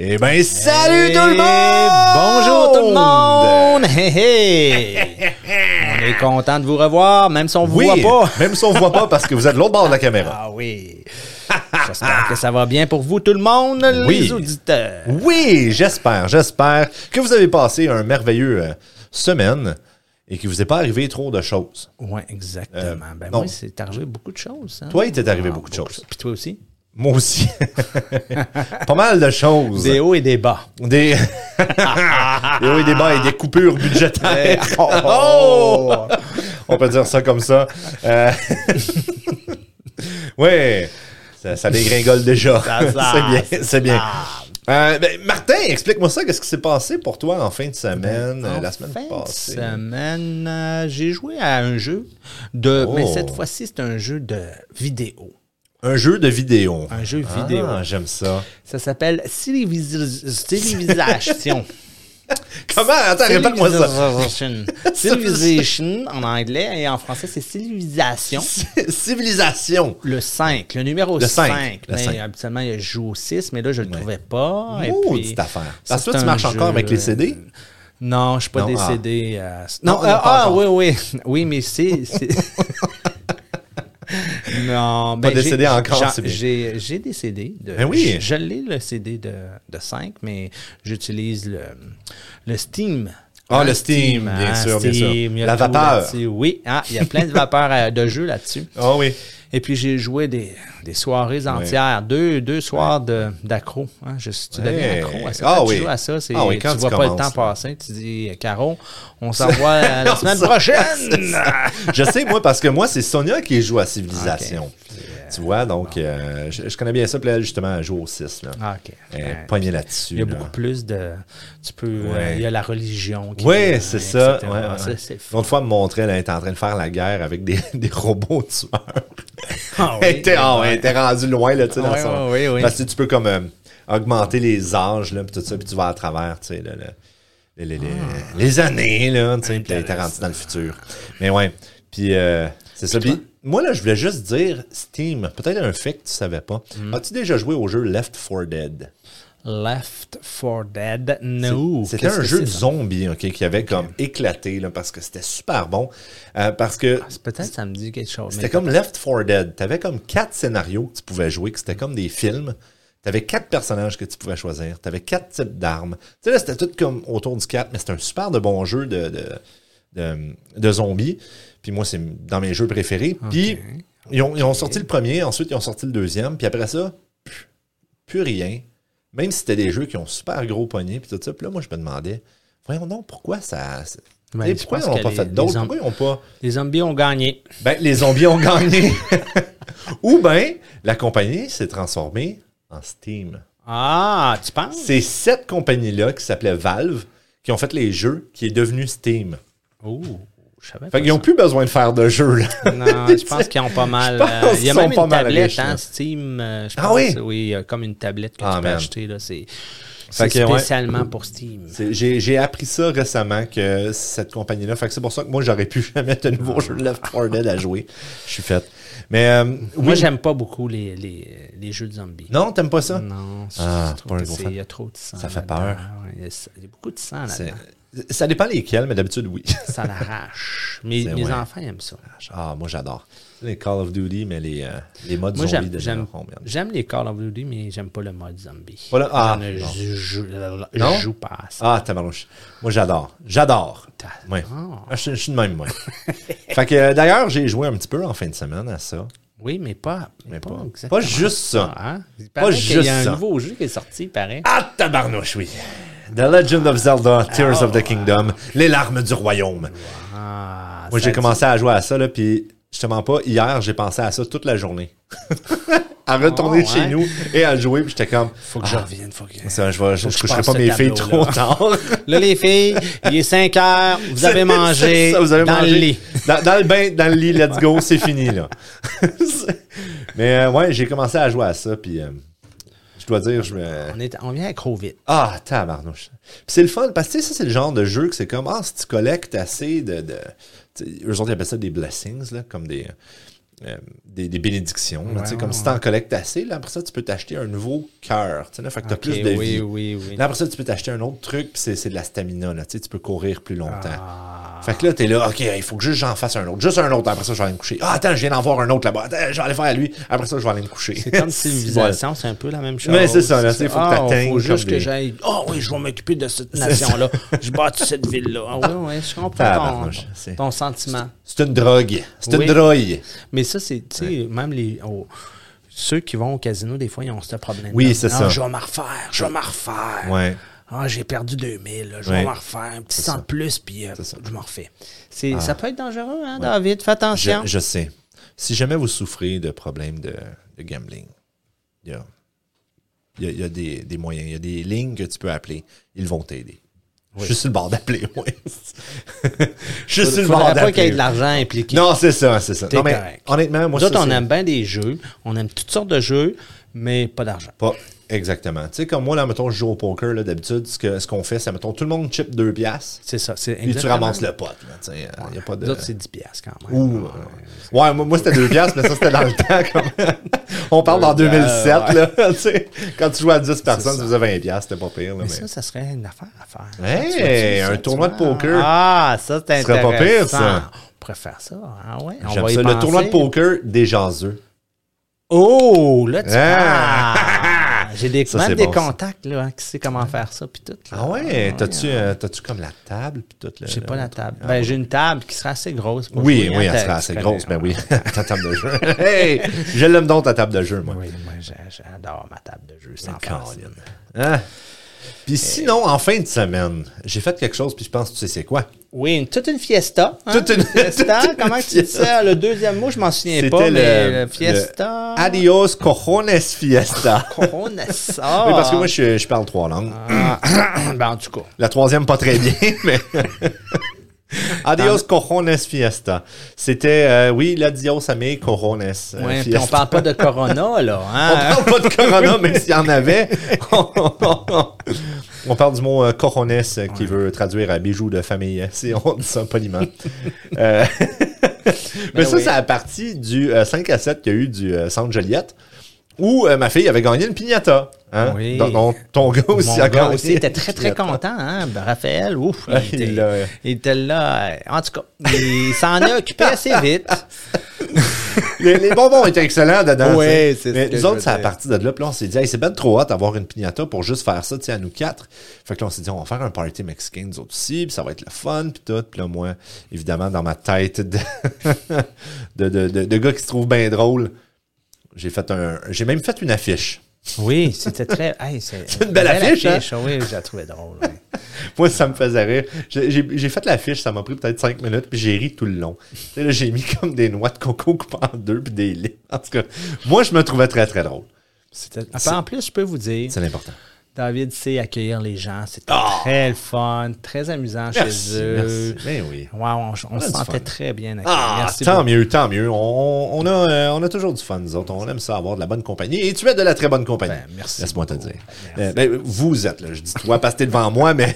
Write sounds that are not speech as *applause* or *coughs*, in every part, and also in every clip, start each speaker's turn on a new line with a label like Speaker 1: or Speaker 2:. Speaker 1: Eh ben, salut tout le monde!
Speaker 2: Bonjour tout le monde! Hey, hey. on est content de vous revoir, même si on vous
Speaker 1: Oui,
Speaker 2: voit pas.
Speaker 1: *laughs* même si on ne voit pas parce que vous êtes de l'autre bord de la caméra.
Speaker 2: Ah oui! *laughs* J'espère que ça va bien pour vous tout le monde,
Speaker 1: Oui.
Speaker 2: les auditeurs.
Speaker 1: Oui, j'espère, j'espère que vous avez passé un merveilleux euh, semaine et qu'il vous est pas arrivé trop de choses.
Speaker 2: Oui, exactement.
Speaker 1: Euh,
Speaker 2: ben
Speaker 1: non.
Speaker 2: moi, c'est arrivé beaucoup de choses. hein.
Speaker 1: Toi, il t'est arrivé
Speaker 2: Ah,
Speaker 1: beaucoup de choses.
Speaker 2: Puis toi aussi?
Speaker 1: Moi aussi. *laughs* pas mal de choses.
Speaker 2: Des hauts et des bas.
Speaker 1: Des... *laughs* des hauts et des bas et des coupures budgétaires.
Speaker 2: *laughs* Oh!
Speaker 1: On peut dire ça comme ça. Euh, *laughs* ouais, ça, ça dégringole déjà.
Speaker 2: Ça, ça,
Speaker 1: *laughs* c'est bien,
Speaker 2: ça,
Speaker 1: c'est bien.
Speaker 2: ça.
Speaker 1: Euh, ben, Martin, explique-moi ça. Qu'est-ce qui s'est passé pour toi en fin de semaine, euh, la semaine
Speaker 2: Ben, fin de
Speaker 1: passée?
Speaker 2: semaine, euh, j'ai joué à un jeu de. Mais
Speaker 1: Oh.
Speaker 2: cette fois-ci, c'est un jeu de vidéo.
Speaker 1: Un jeu de vidéo.
Speaker 2: Un jeu vidéo.
Speaker 1: Ah, j'aime ça.
Speaker 2: Ça s'appelle Civilis- *laughs* Civilization.
Speaker 1: Comment? Attends, répète-moi ça. *laughs*
Speaker 2: Civilization. Civilization en anglais et en français, c'est Civilisation.
Speaker 1: *laughs* Civilisation.
Speaker 2: Le 5, le numéro
Speaker 1: Le cinq,
Speaker 2: 5.
Speaker 1: le
Speaker 2: Mais
Speaker 1: cinq.
Speaker 2: habituellement, il joue au 6, mais là, je le trouvais pas. Et
Speaker 1: Maudite
Speaker 2: puis,
Speaker 1: affaire.
Speaker 2: ça,
Speaker 1: Parce que toi,
Speaker 2: c'est
Speaker 1: tu
Speaker 2: un
Speaker 1: marches encore avec les
Speaker 2: euh,
Speaker 1: CD?
Speaker 2: Non, je suis pas
Speaker 1: Non,
Speaker 2: des
Speaker 1: ah.
Speaker 2: CD. euh, s-
Speaker 1: Non,
Speaker 2: non,
Speaker 1: on
Speaker 2: euh,
Speaker 1: n'a pas
Speaker 2: ah,
Speaker 1: encore.
Speaker 2: oui, oui. *laughs* Oui, mais c'est.
Speaker 1: *laughs*
Speaker 2: c'est- non, ben,
Speaker 1: des
Speaker 2: j'ai-
Speaker 1: CD encore,
Speaker 2: j'en-
Speaker 1: c'est bien.
Speaker 2: J'ai j'ai des CD. De,
Speaker 1: Ben oui.
Speaker 2: Je, je l'ai, le CD de, de 5, mais j'utilise le, le Steam.
Speaker 1: Ah, le Steam, bien sûr, bien sûr.
Speaker 2: il y a
Speaker 1: La
Speaker 2: tout
Speaker 1: vapeur.
Speaker 2: là-dessus. Oui, ah, il y a plein
Speaker 1: *laughs*
Speaker 2: de vapeurs euh, de jeux là-dessus.
Speaker 1: Ah oui.
Speaker 2: Et puis j'ai joué des, des soirées entières, deux, deux soirs de- d'accro. hein. Je suis- tu deviens
Speaker 1: Ouais.
Speaker 2: accro à ça.
Speaker 1: Ah
Speaker 2: Quand
Speaker 1: oui.
Speaker 2: Tu joues à ça, c'est-
Speaker 1: Ah oui, quand
Speaker 2: tu
Speaker 1: tu
Speaker 2: vois pas le
Speaker 1: commences,
Speaker 2: temps
Speaker 1: là.
Speaker 2: passer. Tu dis, euh, Caro,
Speaker 1: *laughs*
Speaker 2: on s'en voit euh, la
Speaker 1: On
Speaker 2: semaine
Speaker 1: s'en- *laughs*
Speaker 2: prochaine.
Speaker 1: je sais, moi, parce que moi, c'est Sonia qui joue à Civilisation. Tu vois, donc, euh, je, je connais bien ça. Puis là, justement, elle joue au 6. Là.
Speaker 2: Ah, ok.
Speaker 1: Elle est
Speaker 2: Ouais.
Speaker 1: pognée là-dessus.
Speaker 2: Il y a
Speaker 1: là.
Speaker 2: beaucoup plus de. Tu peux. euh,
Speaker 1: Ouais.
Speaker 2: il y a la religion. qui-
Speaker 1: Oui,
Speaker 2: euh,
Speaker 1: c'est ça.
Speaker 2: etc.
Speaker 1: Ouais, ouais,
Speaker 2: Ça,
Speaker 1: ouais.
Speaker 2: c'est fou.
Speaker 1: L'autre fois, elle me montrait, elle était en train de faire la guerre avec des, *laughs* des robots tueurs.
Speaker 2: Ah
Speaker 1: elle, était, ah ouais,
Speaker 2: ouais.
Speaker 1: elle était rendue loin, là, tu sais, dans
Speaker 2: Ouais,
Speaker 1: son-
Speaker 2: ouais, ouais, ouais.
Speaker 1: Parce que tu peux comme euh, augmenter les âges, là, puis tout ça, puis tu vas à travers, tu sais, le- le- les, les- les-
Speaker 2: Ah.
Speaker 1: les années, là, tu sais, puis elle était rendue dans le futur. Mais ouais, puis euh, c'est ça. Puis moi, là, je voulais juste dire, Steam, peut-être un fait que tu savais pas.
Speaker 2: Mm.
Speaker 1: As-tu déjà joué au jeu Left 4 Dead?
Speaker 2: Left 4 Dead. No.
Speaker 1: C'était
Speaker 2: Qu'est-ce
Speaker 1: un
Speaker 2: que
Speaker 1: jeu
Speaker 2: c'est,
Speaker 1: de
Speaker 2: ça?
Speaker 1: zombies ok, qui avait comme éclaté là, parce que c'était super bon. Euh, parce que
Speaker 2: C'est- Peut-être ça me dit quelque chose. mais-
Speaker 1: c'était comme Left 4 Dead. Tu avais comme quatre scénarios que tu pouvais jouer, que c'était comme des films. Tu avais quatre personnages que tu pouvais choisir. Tu avais quatre types d'armes. Tu sais, là, c'était tout comme autour du 4, mais c'était un super de bon jeu de, de, de- de zombies. Puis moi, c'est dans mes jeux préférés. Puis ils ont, ils ont sorti le premier, ensuite ils ont sorti le deuxième. Puis après ça, plus- plus rien. Même si c'était des jeux qui ont super gros poignet, puis tout ça. Puis là, moi, je me demandais, voyons donc, pourquoi ça. ça-
Speaker 2: Ben,
Speaker 1: Tu sais,
Speaker 2: je
Speaker 1: pourquoi ils
Speaker 2: pense
Speaker 1: n'ont
Speaker 2: que
Speaker 1: pas
Speaker 2: les-
Speaker 1: fait
Speaker 2: les
Speaker 1: d'autres?
Speaker 2: zombies-
Speaker 1: Pourquoi ils n'ont pas.
Speaker 2: Les zombies ont gagné.
Speaker 1: Ben, les zombies ont gagné. *laughs* Ou ben, la compagnie s'est transformée en Steam.
Speaker 2: Ah, tu penses?
Speaker 1: C'est cette compagnie-là qui s'appelait Valve qui ont fait les jeux qui est devenu Steam.
Speaker 2: Oh, je savais pas.
Speaker 1: Fait qu'ils n'ont plus besoin de faire de jeux,
Speaker 2: *laughs*
Speaker 1: là. *laughs*
Speaker 2: Non, je pense qu'ils ont pas mal.
Speaker 1: Je pense
Speaker 2: euh, il y a
Speaker 1: qu'ils
Speaker 2: même
Speaker 1: sont pas
Speaker 2: une
Speaker 1: mal
Speaker 2: tablette,
Speaker 1: riches,
Speaker 2: hein,
Speaker 1: là.
Speaker 2: Steam. euh, je
Speaker 1: Ah
Speaker 2: pense,
Speaker 1: oui?
Speaker 2: Oui, il y a comme une tablette que
Speaker 1: Ah,
Speaker 2: tu peux
Speaker 1: man.
Speaker 2: acheter. là, C'est
Speaker 1: Fait
Speaker 2: c'est
Speaker 1: que, ouais.
Speaker 2: spécialement pour Steam.
Speaker 1: C'est- J'ai j'ai appris ça récemment que cette compagnie-là. Fait que c'est pour ça que moi, j'aurais pu jamais de nouveau jeu de Left 4 Dead à jouer. Je suis faite. Mais euh,
Speaker 2: Moi,
Speaker 1: oui,
Speaker 2: j'aime pas beaucoup les, les, les jeux de zombies.
Speaker 1: non, t'aimes pas ça?
Speaker 2: Non, je-
Speaker 1: Ah,
Speaker 2: je trouve
Speaker 1: pas un
Speaker 2: que
Speaker 1: gros
Speaker 2: c'est-
Speaker 1: fan.
Speaker 2: il y a trop de sang.
Speaker 1: Ça fait
Speaker 2: là-dedans.
Speaker 1: peur.
Speaker 2: Ouais, il, y a, ça- il y a beaucoup de sang
Speaker 1: C'est-
Speaker 2: là-dedans.
Speaker 1: Euh, Ça dépend lesquels, mais d'habitude, oui. *laughs*
Speaker 2: Ça l'arrache. Mes,
Speaker 1: C'est
Speaker 2: mes
Speaker 1: ouais.
Speaker 2: enfants aiment ça.
Speaker 1: Ah, moi, j'adore. Les Call of Duty, mais les, euh, les modes
Speaker 2: Moi,
Speaker 1: zombies
Speaker 2: j'aime-
Speaker 1: de
Speaker 2: j'aime
Speaker 1: Génération, merde.
Speaker 2: j'aime les Call of Duty, mais j'aime pas le mode zombie.
Speaker 1: Voilà, ah,
Speaker 2: J'en ai-
Speaker 1: non.
Speaker 2: je, je- je
Speaker 1: Non?
Speaker 2: joue pas à ça.
Speaker 1: Ah, tabarnouche. Moi, j'adore. J'adore.
Speaker 2: T'as-
Speaker 1: Ouais. Ah, Je, je suis de même, moi. *laughs* fait que euh, d'ailleurs, j'ai joué un petit peu en fin de semaine à ça.
Speaker 2: Oui, mais pas,
Speaker 1: Mais pas,
Speaker 2: exactement.
Speaker 1: pas juste ça.
Speaker 2: Hein? Il
Speaker 1: Pas
Speaker 2: paraît qu'il
Speaker 1: juste
Speaker 2: y a un
Speaker 1: ça.
Speaker 2: nouveau jeu qui est sorti, il paraît.
Speaker 1: Ah, tabarnouche, oui. The Legend of Zelda, Tears of the Kingdom, Les larmes du royaume.
Speaker 2: Ah,
Speaker 1: Moi,
Speaker 2: ça
Speaker 1: j'ai
Speaker 2: dit-
Speaker 1: commencé à jouer à ça, là, puis je te mens pas, hier, j'ai pensé à ça toute la journée. *laughs* à retourner
Speaker 2: Oh,
Speaker 1: chez
Speaker 2: ouais.
Speaker 1: nous et à jouer, puis j'étais comme,
Speaker 2: Faut que je revienne, faut que...
Speaker 1: ça, je, vais, je,
Speaker 2: que
Speaker 1: je
Speaker 2: je
Speaker 1: coucherai
Speaker 2: Ah. passe
Speaker 1: pas
Speaker 2: ce
Speaker 1: mes filles trop
Speaker 2: tableau,
Speaker 1: tard.
Speaker 2: *laughs* Là, les filles, il est 5 heures, vous avez
Speaker 1: C'est-
Speaker 2: mangé
Speaker 1: c'est ça, vous avez
Speaker 2: dans
Speaker 1: mangé.
Speaker 2: le lit.
Speaker 1: Dans, dans le bain, dans le lit, let's go, c'est fini, là. *laughs* C'est- Mais euh, ouais, j'ai commencé à jouer à ça, puis euh, je dois dire, je me.
Speaker 2: On, est, on vient accro vite.
Speaker 1: Ah, tabarnouche. Puis c'est le fun, parce que tu sais, ça, c'est le genre de jeu que c'est comme, ah, si tu collectes assez de. de- tu sais, eux autres, ils appellent ça des blessings, là, comme des. euh, des, des bénédictions. là,
Speaker 2: Ouais,
Speaker 1: tu sais,
Speaker 2: ouais,
Speaker 1: comme si tu en collectes assez, là, après ça, tu peux t'acheter un nouveau cœur. tu sais, Là, fait que t'as
Speaker 2: Ok,
Speaker 1: plus de
Speaker 2: oui,
Speaker 1: vie.
Speaker 2: oui, oui.
Speaker 1: Là, après ça, tu peux t'acheter un autre truc, puis c'est c'est de la stamina. Là, tu sais, tu peux courir plus longtemps.
Speaker 2: Ah.
Speaker 1: Fait que là, t'es là, OK, il faut que juste j'en fasse un autre. Juste un autre, après ça, je vais aller me coucher. Ah, attends, je viens d'en voir un autre là-bas. Attends, je vais aller faire à lui. Après ça, je vais aller me coucher. *laughs*
Speaker 2: C'est comme
Speaker 1: Voilà.
Speaker 2: civilisation, c'est un peu la même chose.
Speaker 1: Mais c'est ça, là, c'est faut que
Speaker 2: Ah,
Speaker 1: t'atteignes
Speaker 2: faut juste
Speaker 1: comme
Speaker 2: que
Speaker 1: des-
Speaker 2: j'aille. Ah oui, je vais m'occuper de cette nation-là. je bâtis cette
Speaker 1: *laughs*
Speaker 2: ville-là. Ah oui, oui, je comprends ton,
Speaker 1: Tabarnouche, c'est-
Speaker 2: ton sentiment.
Speaker 1: C'est une drogue. C'est
Speaker 2: Oui.
Speaker 1: une drogue.
Speaker 2: Mais ça, c'est, tu sais, même les. oh, ceux qui vont au casino, des fois, ils ont ce problème.
Speaker 1: Oui, c'est ça.
Speaker 2: Je vais me refaire, je vais me refaire.
Speaker 1: Ouais.
Speaker 2: Ah, j'ai perdu 2000, là, je
Speaker 1: Ouais.
Speaker 2: vais me refaire un petit 100 de plus, puis euh,
Speaker 1: ça. Ah.
Speaker 2: je me refais. C'est, Ça peut être dangereux, hein, David? Fais
Speaker 1: Je,
Speaker 2: attention.
Speaker 1: je sais. Si jamais vous souffrez de problèmes de, de gambling, il y a, il y a- il y a des, des moyens, il y a des lignes que tu peux appeler. Ils vont t'aider. Je suis sur le bord d'appeler, oui.
Speaker 2: *laughs*
Speaker 1: Je suis sur le bord
Speaker 2: Faudrait pas qu'il y
Speaker 1: d'appeler.
Speaker 2: ait de l'argent impliqué.
Speaker 1: Non, c'est ça, c'est ça.
Speaker 2: T'es
Speaker 1: Non, mais
Speaker 2: correct.
Speaker 1: honnêtement, moi,
Speaker 2: Nous
Speaker 1: ça,
Speaker 2: autres, on
Speaker 1: c'est-
Speaker 2: aime bien des jeux. On aime toutes sortes de jeux, mais pas d'argent.
Speaker 1: Pas exactement. Tu sais, comme moi, là, mettons, je joue au poker, là, d'habitude, ce qu'on ce qu'on fait, c'est, mettons, tout le monde chip deux piastres,
Speaker 2: C'est ça. C'est
Speaker 1: puis tu
Speaker 2: exactement-
Speaker 1: ramasses le pot. là, tu sais, il y a pas de...
Speaker 2: Nous autres, c'est 10 piastres quand même.
Speaker 1: Ouh, ouais, ouais, moi, moi, c'était deux piastres, mais ça, c'était dans le temps, quand même. On parle dans 2007, là, *laughs* tu sais, quand tu jouais à 10 personnes, tu faisais 20 piastres, c'était pas pire, là,
Speaker 2: Mais
Speaker 1: mais...
Speaker 2: ça, ça serait une affaire à faire.
Speaker 1: Hey,
Speaker 2: Tu vois, tu vois,
Speaker 1: un
Speaker 2: tu
Speaker 1: tournoi
Speaker 2: vois.
Speaker 1: de poker.
Speaker 2: Ah, ça, c'est
Speaker 1: Ce serait
Speaker 2: intéressant.
Speaker 1: pas pire, ça.
Speaker 2: On pourrait faire ça. Ah ouais, on
Speaker 1: J'aime
Speaker 2: va y
Speaker 1: ça. Le
Speaker 2: penser.
Speaker 1: tournoi de poker des jaseux.
Speaker 2: Oh, là, tu
Speaker 1: Ah.
Speaker 2: ah. *laughs* J'ai des,
Speaker 1: Ça,
Speaker 2: même
Speaker 1: c'est
Speaker 2: des
Speaker 1: bon, ça.
Speaker 2: contacts là, hein, qui sait comment faire ça. Puis tout. là.
Speaker 1: Ah ouais? T'as-tu, euh, t'as-tu comme la table, puis tout, là?
Speaker 2: J'ai
Speaker 1: là,
Speaker 2: pas
Speaker 1: ouais.
Speaker 2: la table. Ben, j'ai une table qui serait assez grosse. pour
Speaker 1: Oui,
Speaker 2: jouer,
Speaker 1: oui, elle
Speaker 2: hein, t'as-
Speaker 1: serait
Speaker 2: tu
Speaker 1: assez
Speaker 2: connais,
Speaker 1: grosse, mais
Speaker 2: hein.
Speaker 1: oui.
Speaker 2: *laughs*
Speaker 1: *laughs* ta table de jeu. hey, je l'aime donc, ta table de jeu, moi.
Speaker 2: Oui, moi, j'ai- j'adore ma table de jeu. sans farce.
Speaker 1: Caroline. Hein? Puis sinon, en fin de semaine, j'ai fait quelque chose, puis je pense que tu sais c'est quoi.
Speaker 2: Oui, une- toute une fiesta. hein,
Speaker 1: Toute une- *laughs*
Speaker 2: fiesta.
Speaker 1: toute une
Speaker 2: Comment tu dis ça? Le deuxième mot, je m'en souviens pas, mais le, fiesta.
Speaker 1: le Adios Cojones Fiesta.
Speaker 2: Corona
Speaker 1: *laughs*
Speaker 2: ça.
Speaker 1: Oui, parce que moi, je, je parle trois langues. *coughs*
Speaker 2: ben, en tout cas.
Speaker 1: La troisième, pas très bien, *laughs* mais... Adios Cojones Fiesta. C'était, euh, oui, l'adios à mes Cojones euh,
Speaker 2: Ouais, puis
Speaker 1: Fiesta.
Speaker 2: on parle pas de Corona, là.
Speaker 1: *laughs* On
Speaker 2: Hein?
Speaker 1: parle pas de *laughs* Corona, mais s'il y en avait, on parle du mot euh, cojones euh, qui veut traduire à bijoux de famille, *laughs* hein, si on dit ça *laughs* poliment. *laughs* Euh, mais
Speaker 2: Ben
Speaker 1: ça,
Speaker 2: oui.
Speaker 1: c'est à partir du euh, 5 à 7 qu'il y a eu du euh, Centre Joliette, où euh, ma fille avait gagné une piñata. Hein?
Speaker 2: Oui.
Speaker 1: Donc, donc, ton gars aussi
Speaker 2: Mon
Speaker 1: a
Speaker 2: gars
Speaker 1: gagné
Speaker 2: aussi était très,
Speaker 1: une
Speaker 2: très
Speaker 1: piñata.
Speaker 2: content, hein? Ben, Raphaël, ouf, il,
Speaker 1: Ah, il
Speaker 2: était,
Speaker 1: l'a-
Speaker 2: il était là. euh, En tout cas, il s'en est occupé assez vite.
Speaker 1: *laughs* Les, les bonbons étaient excellents dedans.
Speaker 2: Oui,
Speaker 1: tu sais.
Speaker 2: c'est ce
Speaker 1: Mais
Speaker 2: que
Speaker 1: nous
Speaker 2: je
Speaker 1: autres,
Speaker 2: veux
Speaker 1: c'est à
Speaker 2: dire.
Speaker 1: partir de là. Puis là, on s'est dit, hey, c'est ben trop hot d'avoir une piñata pour juste faire ça, tu sais, à nous quatre. Fait que là, on s'est dit, on va faire un party mexicain, nous autres aussi, puis ça va être le fun, puis tout. Puis là, moi, évidemment, dans ma tête de, *laughs* de, de, de- de gars qui se trouve bien drôle, j'ai fait un. J'ai même fait une affiche. *laughs*
Speaker 2: Oui, c'était très. hey, c'est
Speaker 1: une belle affiche, hein.
Speaker 2: hein. Oui, je la trouvais drôle. oui.
Speaker 1: Moi, ça me faisait rire. J'ai- J'ai j'ai fait l'affiche, ça m'a pris peut-être cinq minutes, puis j'ai ri tout le long. Tu sais, là, j'ai mis comme des noix de coco coupées en deux, puis des laits. En tout cas, moi, je me trouvais très, très drôle.
Speaker 2: C'était- En plus, je peux vous dire,
Speaker 1: C'est l'important.
Speaker 2: David sait accueillir les gens. C'était
Speaker 1: Ah!
Speaker 2: très le fun, très amusant
Speaker 1: Merci,
Speaker 2: chez eux.
Speaker 1: merci. Ben oui.
Speaker 2: Ouais, on, on se
Speaker 1: du fun.
Speaker 2: sentait très bien accueillis.
Speaker 1: Ah,
Speaker 2: Merci
Speaker 1: tant
Speaker 2: beaucoup.
Speaker 1: mieux, tant mieux. On, on a, euh, on a toujours du fun, nous autres. On aime ça, avoir de la bonne compagnie. Et tu es de la très bonne compagnie.
Speaker 2: Ben, merci
Speaker 1: Laisse-moi te dire.
Speaker 2: Merci.
Speaker 1: Euh, ben, vous êtes, là. Je dis toi parce que t'es devant moi, mais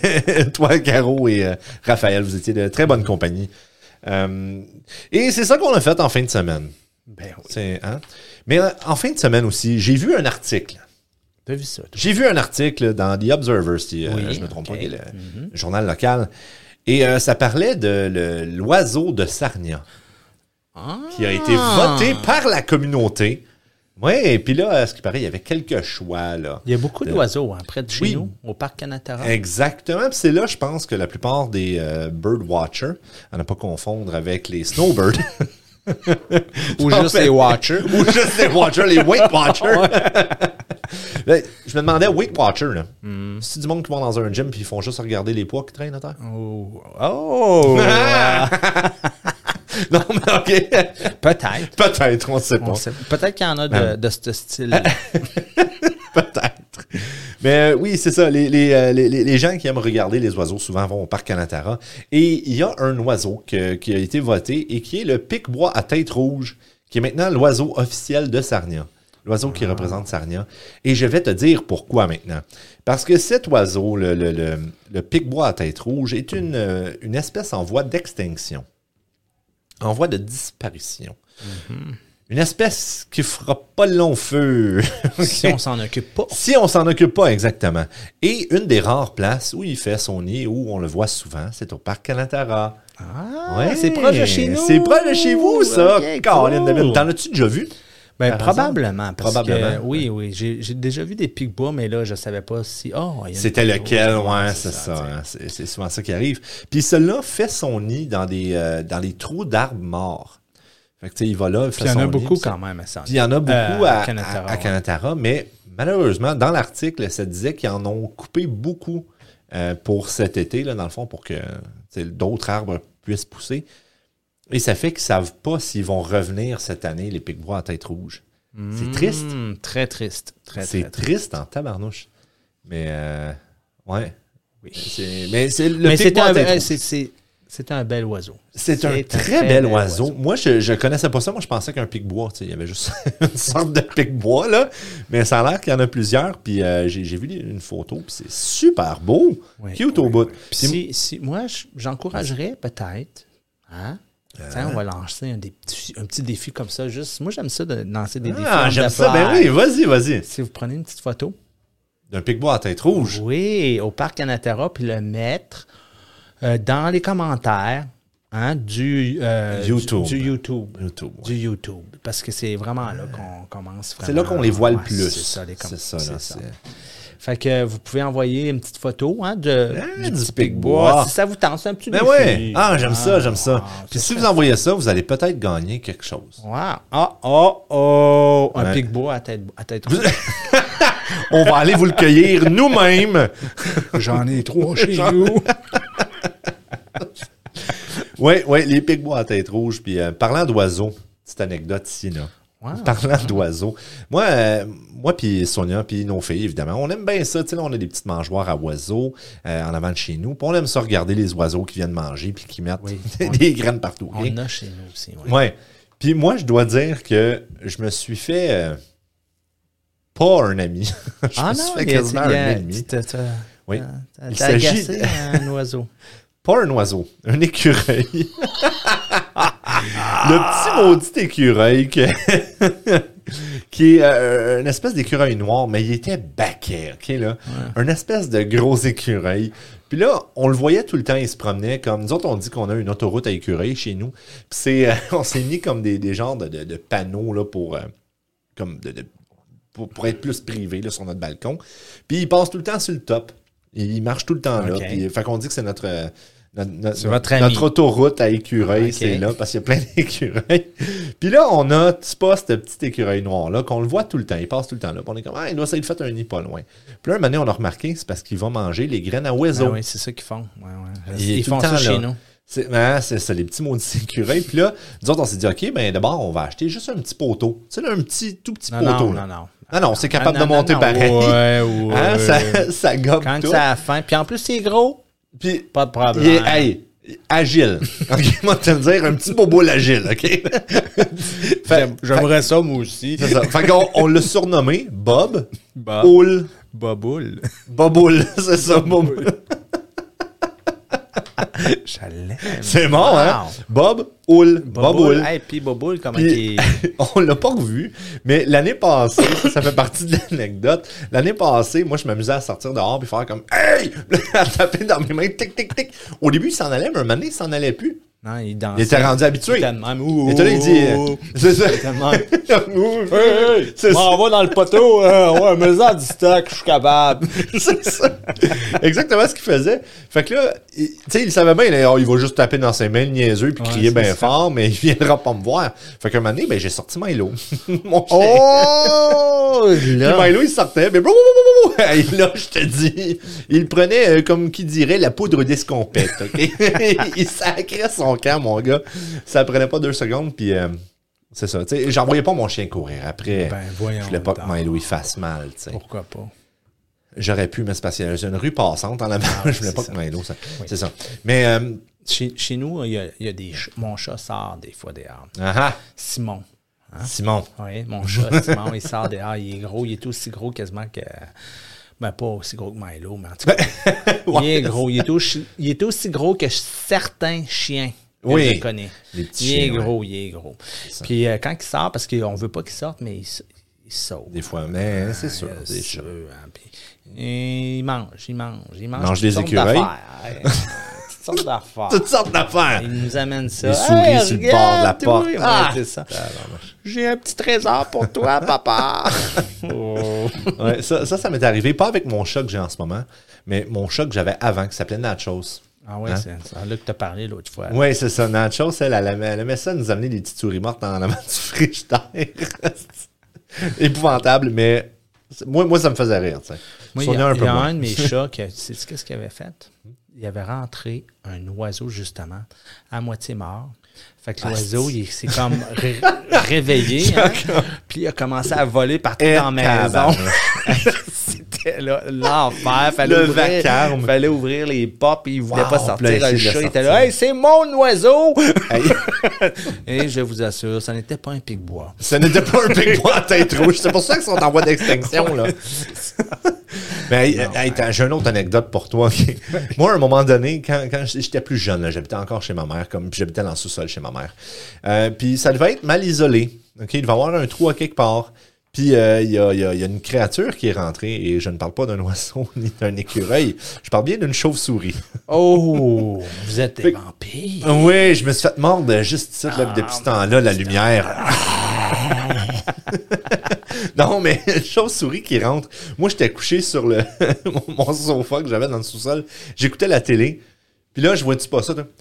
Speaker 1: *laughs* toi, Caro et euh, Raphaël, vous étiez de très bonne compagnie. Euh, et c'est ça qu'on a fait en fin de semaine.
Speaker 2: Ben oui.
Speaker 1: C'est- hein? Mais euh, en fin de semaine aussi, j'ai vu un article.
Speaker 2: T'as vu ça, toi?
Speaker 1: J'ai vu un article dans The Observer, si euh,
Speaker 2: Oui,
Speaker 1: je ne me trompe
Speaker 2: ok.
Speaker 1: pas,
Speaker 2: Mm-hmm.
Speaker 1: qui est le journal local. Et euh, ça parlait de le- l'oiseau de Sarnia, qui a été
Speaker 2: Ah!
Speaker 1: voté par la communauté. Oui, et puis là, à ce qui paraît, il y avait quelques choix. Là.
Speaker 2: Il y a beaucoup d'oiseaux hein, près de chez
Speaker 1: Euh, Oui.
Speaker 2: nous, au parc Canatara.
Speaker 1: Exactement. Puis c'est là, je pense, que la plupart des euh, bird watchers, à ne pas confondre avec les snowbirds.
Speaker 2: *laughs* Ou
Speaker 1: Non,
Speaker 2: juste
Speaker 1: mais-
Speaker 2: les watchers.
Speaker 1: Ou juste les watchers, les wake
Speaker 2: *laughs*
Speaker 1: watchers. *laughs* Là, je me demandais, wake watcher, là.
Speaker 2: Hmm.
Speaker 1: C'est du monde qui vont dans un gym puis ils font juste regarder les poids qui traînent à terre.
Speaker 2: Oh!
Speaker 1: *laughs*
Speaker 2: oh,
Speaker 1: Non, mais OK. *laughs*
Speaker 2: Peut-être.
Speaker 1: Peut-être, on ne sait
Speaker 2: On
Speaker 1: pas.
Speaker 2: sait- Peut-être qu'il y en a
Speaker 1: Ben.
Speaker 2: de, de ce style.
Speaker 1: *laughs* Peut-être. Mais euh, oui, c'est ça. Les, les, euh, les- les- les gens qui aiment regarder les oiseaux souvent vont au parc Canatara. Et il y a un oiseau que- qui a été voté et qui est le pic-bois à tête rouge, qui est maintenant l'oiseau officiel de Sarnia. L'oiseau qui représente Sarnia. Et je vais te dire pourquoi maintenant. Parce que cet oiseau, le, le, le- le pic-bois à tête rouge, est une, euh, une espèce en voie d'extinction, en voie de disparition. Une espèce qui fera pas le long feu. *laughs*
Speaker 2: Si on s'en occupe pas.
Speaker 1: Si on s'en occupe pas, exactement. Et une des rares places où il fait son nid, où on le voit souvent, c'est au parc Canatara.
Speaker 2: Ah, c'est proche de chez nous.
Speaker 1: C'est proche de chez vous, ça.
Speaker 2: Ok,
Speaker 1: Caroline
Speaker 2: cool.
Speaker 1: de Mille, T'en as-tu déjà vu?
Speaker 2: Ben,
Speaker 1: Par
Speaker 2: probablement. Parce
Speaker 1: Probablement,
Speaker 2: Que, oui, oui. J'ai j'ai déjà vu des pigbois, mais là, je savais pas si. Oh, il y a une
Speaker 1: C'était
Speaker 2: pigboa.
Speaker 1: lequel, ouais, c'est
Speaker 2: tu
Speaker 1: ça.
Speaker 2: sais.
Speaker 1: hein. C'est c'est souvent ça qui arrive. Puis celui-là fait son nid dans des, euh, dans les trous d'arbres morts. Fait que, tu sais, il va là, il fait
Speaker 2: Puis il y en
Speaker 1: son
Speaker 2: a
Speaker 1: nid,
Speaker 2: beaucoup
Speaker 1: puis ça-
Speaker 2: quand même à ça.
Speaker 1: Puis il y en a beaucoup
Speaker 2: Euh,
Speaker 1: à, à- à Canatara,
Speaker 2: Canatara, ouais.
Speaker 1: mais malheureusement, dans l'article, ça disait qu'ils en ont coupé beaucoup euh, pour cet été, là, dans le fond, pour que tu sais, d'autres arbres puissent pousser. Et ça fait qu'ils savent pas s'ils vont revenir cette année, les pics-bois à tête rouge. C'est triste.
Speaker 2: Hmm, très triste. Très,
Speaker 1: C'est
Speaker 2: très triste.
Speaker 1: triste en tabarnouche. Mais, euh, ouais. C'est- Mais c'est le
Speaker 2: Mais c'était
Speaker 1: pic-bois à
Speaker 2: un,
Speaker 1: tête
Speaker 2: euh,
Speaker 1: rouge.
Speaker 2: c'est- c'est- c'était un bel oiseau.
Speaker 1: C'est un très bel oiseau. Moi, je, je connaissais pas ça. Moi, je pensais qu'un pic-bois, tu sais, il y avait juste *laughs* une sorte de pic-bois, là. Mais ça a l'air qu'il y en a plusieurs. Puis euh, j'ai j'ai vu les- une photo, puis c'est super beau.
Speaker 2: Oui,
Speaker 1: Cute au bout.
Speaker 2: Puis si, si- moi, je- j'encouragerais peut-être. Hein? Tiens,
Speaker 1: Euh.
Speaker 2: on va lancer un, des petits- un petit défi comme ça. Juste, moi, j'aime ça de lancer des défis.
Speaker 1: Ah,
Speaker 2: en
Speaker 1: j'aime ça.
Speaker 2: affaires.
Speaker 1: Ben oui, vas-y, vas-y.
Speaker 2: Si vous prenez une petite photo,
Speaker 1: D'un pic-bois à tête rouge.
Speaker 2: oui, au parc Canatera, puis le mettre euh, dans les commentaires hein, du, euh,
Speaker 1: YouTube.
Speaker 2: Du, du YouTube.
Speaker 1: YouTube, ouais.
Speaker 2: Du YouTube. Parce que c'est vraiment là qu'on commence.
Speaker 1: C'est là qu'on les voit le
Speaker 2: Ouais,
Speaker 1: plus.
Speaker 2: C'est ça, les commentaires.
Speaker 1: C'est ça, là. c'est-
Speaker 2: Fait que vous pouvez envoyer une petite photo hein, de,
Speaker 1: Ah, du
Speaker 2: du petit
Speaker 1: Big
Speaker 2: Big Bois.
Speaker 1: Bois.
Speaker 2: Si ça vous tente, c'est un petit
Speaker 1: Ben
Speaker 2: défi.
Speaker 1: ouais. Ah, j'aime ça, j'aime ça.
Speaker 2: ah,
Speaker 1: Puis
Speaker 2: ça
Speaker 1: si vous envoyez ça, vous allez peut-être gagner quelque chose.
Speaker 2: Wow. Ah, oh, oh. Un
Speaker 1: Ouais.
Speaker 2: Big Bois à tête, à tête
Speaker 1: *laughs* On va aller vous le cueillir
Speaker 2: *laughs*
Speaker 1: nous-mêmes.
Speaker 2: J'en ai *laughs* trois chez nous.
Speaker 1: Oui, oui, les pics-bois à tête rouge. Puis euh, parlant d'oiseaux, petite anecdote ici, là.
Speaker 2: Wow.
Speaker 1: Parlant d'oiseaux, moi, euh, moi puis Sonia, puis nos filles, évidemment, on aime bien ça. Tu sais, là, on a des petites mangeoires à oiseaux euh, en avant de chez nous. Puis on aime ça regarder les oiseaux qui viennent manger puis qui mettent
Speaker 2: Oui,
Speaker 1: *laughs* des graines partout.
Speaker 2: On
Speaker 1: ok?
Speaker 2: en a chez nous aussi. ouais.
Speaker 1: Ouais. Puis moi, je dois dire que je me suis fait euh, pas un ami. *laughs* je me suis fait
Speaker 2: Ah il y a-
Speaker 1: quasiment
Speaker 2: il y
Speaker 1: un
Speaker 2: a-
Speaker 1: ennemi.
Speaker 2: t'as- t'as-
Speaker 1: Oui.
Speaker 2: t'as- t'as-
Speaker 1: Il
Speaker 2: T'as
Speaker 1: s'agit-
Speaker 2: agacé
Speaker 1: *laughs*
Speaker 2: un oiseau.
Speaker 1: Pas un oiseau, un écureuil. le petit maudit écureuil que- *laughs* qui est euh, une espèce d'écureuil noir, mais il était baquet, OK, là? Un espèce de gros écureuil. Puis là, on le voyait tout le temps, il se promenait comme... Nous autres, on dit qu'on a une autoroute à écureuil chez nous. Puis c'est, euh, *laughs* on s'est mis comme des, des genres de, de- de panneaux, là, pour... euh, comme de- de- pour, pour être plus privé là, sur notre balcon. Puis il passe tout le temps sur le top. Il, il marche tout le temps là.
Speaker 2: Ok.
Speaker 1: Puis, fait qu'on dit que c'est notre, euh, notre, notre-
Speaker 2: C'est votre ami.
Speaker 1: notre autoroute à écureuil,
Speaker 2: Ok.
Speaker 1: c'est là, Hein, parce qu'il y a plein *laughs* d'écureuils. Puis là, on a, tu sais pas, ce petit écureuil noir-là, qu'on le voit tout le temps, il passe tout le temps là. Puis on est comme, ah, il doit s'être fait un nid pas loin. Puis là, un moment donné, on a remarqué, c'est parce qu'il va manger les graines à
Speaker 2: Ah
Speaker 1: oiseaux.
Speaker 2: oui, c'est ça qu'ils font. Ouais, ouais.
Speaker 1: Il est
Speaker 2: Ils
Speaker 1: tout le
Speaker 2: font
Speaker 1: temps
Speaker 2: ça
Speaker 1: là.
Speaker 2: chez nous.
Speaker 1: C'est ben, c'est ça, les petits maudits *laughs* écureuils. Puis là, nous autres, on s'est dit, OK, ben d'abord, on va acheter juste un petit poteau. Tu sais, là, un petit, tout petit
Speaker 2: Non,
Speaker 1: poteau.
Speaker 2: non,
Speaker 1: là.
Speaker 2: non, non.
Speaker 1: Ah non, c'est capable
Speaker 2: Ah, non,
Speaker 1: de monter
Speaker 2: non, non.
Speaker 1: pareil.
Speaker 2: Ouais, ouais.
Speaker 1: Hein, ça, *laughs* ça gobe
Speaker 2: Quand que
Speaker 1: tout.
Speaker 2: ça a faim. Puis en plus, c'est gros.
Speaker 1: Puis,
Speaker 2: Pas de problème.
Speaker 1: il est, hey, Ah, ben, agile. *laughs* OK, moi, te le dire, un petit bobo agile, OK? Fait-
Speaker 2: J'aimerais ça, moi aussi.
Speaker 1: C'est ça. Fait qu'on on l'a surnommé Bob,
Speaker 2: Bob.
Speaker 1: Oul, *laughs*
Speaker 2: Boboule.
Speaker 1: Boboul. C'est ça, Boboul.
Speaker 2: Je l'aime.
Speaker 1: C'est bon, hein?
Speaker 2: Wow.
Speaker 1: Bob, Oul,
Speaker 2: Boboule.
Speaker 1: Boboul.
Speaker 2: Hey, puis Boboule, comment
Speaker 1: Puis,
Speaker 2: il est.
Speaker 1: *laughs* on l'a pas revu, mais l'année passée, ça fait partie de l'anecdote. L'année passée, moi, je m'amusais à sortir dehors puis faire comme Hey! *laughs* à taper dans mes mains, tic, tic, tic. Au début, il s'en allait, mais un moment donné, il s'en allait plus.
Speaker 2: Non, il danse.
Speaker 1: Il était rendu habitué.
Speaker 2: Il était de même. Ouh,
Speaker 1: Et toi, là, il dit. euh,
Speaker 2: ouh,
Speaker 1: *laughs* C'est ça.
Speaker 2: tellement-
Speaker 1: Hey, hey, *laughs* c'est ça.
Speaker 2: M'en va dans le poteau, euh, ouais, mais ça du stock, je suis capable.
Speaker 1: C'est ça. Exactement ce qu'il faisait. Fait que là, il- tu sais, il savait bien, là, Oh, il va juste taper dans ses mains le niaiseux puis
Speaker 2: Ouais,
Speaker 1: crier
Speaker 2: c'est
Speaker 1: bien
Speaker 2: ça.
Speaker 1: fort, mais il viendra pas me voir. Fait qu'un moment donné, ben, j'ai sorti Milo. *laughs* Mon chien.
Speaker 2: Oh!
Speaker 1: Puis
Speaker 2: Là.
Speaker 1: Milo, il sortait, mais brou, brou, brou, brou. Hey, là, je te dis, il prenait, euh, comme qui dirait, la poudre d'escompette, OK? *laughs* il sacrait son camp, mon gars. Ça prenait pas deux secondes, puis euh, c'est ça. Tu sais, j'envoyais pas mon chien courir. Après,
Speaker 2: Ben, voyons
Speaker 1: je voulais pas
Speaker 2: donc.
Speaker 1: que Milo, il fasse mal, tu sais.
Speaker 2: Pourquoi pas?
Speaker 1: J'aurais pu, mais c'est parce qu'il y a une rue passante en avant. *laughs* je voulais pas
Speaker 2: Ah, c'est
Speaker 1: que Milo, ça...
Speaker 2: Oui.
Speaker 1: C'est ça. Mais, euh,
Speaker 2: Chez, chez nous, il y a, il y a des. ch- Mon chat sort des fois des arbres.
Speaker 1: ah
Speaker 2: Simon.
Speaker 1: ah, Simon.
Speaker 2: Oui,
Speaker 1: *laughs*
Speaker 2: mon chat, Simon, il sort dehors, il est gros, il est aussi gros quasiment que. Ben, pas aussi gros que
Speaker 1: *laughs*
Speaker 2: Milo, mais en tout cas. il est gros, il est, aussi, il est aussi gros que certains chiens.
Speaker 1: Oui.
Speaker 2: Je le connais.
Speaker 1: Les petits
Speaker 2: Il est
Speaker 1: chiens, ouais.
Speaker 2: gros, il est gros. Puis euh, quand il sort, parce qu'on veut pas qu'il sorte, mais il, s- il saute.
Speaker 1: Des fois, mais c'est
Speaker 2: Ah,
Speaker 1: sûr.
Speaker 2: yes,
Speaker 1: c'est
Speaker 2: sûr,
Speaker 1: sûr.
Speaker 2: hein, puis- et il mange, il mange, il mange.
Speaker 1: Mange
Speaker 2: toutes
Speaker 1: des
Speaker 2: sortes
Speaker 1: écureuils.
Speaker 2: d'affaires. *laughs* Toutes sortes d'affaires.
Speaker 1: *laughs* Toutes sortes d'affaires.
Speaker 2: Il nous amène ça.
Speaker 1: Des souris
Speaker 2: Hey,
Speaker 1: sur le bord de la
Speaker 2: regarde,
Speaker 1: porte.
Speaker 2: oui, ouais,
Speaker 1: Ah!
Speaker 2: c'est ça.
Speaker 1: Alors,
Speaker 2: J'ai un petit trésor pour *laughs* toi, papa. Oh.
Speaker 1: ouais, ça, ça, ça m'est arrivé, pas avec mon chat que j'ai en ce moment, mais mon chat que j'avais avant, qui s'appelait Nachos.
Speaker 2: Ah oui,
Speaker 1: Hein?
Speaker 2: c'est ça. Là que t'as parlé l'autre fois.
Speaker 1: Oui, c'est ça. Nachos, elle, elle, aimait- elle aimait ça nous amener des petites souris mortes en avant du frigidaire. *laughs* Épouvantable, mais c'est- moi, moi, ça me faisait rire. tu sais.
Speaker 2: Moi,
Speaker 1: Ça, on
Speaker 2: il y a,
Speaker 1: un
Speaker 2: il
Speaker 1: peu
Speaker 2: y a
Speaker 1: moins. *laughs*
Speaker 2: un de mes chats qui, a- tu sais qu'est-ce qu'il avait fait? Il avait rentré un oiseau, justement, à moitié mort. Fait
Speaker 1: Ah,
Speaker 2: que l'oiseau, il s'est comme ré-
Speaker 1: *laughs*
Speaker 2: réveillé. hein, Puis il a commencé à voler partout
Speaker 1: Eh,
Speaker 2: dans la maison.
Speaker 1: tabarnak.
Speaker 2: *laughs* C'était là, l'enfer. Fallait
Speaker 1: Le
Speaker 2: ouvrir,
Speaker 1: vacarme.
Speaker 2: fallait ouvrir les portes, puis il voulait
Speaker 1: Wow,
Speaker 2: pas
Speaker 1: puis là,
Speaker 2: sortir.
Speaker 1: il
Speaker 2: Le
Speaker 1: essayait de
Speaker 2: chat
Speaker 1: le
Speaker 2: était
Speaker 1: sortir.
Speaker 2: là, hey, c'est mon oiseau!
Speaker 1: Hey,
Speaker 2: Et je vous assure, ça n'était pas un pic-bois.
Speaker 1: Ce n'était pas un pingouin à tête rouge. C'est pour ça qu'ils sont en voie d'extinction. là. Mais hey, hey, t'as- j'ai une autre anecdote pour toi. ok? Moi, à un moment donné, quand, quand j'étais plus jeune, là, j'habitais encore chez ma mère, comme puis j'habitais dans le sous-sol chez ma mère. Euh, puis ça devait être mal isolé. ok? Il devait y avoir un trou à quelque part. Puis euh, il y, a, il y a- il y a une créature qui est rentrée, et je ne parle pas d'un oiseau *laughs* ni d'un écureuil. Je parle bien d'une chauve-souris.
Speaker 2: Oh, *laughs* vous êtes des vampires.
Speaker 1: Oui, je me suis fait mordre juste ça, là, depuis
Speaker 2: Ah,
Speaker 1: ce temps-là, la lumière. *laughs* non, mais une chauve-souris qui rentre. Moi, j'étais couché sur le *laughs* mon- mon sofa que j'avais dans le sous-sol. J'écoutais la télé. Puis là, je vois-tu pas ça? toi? *laughs*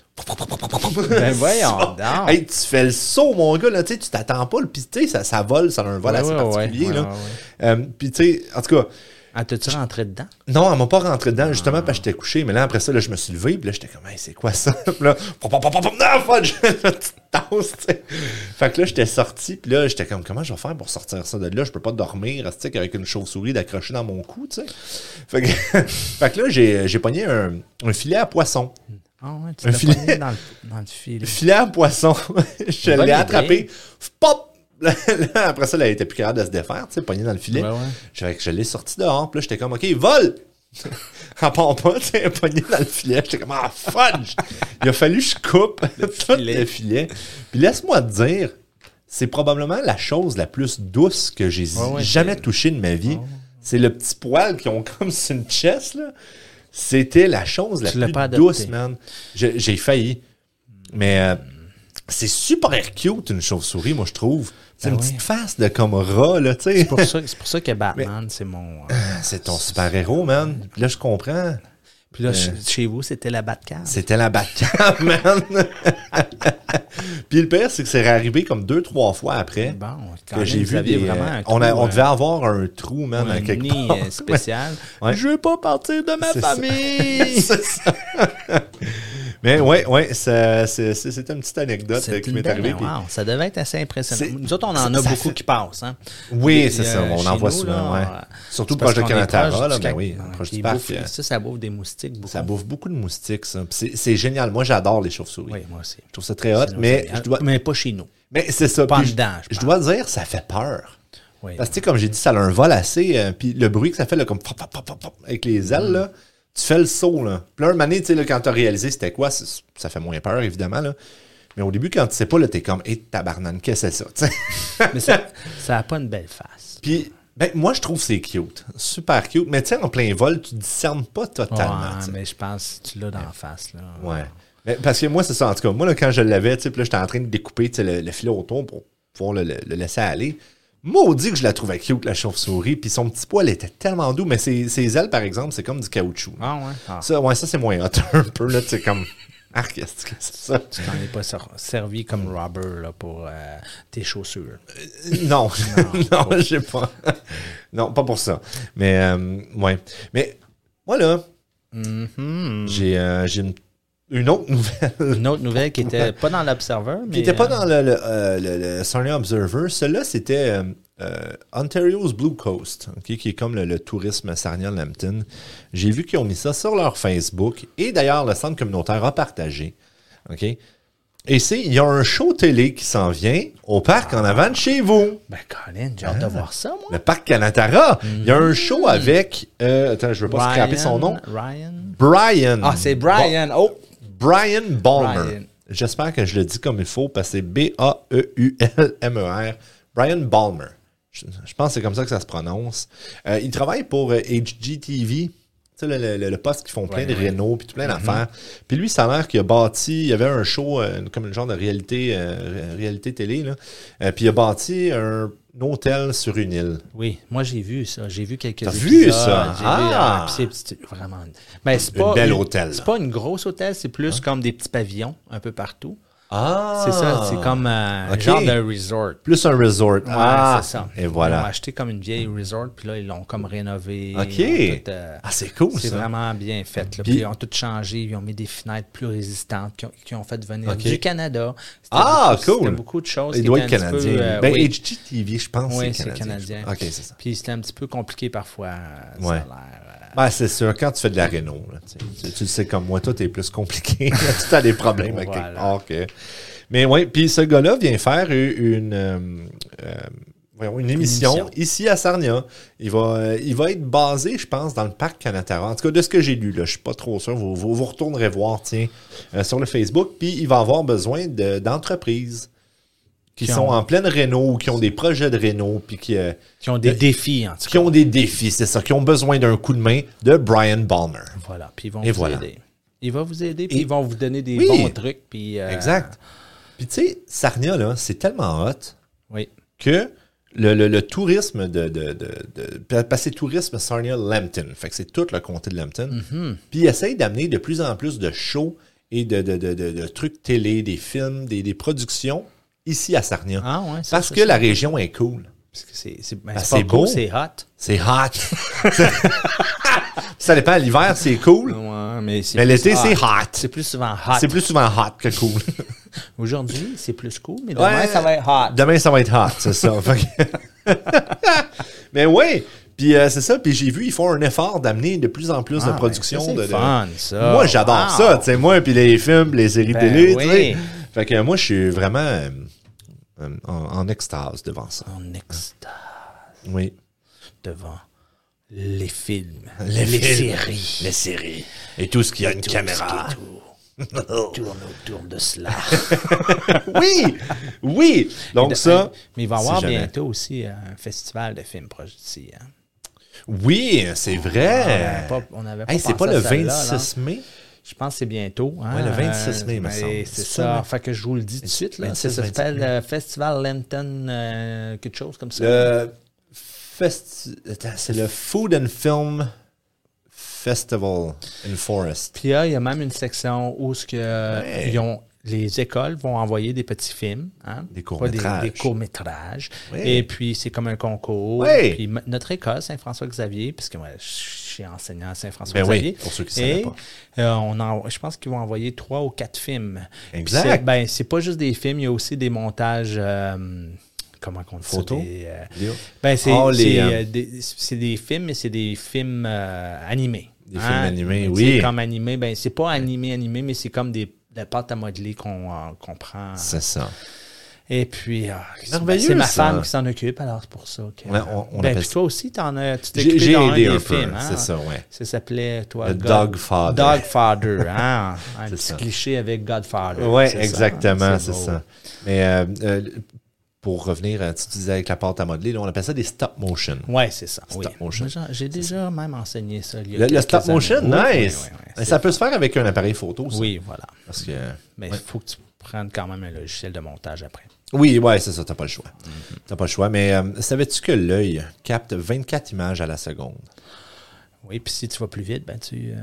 Speaker 2: Ben voyons donc.
Speaker 1: Hey, tu fais le saut, mon gars. Là, tu sais, tu t'attends pas. Puis tu sais, ça, ça vole, ça a un vol
Speaker 2: Ouais,
Speaker 1: assez
Speaker 2: ouais,
Speaker 1: particulier.
Speaker 2: ouais,
Speaker 1: là.
Speaker 2: ouais, ouais.
Speaker 1: Euh, puis tu sais, en tout cas,
Speaker 2: Ah, t'as-tu rentré dedans?
Speaker 1: non, elle m'a pas rentré dedans, justement, parce que j'étais couché. Mais là, après ça, là, je me suis levé, puis là, j'étais comme, hey, c'est quoi ça? *laughs* Puis là, pom, pom, pom, pom, pom, non, fuck, *laughs* j'ai une petite tasse, tu sais. Fait que là, j'étais sorti, puis là, j'étais comme, comment je vais faire pour sortir ça de là? Je peux pas dormir, tu sais, avec une chauve-souris d'accrocher dans mon cou, tu sais. Fait que, *laughs* fait que là, j'ai, j'ai pogné un, un filet à poisson.
Speaker 2: Ah ouais, tu
Speaker 1: Un
Speaker 2: l'as
Speaker 1: filet.
Speaker 2: pogné dans le, dans le filet.
Speaker 1: Filet à poisson, *laughs* je
Speaker 2: Bonne
Speaker 1: l'ai
Speaker 2: idée.
Speaker 1: attrapé, pop! *laughs* Là, là, après ça, là, elle était plus capable de se défaire, tu sais, pogné dans le filet.
Speaker 2: Ouais, Ben ouais.
Speaker 1: Fait que je l'ai sorti dehors, puis là, j'étais comme, OK, *laughs* vole! en part pas, tu sais, pogné dans le filet. J'étais comme, ah, fudge! Il a fallu que je coupe *laughs* tout
Speaker 2: filet.
Speaker 1: le filet. Puis laisse-moi te dire, c'est probablement la chose la plus douce que j'ai
Speaker 2: Ouais, Ah ouais,
Speaker 1: jamais touchée de ma vie. C'est le petit poil qu'ils ont comme sur une chest, là. C'était la chose la
Speaker 2: Tu l'as
Speaker 1: plus
Speaker 2: pas adopté.
Speaker 1: douce, man. Je- J'ai failli. Mais euh, c'est super cute, une chauve-souris, moi, je trouve. C'est
Speaker 2: Ben
Speaker 1: une
Speaker 2: ouais.
Speaker 1: petite face de comme rat, là, tu sais. *laughs*
Speaker 2: C'est pour, ça- c'est pour ça que Batman, c'est mon. euh,
Speaker 1: C'est ton super-héros, man. Puis Là, je comprends.
Speaker 2: Puis là,
Speaker 1: euh,
Speaker 2: ch- chez vous, c'était la Batcave.
Speaker 1: C'était la Batcave, *laughs* man. Puis le pire, c'est que c'est arrivé comme deux, trois fois après.
Speaker 2: Bon,
Speaker 1: que
Speaker 2: quand même,
Speaker 1: j'ai
Speaker 2: vous
Speaker 1: vu
Speaker 2: aviez
Speaker 1: des,
Speaker 2: vraiment un
Speaker 1: on, a-
Speaker 2: trou,
Speaker 1: on
Speaker 2: euh,
Speaker 1: devait avoir un trou, man, à
Speaker 2: un
Speaker 1: quelque
Speaker 2: nid
Speaker 1: part. *laughs*
Speaker 2: euh, spécial.
Speaker 1: Ouais.
Speaker 2: Je veux pas partir de ma
Speaker 1: C'est ça.
Speaker 2: famille.
Speaker 1: C'est *laughs* ça. Mais ouais, ouais, ça- c'est- c'est- c'était une petite anecdote euh,
Speaker 2: C'est
Speaker 1: qui
Speaker 2: une
Speaker 1: m'est
Speaker 2: belle-
Speaker 1: arrivée. puis-
Speaker 2: wow, ça devait être assez impressionnant.
Speaker 1: C'est-
Speaker 2: Nous autres, on en a
Speaker 1: ça
Speaker 2: beaucoup
Speaker 1: fait-
Speaker 2: qui passent. Hein?
Speaker 1: Oui,
Speaker 2: Puis,
Speaker 1: c'est ça,
Speaker 2: euh,
Speaker 1: on en
Speaker 2: chez
Speaker 1: voit
Speaker 2: nous,
Speaker 1: souvent,
Speaker 2: là,
Speaker 1: ouais.
Speaker 2: euh,
Speaker 1: Surtout
Speaker 2: c'est parce
Speaker 1: proche de
Speaker 2: qu'on est
Speaker 1: Canatara,
Speaker 2: proche
Speaker 1: là,
Speaker 2: du
Speaker 1: ben
Speaker 2: Cap-
Speaker 1: oui,
Speaker 2: Ouais,
Speaker 1: proche
Speaker 2: puis
Speaker 1: du
Speaker 2: les beaux
Speaker 1: parc,
Speaker 2: fruits,
Speaker 1: euh.
Speaker 2: Ça, ça bouffe des moustiques beaucoup.
Speaker 1: Ça bouffe beaucoup de moustiques, ça. Puis C'est c'est génial. Moi, j'adore les chauves-souris.
Speaker 2: Oui, moi aussi.
Speaker 1: Je trouve ça très hot,
Speaker 2: C'est
Speaker 1: mais
Speaker 2: nos-
Speaker 1: je dois,
Speaker 2: mais pas chez nous.
Speaker 1: Mais c'est ça.
Speaker 2: Pas
Speaker 1: puis
Speaker 2: en
Speaker 1: je-
Speaker 2: dedans, je
Speaker 1: je, dois dire, ça fait peur.
Speaker 2: Oui.
Speaker 1: Parce que, tu sais, comme j'ai dit, ça a un vol assez. euh, puis le bruit que ça fait, là, comme. pop, pop, pop, pop, pop, avec les
Speaker 2: Mm.
Speaker 1: ailes, là, tu fais le saut, là. Puis là, un moment donné, tu sais, là, quand t'as réalisé c'était quoi, c'est- ça fait moins peur, évidemment, là. Mais au début, quand tu sais pas, là, t'es comme, hé, tabarnane, qu'est-ce que c'est ça, tu sais?
Speaker 2: *laughs*
Speaker 1: *laughs*
Speaker 2: Mais ça ça a pas une belle face.
Speaker 1: Puis, ben, moi, je trouve que c'est cute. Super cute. Mais, tu sais, en plein vol, tu discernes pas totalement, tu
Speaker 2: Ouais,
Speaker 1: sais.
Speaker 2: mais je pense que tu l'as dans la face. Là.
Speaker 1: Ouais. Mais parce que moi, c'est ça. En tout cas, moi, là, quand je l'avais, tu sais, puis là, j'étais en train de découper tu sais, le, le filet autour pour pouvoir le, le- le laisser aller. Maudit que je la trouvais cute, la chauve-souris. Puis son petit poil était tellement doux. Mais ses, ses ailes, par exemple, c'est comme du caoutchouc.
Speaker 2: Ah ouais? Ah,
Speaker 1: Ça, ouais, ça, c'est moins hot *laughs* un peu. Là, tu sais, comme. Arc, qu'est-ce que c'est ça?
Speaker 2: tu t'en es pas ser- servi comme robber là, pour euh, tes chaussures.
Speaker 1: Euh, Non, *laughs* non, j'ai pas. non, pas pour ça. Mais, euh, ouais. Mais, moi, là, j'ai euh, j'ai une, une autre nouvelle.
Speaker 2: Une autre nouvelle qui était pas dans l'Observer, mais.
Speaker 1: Euh, Qui n'était pas
Speaker 2: euh,
Speaker 1: dans le, le, euh, le- le Sunday Observer. Celui-là, c'était euh, euh, Ontario's Blue Coast, ok, qui est comme le, le tourisme Sarnia-Lambton. J'ai vu qu'ils ont mis ça sur leur Facebook. Et d'ailleurs, le centre communautaire a partagé. ok. Et c'est, il y a un show télé qui s'en vient au parc en avant de chez vous.
Speaker 2: Ben, Colin, j'ai hâte
Speaker 1: Ah.
Speaker 2: de voir ça, moi.
Speaker 1: Le parc Canatara. Il y a un show avec. euh, attends, je ne veux pas scraper son nom.
Speaker 2: Ryan.
Speaker 1: Brian.
Speaker 2: Ah, c'est Ah, Brian. Oh!
Speaker 1: Brian Balmer.
Speaker 2: Brian.
Speaker 1: J'espère que je le dis comme il faut parce que c'est E B-A-E-U-L-M-E-R. E Brian Balmer. Je, je pense que c'est comme ça que ça se prononce. Euh, il travaille pour euh, HGTV. Tu sais, le, le- le poste qui font plein de rénaux puis tout plein
Speaker 2: Mm-hmm.
Speaker 1: d'affaires. Puis lui, ça a l'air qu'il a bâti. Il y avait un show euh, comme un genre de réalité, euh, ré- réalité télé. Là. Euh, puis il a bâti un hôtel sur une île.
Speaker 2: Oui, moi j'ai vu ça. J'ai vu quelques
Speaker 1: T'as
Speaker 2: épisodes.
Speaker 1: vu ça?
Speaker 2: J'ai vu,
Speaker 1: Ah!
Speaker 2: euh, puis c'est- c'est vraiment. Mais c'est pas
Speaker 1: belle hôtel.
Speaker 2: C'est pas une grosse hôtel, c'est plus comme des petits pavillons un peu partout.
Speaker 1: Ah!
Speaker 2: C'est ça, c'est comme euh, un
Speaker 1: Ok.
Speaker 2: genre de resort.
Speaker 1: Plus un resort.
Speaker 2: Ouais,
Speaker 1: ah,
Speaker 2: c'est ça.
Speaker 1: Et
Speaker 2: Ils l'ont
Speaker 1: voilà.
Speaker 2: acheté comme une vieille resort, puis là, ils l'ont comme rénové.
Speaker 1: OK.
Speaker 2: Ils ont tout, euh,
Speaker 1: Ah, c'est cool,
Speaker 2: C'est
Speaker 1: ça.
Speaker 2: vraiment bien fait.
Speaker 1: Puis-
Speaker 2: là. Puis ils ont tout changé, ils ont mis des fenêtres plus résistantes, qui ont, qui ont fait venir
Speaker 1: OK.
Speaker 2: du Canada. C'était
Speaker 1: Ah,
Speaker 2: beaucoup-
Speaker 1: cool.
Speaker 2: C'était beaucoup de choses.
Speaker 1: Il
Speaker 2: qui
Speaker 1: doit être
Speaker 2: étaient un
Speaker 1: canadien.
Speaker 2: petit peu, euh,
Speaker 1: ben,
Speaker 2: oui.
Speaker 1: HGTV, je pense,
Speaker 2: Oui,
Speaker 1: c'est
Speaker 2: c'est
Speaker 1: canadien.
Speaker 2: canadien.
Speaker 1: OK, c'est ça.
Speaker 2: Puis c'était un petit peu compliqué parfois. euh, ça a
Speaker 1: Ouais.
Speaker 2: l'air, euh,
Speaker 1: Ben, c'est sûr, quand tu fais de la réno, là, tu, sais, tu- tu le sais comme moi, toi, t'es plus compliqué. *laughs* tu as des problèmes à quelque
Speaker 2: Voilà.
Speaker 1: part. que- Mais oui, puis ce gars-là vient faire u- une, euh, euh, voyons, une émission,
Speaker 2: émission.
Speaker 1: ici à Sarnia. Il va, euh, il va être basé, je pense, dans le parc Canatara. En tout cas, de ce que j'ai lu, là, je suis pas trop sûr. Vous, vous, vous retournerez voir, tiens, euh, sur le Facebook. Puis il va avoir besoin de- d'entreprises qui,
Speaker 2: Qui
Speaker 1: sont
Speaker 2: ont-
Speaker 1: en pleine réno ou qui ont des projets de réno, puis qui... euh,
Speaker 2: qui ont des défis, en tout cas.
Speaker 1: qui ont des défis, c'est ça, qui ont besoin d'un coup de main de Brian Balmer.
Speaker 2: Voilà. Puis ils vont
Speaker 1: Et
Speaker 2: vous
Speaker 1: voilà.
Speaker 2: aider. Ils vont vous aider, puis
Speaker 1: Et-
Speaker 2: ils vont vous donner des
Speaker 1: Oui.
Speaker 2: bons trucs. Puis, euh,
Speaker 1: Exact. Puis tu sais, Sarnia, là, c'est tellement hot
Speaker 2: Oui.
Speaker 1: que le, le- le tourisme de, de, de, de- parce que c'est tourisme Sarnia Lambton. Fait que c'est tout le comté de Lambton.
Speaker 2: Mm-hmm.
Speaker 1: Puis ils essayent d'amener de plus en plus de shows et de, de- de- de- de trucs télé, des films, des, des productions ici à Sarnia.
Speaker 2: Ah, ouais, ça,
Speaker 1: parce
Speaker 2: ça,
Speaker 1: que
Speaker 2: ça.
Speaker 1: la région est cool.
Speaker 2: Parce que c'est c'est- ben,
Speaker 1: Ben,
Speaker 2: c'est
Speaker 1: c'est
Speaker 2: pas beau,
Speaker 1: beau.
Speaker 2: c'est hot.
Speaker 1: C'est hot. *laughs* ça dépend, l'hiver, c'est cool.
Speaker 2: Ouais, Ah. mais c'est
Speaker 1: Mais Ben,
Speaker 2: plus
Speaker 1: l'été, c'est
Speaker 2: C'est
Speaker 1: hot.
Speaker 2: plus souvent hot.
Speaker 1: C'est plus souvent hot que
Speaker 2: *laughs*
Speaker 1: cool.
Speaker 2: Aujourd'hui, c'est plus cool, mais
Speaker 1: Ouais.
Speaker 2: demain, ça va être hot.
Speaker 1: Demain, ça va être hot, c'est ça. Fait que- *laughs* Mais oui, puis euh, c'est ça. Puis j'ai vu, ils font un effort d'amener de plus en plus
Speaker 2: Ah,
Speaker 1: de
Speaker 2: ben,
Speaker 1: productions.
Speaker 2: ça, c'est
Speaker 1: de, de-
Speaker 2: fun, ça. Ah,
Speaker 1: Moi, j'adore
Speaker 2: Wow.
Speaker 1: ça. Tu sais, moi, puis les films, puis les séries
Speaker 2: Ben
Speaker 1: télé. tu
Speaker 2: oui.
Speaker 1: sais. Fait que moi, je suis vraiment euh, euh, en, en extase devant ça.
Speaker 2: On extase
Speaker 1: Oui.
Speaker 2: devant les films,
Speaker 1: Les
Speaker 2: les,
Speaker 1: films.
Speaker 2: séries.
Speaker 1: Les séries. Et tout ce qui a une caméra.
Speaker 2: Ce
Speaker 1: *laughs*
Speaker 2: qui tourne, tourne autour de cela.
Speaker 1: oui, oui. Donc ça.
Speaker 2: Mais il va y
Speaker 1: si
Speaker 2: avoir
Speaker 1: jamais.
Speaker 2: bientôt aussi euh, un festival de films proche d'ici. hein.
Speaker 1: Oui, c'est vrai.
Speaker 2: On n'avait Ah, ben, pas- on n'avait pas
Speaker 1: Euh, Hey, c'est
Speaker 2: pensé
Speaker 1: pas
Speaker 2: à
Speaker 1: le
Speaker 2: celle-là, là.
Speaker 1: 26 mai?
Speaker 2: Je pense que c'est bientôt. hein.
Speaker 1: Ouais, le 26 mai, il me
Speaker 2: ben,
Speaker 1: semble.
Speaker 2: C'est
Speaker 1: C'est
Speaker 2: ça.
Speaker 1: ça,
Speaker 2: Fait que je vous le dis tout de suite. Là.
Speaker 1: 26,
Speaker 2: Ça ça
Speaker 1: 27
Speaker 2: s'appelle euh, Festival Lenton, euh, quelque chose comme ça.
Speaker 1: Le festi- Attends, c'est le Food and Film Festival in Forest.
Speaker 2: Puis là, il y a même une section où ce que, euh,
Speaker 1: Ouais.
Speaker 2: ils ont- les écoles vont envoyer des petits films. hein.
Speaker 1: Des
Speaker 2: Pas
Speaker 1: courts-métrages.
Speaker 2: Des, courts-métrages.
Speaker 1: Ouais.
Speaker 2: Et puis, c'est comme un concours.
Speaker 1: Ouais.
Speaker 2: Puis ma- notre école, Saint-François-Xavier, puisque moi, je suis enseignant à
Speaker 1: Ben
Speaker 2: Saint-François-Xavier.
Speaker 1: oui, pour ceux qui ne
Speaker 2: Et
Speaker 1: savent pas.
Speaker 2: euh, on en- je pense qu'ils vont envoyer trois ou quatre films. Puis
Speaker 1: Exact.
Speaker 2: c'est- Ben, c'est pas juste des films, il y a aussi des montages. euh, comment qu'on dit ça,
Speaker 1: Photo?
Speaker 2: des, euh,
Speaker 1: Vidéo?
Speaker 2: ben, c'est
Speaker 1: Oh, les,
Speaker 2: c'est,
Speaker 1: euh,
Speaker 2: euh, des, c'est des films, mais c'est des films euh, animés.
Speaker 1: Des films animés,
Speaker 2: Tu sais,
Speaker 1: oui.
Speaker 2: Comme animé, ben, c'est pas animé, animé, mais c'est comme des, des pâtes à modeler qu'on euh, qu'on prend.
Speaker 1: C'est ça.
Speaker 2: Et puis, ah, c'est ben,
Speaker 1: Merveilleux,
Speaker 2: c'est ma
Speaker 1: ça.
Speaker 2: femme qui s'en occupe, alors c'est pour ça. Que,
Speaker 1: Ouais, on- on
Speaker 2: ben,
Speaker 1: appelle
Speaker 2: puis
Speaker 1: ça-
Speaker 2: toi aussi, t'en as, tu t'es
Speaker 1: J'ai
Speaker 2: occupé
Speaker 1: j'ai
Speaker 2: dans un
Speaker 1: aidé
Speaker 2: des
Speaker 1: un peu,
Speaker 2: films. hein?
Speaker 1: c'est ça, ouais.
Speaker 2: Ça s'appelait, toi,
Speaker 1: Le
Speaker 2: God-
Speaker 1: Dogfather.
Speaker 2: Dogfather,
Speaker 1: *laughs*
Speaker 2: hein? Un petit
Speaker 1: ça.
Speaker 2: cliché avec Godfather.
Speaker 1: Oui,
Speaker 2: c'est ça, hein?
Speaker 1: exactement, c'est
Speaker 2: beau.
Speaker 1: ça. Mais euh, euh, pour revenir, euh, tu disais avec la pâte à modeler, là, on appelle ça des stop motion.
Speaker 2: Ouais, c'est ça. oui.
Speaker 1: Stop motion.
Speaker 2: Moi, j'en- J'ai déjà même enseigné ça. il y a
Speaker 1: Le, le
Speaker 2: quelques
Speaker 1: stop
Speaker 2: années.
Speaker 1: motion,
Speaker 2: Oui, oui,
Speaker 1: nice.
Speaker 2: oui, oui,
Speaker 1: Mais ça peut se faire avec un appareil photo, ça.
Speaker 2: Oui, voilà.
Speaker 1: Parce que...
Speaker 2: Mais il faut que tu prennes quand même un logiciel de montage après.
Speaker 1: Oui, ouais, c'est ça, t'as pas le choix.
Speaker 2: Mhm.
Speaker 1: T'as pas le choix. Mais euh, savais-tu que l'œil capte 24 images à la seconde?
Speaker 2: Oui, puis si tu vas plus vite, ben tu, euh,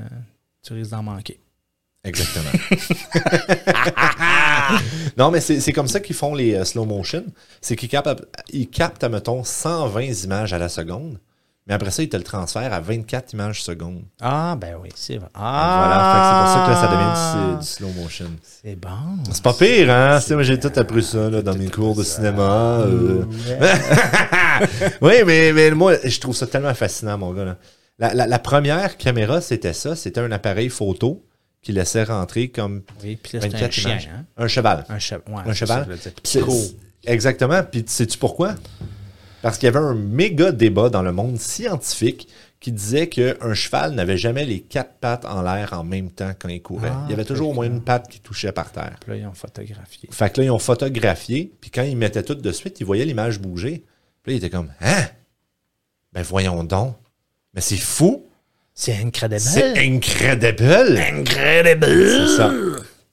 Speaker 2: tu risques d'en manquer.
Speaker 1: Exactement. *laughs* non, mais c'est c'est comme ça qu'ils font les euh, slow motion. C'est qu'ils captent, ils captent, mettons, 120 images à la seconde. Mais après ça, ils te le transfèrent à 24 images seconde.
Speaker 2: Ah, ben oui, c'est vrai.
Speaker 1: Voilà,
Speaker 2: Ah,
Speaker 1: fait que c'est pour ça que là, ça devient du, du slow motion.
Speaker 2: C'est bon.
Speaker 1: C'est pas pire, hein? Tu sais, Moi, j'ai tout appris ça là, dans mes cours de cinéma. *laughs* euh. oui, mais, mais moi, je trouve ça tellement fascinant, mon gars. là. La, la- la première caméra, c'était ça. C'était un appareil photo qui laissait rentrer comme
Speaker 2: Oui, puis là, c'est un
Speaker 1: 24
Speaker 2: chien,
Speaker 1: images.
Speaker 2: hein?
Speaker 1: Un cheval.
Speaker 2: Un, chev- ouais,
Speaker 1: un
Speaker 2: c'est ça
Speaker 1: cheval.
Speaker 2: que je voulais dire.
Speaker 1: C'est- Exactement. Puis sais-tu pourquoi? Parce qu'il y avait un méga débat dans le monde scientifique qui disait qu'un cheval n'avait jamais les quatre pattes en l'air en même temps quand il courait.
Speaker 2: Ah,
Speaker 1: il y avait toujours au moins
Speaker 2: d'accord.
Speaker 1: une patte qui touchait par terre.
Speaker 2: Puis là, ils ont photographié.
Speaker 1: Fait que là, ils ont photographié, puis quand ils mettaient tout de suite, ils voyaient l'image bouger. Puis là, ils étaient comme Hein? Ben voyons donc. Mais c'est fou!
Speaker 2: C'est incroyable.
Speaker 1: C'est incredible!
Speaker 2: incroyable.
Speaker 1: C'est ça.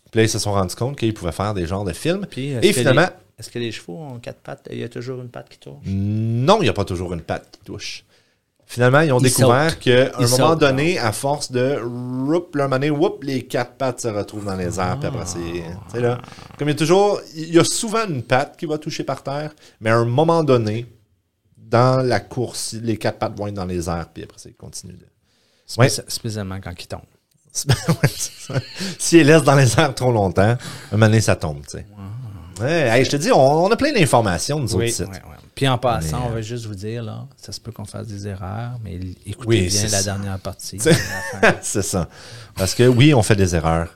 Speaker 1: Puis là, ils se sont rendus compte qu'ils pouvaient faire des genres de films.
Speaker 2: Puis, est-ce
Speaker 1: Et
Speaker 2: que
Speaker 1: finalement, Mm.
Speaker 2: les- Est-ce que les chevaux ont quatre pattes? Il y a toujours une patte qui tourne.
Speaker 1: non, il n'y a pas toujours une patte qui touche. Finalement, ils ont
Speaker 2: Ils
Speaker 1: découvert
Speaker 2: sautent.
Speaker 1: qu'à un
Speaker 2: Ils
Speaker 1: moment
Speaker 2: sautent,
Speaker 1: donné, à force de roup, là, un moment donné, whoop, les quatre pattes se retrouvent dans les airs, puis après, c'est. tu sais, là,
Speaker 2: Ah.
Speaker 1: Comme il y a toujours. Il y a souvent une patte qui va toucher par terre, mais à un moment donné, dans la course, les quatre pattes vont être dans les airs, puis après, ça, ils continuent de. *laughs* Ouais.
Speaker 2: Spéci- Spécialement quand ils tombent.
Speaker 1: Ouais, c'est ça. si elle laisse dans les airs trop longtemps, un moment donné, ça tombe, tu sais. Ouais, hey, je te dis, on, on a plein d'informations, nous autres,
Speaker 2: Oui,
Speaker 1: ici.
Speaker 2: ouais, ouais. Puis en passant,
Speaker 1: euh,
Speaker 2: on va juste vous dire, là, ça se peut qu'on fasse des erreurs, mais l- écoutez
Speaker 1: Oui,
Speaker 2: bien
Speaker 1: c'est
Speaker 2: la
Speaker 1: ça.
Speaker 2: dernière partie.
Speaker 1: C'est-
Speaker 2: la fin.
Speaker 1: *laughs* C'est ça. Parce que oui, on fait des erreurs.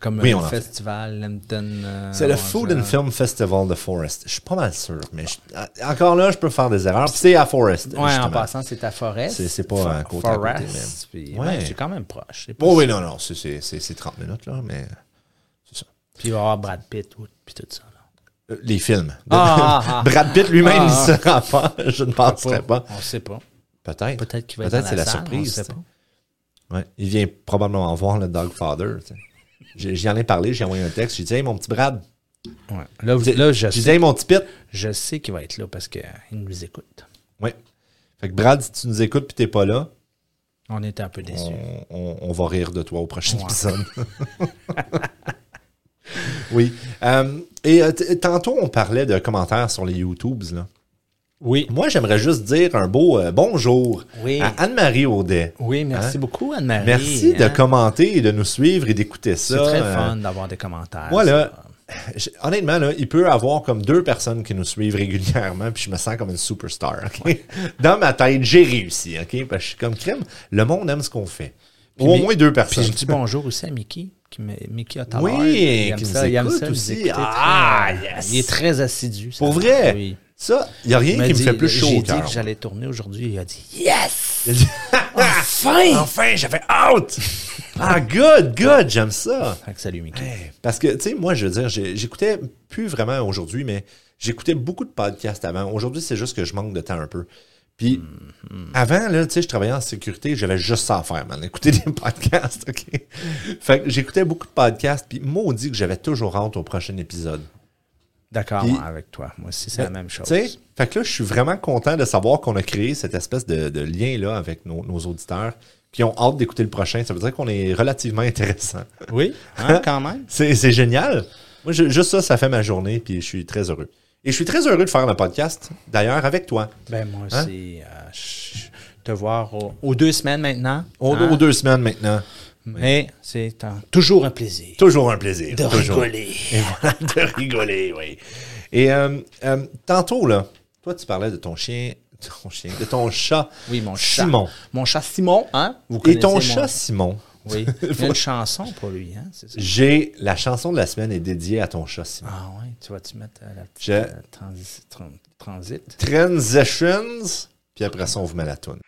Speaker 2: Comme
Speaker 1: Oui,
Speaker 2: le
Speaker 1: on en fait.
Speaker 2: festival Lempton. euh,
Speaker 1: C'est le
Speaker 2: Orange,
Speaker 1: Food and
Speaker 2: euh,
Speaker 1: Film Festival de Forest. Je suis pas mal sûr, mais je- encore là, je peux faire des erreurs. Puis c'est à Forest.
Speaker 2: Ouais, en
Speaker 1: justement.
Speaker 2: passant, c'est à Forest.
Speaker 1: C'est- c'est pas
Speaker 2: Fo-
Speaker 1: à côté, à côté,
Speaker 2: Forest.
Speaker 1: mais-
Speaker 2: puis,
Speaker 1: Ouais.
Speaker 2: ben, c'est quand même proche. c'est
Speaker 1: Bon,
Speaker 2: pas-
Speaker 1: Oh oui, non, non, c'est- c'est c'est- c'est 30 minutes, là, mais.
Speaker 2: Puis il va y avoir Brad Pitt, tout- puis tout ça. là.
Speaker 1: Euh, les films.
Speaker 2: Ah, ah, ah.
Speaker 1: *laughs* Brad Pitt lui-même,
Speaker 2: Ah,
Speaker 1: il ne sera pas. Je ne penserais pas.
Speaker 2: On sait pas.
Speaker 1: Peut-être.
Speaker 2: Peut-être qu'il va
Speaker 1: Peut-être
Speaker 2: être dans
Speaker 1: c'est la
Speaker 2: salle, on
Speaker 1: surprise,
Speaker 2: sait
Speaker 1: tu sais.
Speaker 2: pas.
Speaker 1: Ouais, il vient probablement voir le Dogfather. tu sais. J'ai- J'y en ai parlé, j'ai envoyé un texte. J'ai dit, hey, mon petit Brad.
Speaker 2: Ouais. Là, vous- là, je,
Speaker 1: J'ai
Speaker 2: sais,
Speaker 1: dit, hey, mon petit Pit.
Speaker 2: je sais qu'il va être là parce qu'il nous écoute.
Speaker 1: Ouais. Fait que Brad, si tu nous écoutes et t'es pas là,
Speaker 2: On était un peu déçus.
Speaker 1: on, on- on va rire de toi au prochain
Speaker 2: Ouais.
Speaker 1: épisode. *laughs* oui. Euh, et euh, t- tantôt, on parlait de commentaires sur les YouTubes. Là.
Speaker 2: Oui.
Speaker 1: Moi, j'aimerais juste dire un beau euh, bonjour
Speaker 2: Oui.
Speaker 1: à Anne-Marie Audet.
Speaker 2: Oui, merci
Speaker 1: Hein?
Speaker 2: beaucoup, Anne-Marie.
Speaker 1: Merci de
Speaker 2: hein.
Speaker 1: commenter et de nous suivre et d'écouter ça.
Speaker 2: C'est très
Speaker 1: Euh,
Speaker 2: fun d'avoir des commentaires.
Speaker 1: Moi, là,
Speaker 2: ça.
Speaker 1: *laughs* j- honnêtement, là, il peut avoir comme deux personnes qui nous suivent régulièrement, puis je me sens comme une superstar. ok? *laughs* Dans ma tête, j'ai réussi, OK? Parce que je suis comme crime. Le monde aime ce qu'on fait. Ou au
Speaker 2: mais-
Speaker 1: moins deux
Speaker 2: Puis je
Speaker 1: personnes.
Speaker 2: dis bonjour aussi à Mickey, qui me- Mickey Ottawa.
Speaker 1: Oui,
Speaker 2: il aime
Speaker 1: qui
Speaker 2: ça,
Speaker 1: nous
Speaker 2: il aime
Speaker 1: écoute
Speaker 2: ça,
Speaker 1: aussi.
Speaker 2: nous écouter très- euh,
Speaker 1: Ah, yes!
Speaker 2: Il est très assidu. ça.
Speaker 1: Pour vrai?
Speaker 2: Oui.
Speaker 1: Ça, il n'y a rien
Speaker 2: Il m'a
Speaker 1: qui me
Speaker 2: dit-
Speaker 1: fait plus chaud
Speaker 2: J'ai
Speaker 1: au
Speaker 2: dit
Speaker 1: cœur.
Speaker 2: que j'allais tourner aujourd'hui, il a dit yes!
Speaker 1: Il dit, *laughs*
Speaker 2: Enfin!
Speaker 1: enfin, j'avais out! Ah, good, good, j'aime ça.
Speaker 2: Fait que salut Mickey.
Speaker 1: Hey, Parce que, tu sais, moi, je veux dire, j'ai- j'écoutais plus vraiment aujourd'hui, mais j'écoutais beaucoup de podcasts avant. Aujourd'hui, c'est juste que je manque de temps un peu. Puis,
Speaker 2: Mhm.
Speaker 1: avant, là, tu sais, je travaillais en sécurité, j'avais juste ça à faire, man. Écouter des podcasts, OK? Fait que j'écoutais beaucoup de podcasts, puis maudit que j'avais toujours hâte au prochain épisode.
Speaker 2: D'accord,
Speaker 1: Puis-
Speaker 2: moi, avec toi. Moi aussi, c'est la même chose.
Speaker 1: Euh, Tu sais, fait que là, je suis vraiment content de savoir qu'on a créé cette espèce de, de lien-là avec nos, nos auditeurs qui ont hâte d'écouter le prochain. Ça veut dire qu'on est relativement *laughs* intéressant.
Speaker 2: Oui,
Speaker 1: *laughs*
Speaker 2: hein, quand même.
Speaker 1: C'est c'est génial. Moi, je- juste ça, ça fait ma journée, puis je suis très heureux. Et je suis très heureux de faire le podcast, d'ailleurs, avec toi.
Speaker 2: Ben, moi
Speaker 1: Hein?
Speaker 2: aussi, euh, je- te voir au- aux deux semaines maintenant.
Speaker 1: Au-
Speaker 2: hein,
Speaker 1: Aux deux semaines maintenant.
Speaker 2: Mais c'est un- toujours un plaisir
Speaker 1: Toujours un plaisir.
Speaker 2: de
Speaker 1: toujours.
Speaker 2: rigoler.
Speaker 1: Et voilà, *laughs* de rigoler, oui. Et euh, euh, tantôt, là, toi, tu parlais de ton chien, ton chien, de ton chat.
Speaker 2: Oui, mon chat.
Speaker 1: Simon.
Speaker 2: Mon chat Simon, hein? Vous
Speaker 1: Et
Speaker 2: connaissez
Speaker 1: ton
Speaker 2: mon-
Speaker 1: chat, Simon. *laughs*
Speaker 2: Oui. Il y a une chanson pour lui, hein? C'est ça?
Speaker 1: J'ai la chanson de la semaine est dédiée à ton chat, Simon.
Speaker 2: Ah ouais, tu vas-tu mettre euh, la petite
Speaker 1: Je-
Speaker 2: euh, transi- tran- transit?
Speaker 1: Transitions, puis après ça, on vous met la toune.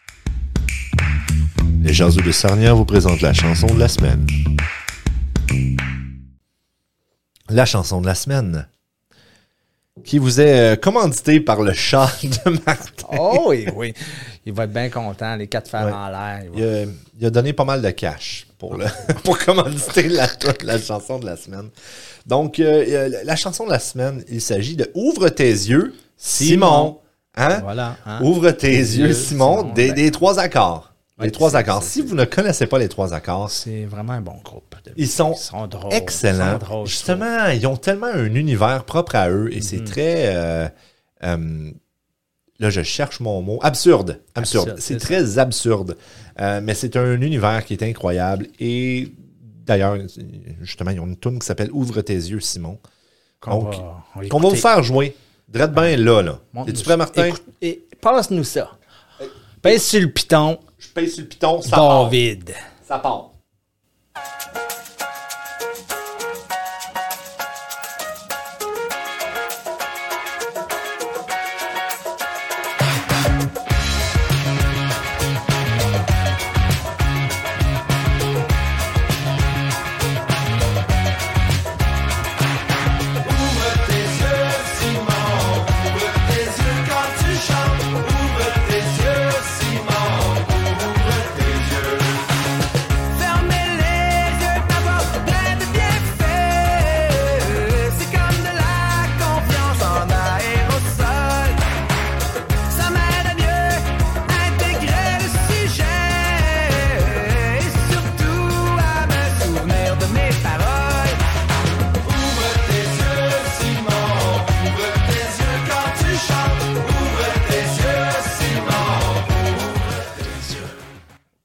Speaker 1: Les Jasous de Sarnia vous présentent la chanson de la semaine. La chanson de la semaine, qui vous est euh, commanditée par le chat *laughs* de Martin.
Speaker 2: Oh oui, oui. Il va être bien content, les quatre fers
Speaker 1: Ouais.
Speaker 2: en l'air. il va-
Speaker 1: Il a, il a donné pas mal de cash pour, le, *laughs* pour commanditer la, la chanson de la semaine. Donc, euh, euh, la chanson de la semaine, il s'agit de Ouvre tes yeux, Simon.
Speaker 2: Simon.
Speaker 1: Hein?
Speaker 2: Voilà. hein.
Speaker 1: Ouvre tes yeux, Simon,
Speaker 2: Simon,
Speaker 1: des,
Speaker 2: ben.
Speaker 1: des trois accords. Les
Speaker 2: Ouais,
Speaker 1: trois
Speaker 2: c'est-
Speaker 1: accords.
Speaker 2: c'est-
Speaker 1: Si vous ne connaissez pas les trois accords,
Speaker 2: C'est vraiment un bon groupe. de
Speaker 1: ils sont,
Speaker 2: musique. Ils sont drôles.
Speaker 1: excellents.
Speaker 2: Ils sont drôles, je trouve. Mm-hmm.
Speaker 1: Justement, ils ont tellement un univers propre à eux et c'est très. euh, euh, là, je cherche mon mot. Absurde. Absurde.
Speaker 2: Absurde,
Speaker 1: c'est
Speaker 2: c'est
Speaker 1: très absurde. Euh, mais c'est un univers qui est incroyable et. D'ailleurs, justement, ils ont une tune qui s'appelle Ouvre tes yeux, Simon,
Speaker 2: Qu'on
Speaker 1: Donc,
Speaker 2: va,
Speaker 1: qu'on va vous
Speaker 2: écouter.
Speaker 1: faire jouer. Drette bien là, là.
Speaker 2: Montre-nous
Speaker 1: Es-tu
Speaker 2: ça.
Speaker 1: prêt, Martin?
Speaker 2: Écoute- et- Passe-nous ça. Pèse sur le piton,
Speaker 1: je paye sur le piton, ça part.
Speaker 2: David.
Speaker 1: Ça part.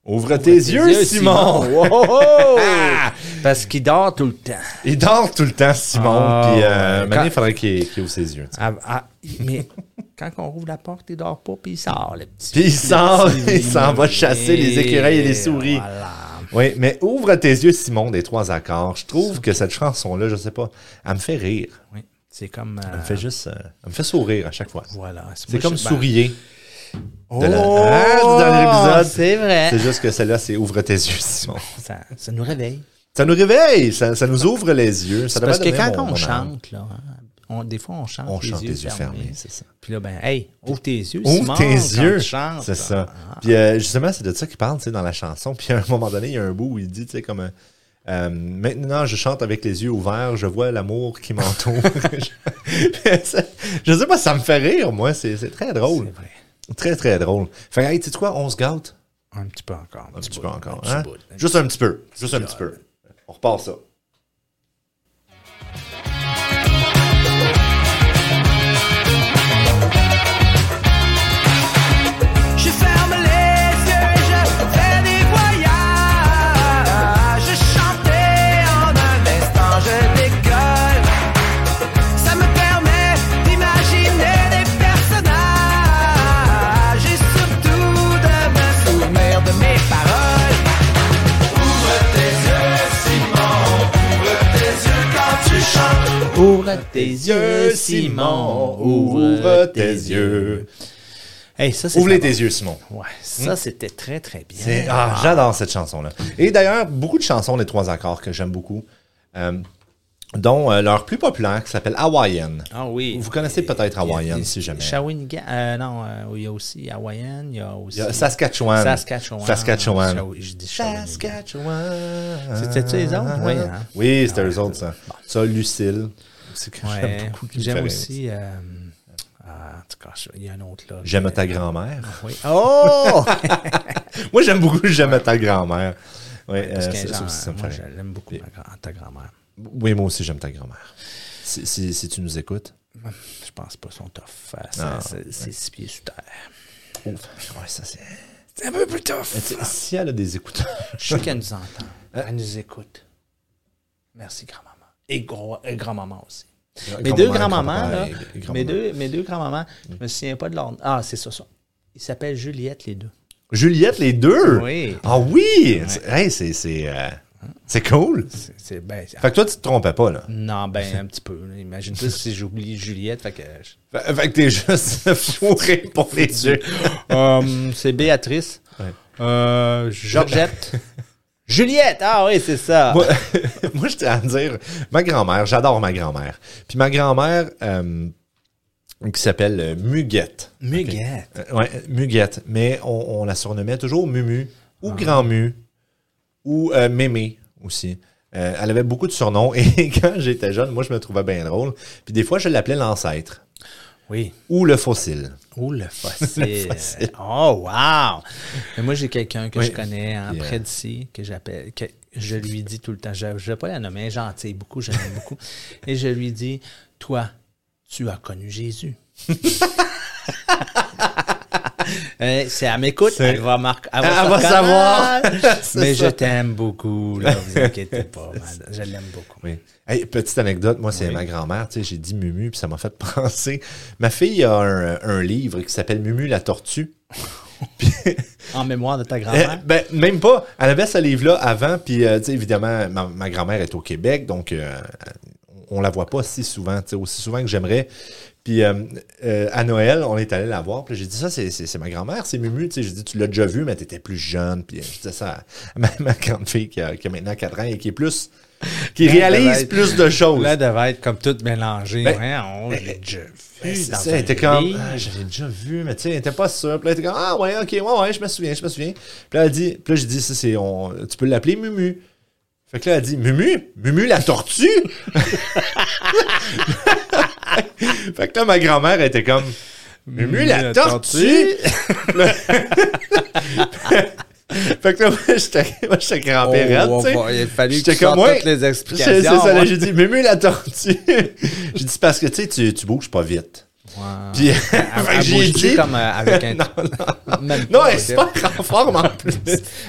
Speaker 1: Ouvre tes yeux, Simon! Ah!
Speaker 2: Wow, wow. Parce qu'il dort tout le temps.
Speaker 1: *laughs* Il dort tout le temps, Simon.
Speaker 2: Ah,
Speaker 1: puis,
Speaker 2: ouais.
Speaker 1: euh, maintenant,
Speaker 2: Quand-
Speaker 1: il faudrait qu'il qu'il ouvre ses yeux. tu sais.
Speaker 2: Ah, ah, mais quand on ouvre la porte, il dort pas, puis il sort, le petit.
Speaker 1: Puis il sort,
Speaker 2: Le petit
Speaker 1: il s'en va chasser les écureuils et les souris.
Speaker 2: Voilà.
Speaker 1: Oui, mais ouvre tes yeux, Simon, des trois accords. Je trouve que cette chanson-là, je sais pas, elle me fait rire.
Speaker 2: Oui, c'est comme. euh,
Speaker 1: Elle me fait juste. euh, elle me fait sourire à chaque fois.
Speaker 2: Voilà.
Speaker 1: C'est
Speaker 2: moi,
Speaker 1: comme
Speaker 2: je- ben,
Speaker 1: sourire. de la-
Speaker 2: Oh,
Speaker 1: Ah, du dernier épisode.
Speaker 2: C'est vrai.
Speaker 1: C'est juste que celle-là, c'est ouvre tes yeux, Simon.
Speaker 2: Ça, ça nous réveille.
Speaker 1: Ça nous réveille, ça, ça nous ouvre les yeux. Ça
Speaker 2: C'est parce que
Speaker 1: devrait
Speaker 2: quand
Speaker 1: donner mon-
Speaker 2: on
Speaker 1: mon âme.
Speaker 2: chante, là, hein, on- des fois, on chante.
Speaker 1: on chante les yeux fermés, c'est ça.
Speaker 2: Puis là, ben, hey, ouvre tes yeux.
Speaker 1: Ouvre
Speaker 2: Simon,
Speaker 1: tes
Speaker 2: quand
Speaker 1: yeux.
Speaker 2: tu chantes. Ah.
Speaker 1: C'est ça. Puis euh, justement, c'est de ça qu'il parle tu sais, dans la chanson. Puis à un moment donné, il y a un bout où il dit, tu sais, comme euh, euh, Maintenant, je chante avec les yeux ouverts, je vois l'amour qui m'entoure. *laughs* je ça- je sais pas, ça me fait rire, moi. C'est c'est très
Speaker 2: C'est
Speaker 1: drôle.
Speaker 2: vrai.
Speaker 1: Très, très drôle. Fait que, hey, tu sais quoi, on se gâte
Speaker 2: Un petit peu encore.
Speaker 1: un petit peu encore.
Speaker 2: petit
Speaker 1: hein?
Speaker 2: bout, un
Speaker 1: Juste un petit peu. Juste un petit peu. On repart ça.
Speaker 3: Je ferme les yeux et je fais des voyages. Je chantais en un instant, je décolle. Ça me permet d'imaginer des personnages et surtout de me souvenir de mes paroles. Ouvre tes yeux, Simon. Ouvre tes yeux quand tu chantes.
Speaker 2: Ouvre tes yeux, Simon.
Speaker 1: Ouvre tes yeux.
Speaker 2: Hey, ça, c'est
Speaker 1: Ouvre
Speaker 2: pas
Speaker 1: tes yeux, Simon.
Speaker 2: bon. Ouais, ça, c'était très, très bien.
Speaker 1: Hmm? C'est- ah, j'adore cette chanson-là. Et d'ailleurs, beaucoup de chansons des trois accords que j'aime beaucoup, euh, dont euh, leur plus populaire qui s'appelle Hawaiian.
Speaker 2: Ah oui.
Speaker 1: Vous connaissez peut-être Hawaiian, si jamais.
Speaker 2: Shawinigan. euh, non, euh, il y a aussi Hawaiian, il y a aussi.
Speaker 1: Il y a Saskatchewan.
Speaker 2: Saskatchewan.
Speaker 1: Saskatchewan.
Speaker 2: Shawi- Je dis Shawinigan.
Speaker 1: Saskatchewan.
Speaker 2: C'était-tu les autres? Oui, hein? Ah,
Speaker 1: Oui, c'était eux autres, ça. Ça, Lucille. C'est que
Speaker 2: Ouais.
Speaker 1: j'aime beaucoup. qui me fait
Speaker 2: J'aime
Speaker 1: rire.
Speaker 2: aussi. euh, ah, en tout cas, je- il y a un autre là.
Speaker 1: J'aime ta grand-mère.
Speaker 2: Ah, Oui.
Speaker 1: *laughs*
Speaker 2: Oh!
Speaker 1: Moi, j'aime beaucoup J'aime ta grand-mère. Oui, euh,
Speaker 2: Parce que,
Speaker 1: ça,
Speaker 2: genre,
Speaker 1: ça aussi, ça me
Speaker 2: moi,
Speaker 1: fait
Speaker 2: je
Speaker 1: rire.
Speaker 2: l'aime beaucoup, ma grand- ta grand-mère.
Speaker 1: Oui, moi aussi, j'aime ta grand-mère. Si- si- si tu nous écoutes.
Speaker 2: Je pense pas son tough. euh,
Speaker 1: Ah,
Speaker 2: ça- C'est c'est six pieds sous terre.
Speaker 1: Ouais, ça c'est.
Speaker 2: C'est un peu plus tough.
Speaker 1: Euh, Tu sais, Si elle a des écouteurs.
Speaker 2: Je suis qu'elle nous entend. Elle nous écoute. Merci, grand-maman. Et, gros- et Euh, grand-maman aussi. Mes deux grands-mamans, là, mes deux, mes deux grands-mamans, je me souviens pas de leur nom. Ah, c'est ça, ça. Ils s'appellent Juliette, les deux.
Speaker 1: Juliette, les deux?
Speaker 2: Oui.
Speaker 1: Ah oui! C'est- Hey, c'est, c'est, euh, c'est cool.
Speaker 2: C'est- C'est ben, c'est-
Speaker 1: Fait que toi, tu te trompais pas, là.
Speaker 2: Non, ben, un petit peu. là. Imagine-toi si j'oublie Juliette. Fait que. je-
Speaker 1: Fait, fait que t'es juste *laughs* fourré pour les yeux.
Speaker 2: Hum, c'est Béatrice. Euh, *laughs* Georgette. Juliette! Ah oui, c'est ça.
Speaker 1: Moi, *laughs* moi, j'étais à dire, ma grand-mère, j'adore ma grand-mère. Puis ma grand-mère, euh, qui s'appelle euh, Muguette.
Speaker 2: Muguette.
Speaker 1: Euh, ouais, Muguette. Mais on, on la surnommait toujours Mumu ou Grand Mu ou euh, Mémé aussi. Euh, elle avait beaucoup de surnoms *laughs* et quand j'étais jeune, moi, je me trouvais bien drôle. Puis des fois, je l'appelais l'ancêtre
Speaker 2: Oui.
Speaker 1: ou le fossile.
Speaker 2: Oh, le fossile. oh, wow! Mais moi, j'ai quelqu'un que
Speaker 1: Oui.
Speaker 2: je connais hein,
Speaker 1: Puis, euh,
Speaker 2: près d'ici, que j'appelle, que je lui dis tout le temps, je ne vais pas la nommer, elle est gentille beaucoup, j'aime
Speaker 1: *laughs*
Speaker 2: beaucoup. Et je lui dis, toi, tu as
Speaker 1: *laughs*
Speaker 2: connu Jésus. Euh, si elle m'écoute,
Speaker 1: C'est-
Speaker 2: elle va, marquer, elle
Speaker 1: Elle
Speaker 2: se
Speaker 1: va savoir. *laughs*
Speaker 2: reconnaître.
Speaker 1: C'est
Speaker 2: Mais
Speaker 1: ça.
Speaker 2: je t'aime beaucoup, là, vous inquiétez pas, madame, je l'aime beaucoup.
Speaker 1: Oui. Hey, petite anecdote, moi, c'est ma grand-mère, tu sais, j'ai dit Mumu, puis ça m'a fait *laughs* penser. Ma fille a un, un livre qui s'appelle Mumu la tortue.
Speaker 2: En mémoire de ta
Speaker 1: Eh,
Speaker 2: grand-mère.
Speaker 1: ben, même pas. Elle avait ce livre-là avant, puis euh, tu sais, évidemment, ma, ma grand-mère est au Québec, donc euh, on la voit pas si souvent, tu sais, aussi souvent que j'aimerais. Puis euh, euh, à Noël, on est allé la voir, puis j'ai dit ça, c'est- c'est c'est ma grand-mère, c'est Mumu, tu sais, j'ai dit tu l'as déjà vu, mais t'étais plus jeune, puis euh, je disais ça à *laughs* ma, ma grande fille qui a, qui a maintenant 4 ans et qui est plus, qui
Speaker 2: Elle devait
Speaker 1: réalise
Speaker 2: être-
Speaker 1: plus de choses.
Speaker 2: Là, devait être comme toute mélangée.
Speaker 1: Ben,
Speaker 2: Ouais, on l'a déjà
Speaker 1: Ben,
Speaker 2: vu
Speaker 1: c'est
Speaker 2: dans
Speaker 1: ça,
Speaker 2: un
Speaker 1: elle était comme,
Speaker 2: livre.
Speaker 1: ah, je l'ai déjà vu, mais tu sais, elle était pas sûre. Puis là, elle était comme, ah ouais, ok, ouais, ouais, je me souviens, je me souviens. Puis là, elle dit, puis là, j'ai dit, ça, c'est, on, tu peux l'appeler Mumu. Fait que là, elle dit, Mumu, Mumu la tortue. *laughs* fait que là, ma grand-mère elle était comme, Mumu la, tortue. *laughs* fait que là, moi, j'étais, moi, j'étais grand-père,
Speaker 2: Oh,
Speaker 1: tu sais.
Speaker 2: on va- il a fallu que
Speaker 1: J'étais
Speaker 2: tu sortes
Speaker 1: ouais,
Speaker 2: toutes les
Speaker 1: c'est-
Speaker 2: explications,
Speaker 1: C'est ça, là, *laughs*
Speaker 2: ouais.
Speaker 1: j'ai dit, Mumu la tortue. j'ai dit, c'est parce que, tu sais, tu tu bouges pas vite. Puis, *laughs*
Speaker 2: Elle-
Speaker 1: fait que
Speaker 2: Ah, elle
Speaker 1: j'ai
Speaker 2: bouge-tu
Speaker 1: dit.
Speaker 2: comme euh, avec
Speaker 1: *laughs*
Speaker 2: un.
Speaker 1: non, non.
Speaker 2: Même
Speaker 1: Non,
Speaker 2: pas,
Speaker 1: elle est
Speaker 2: je veux
Speaker 1: super en forme en plus.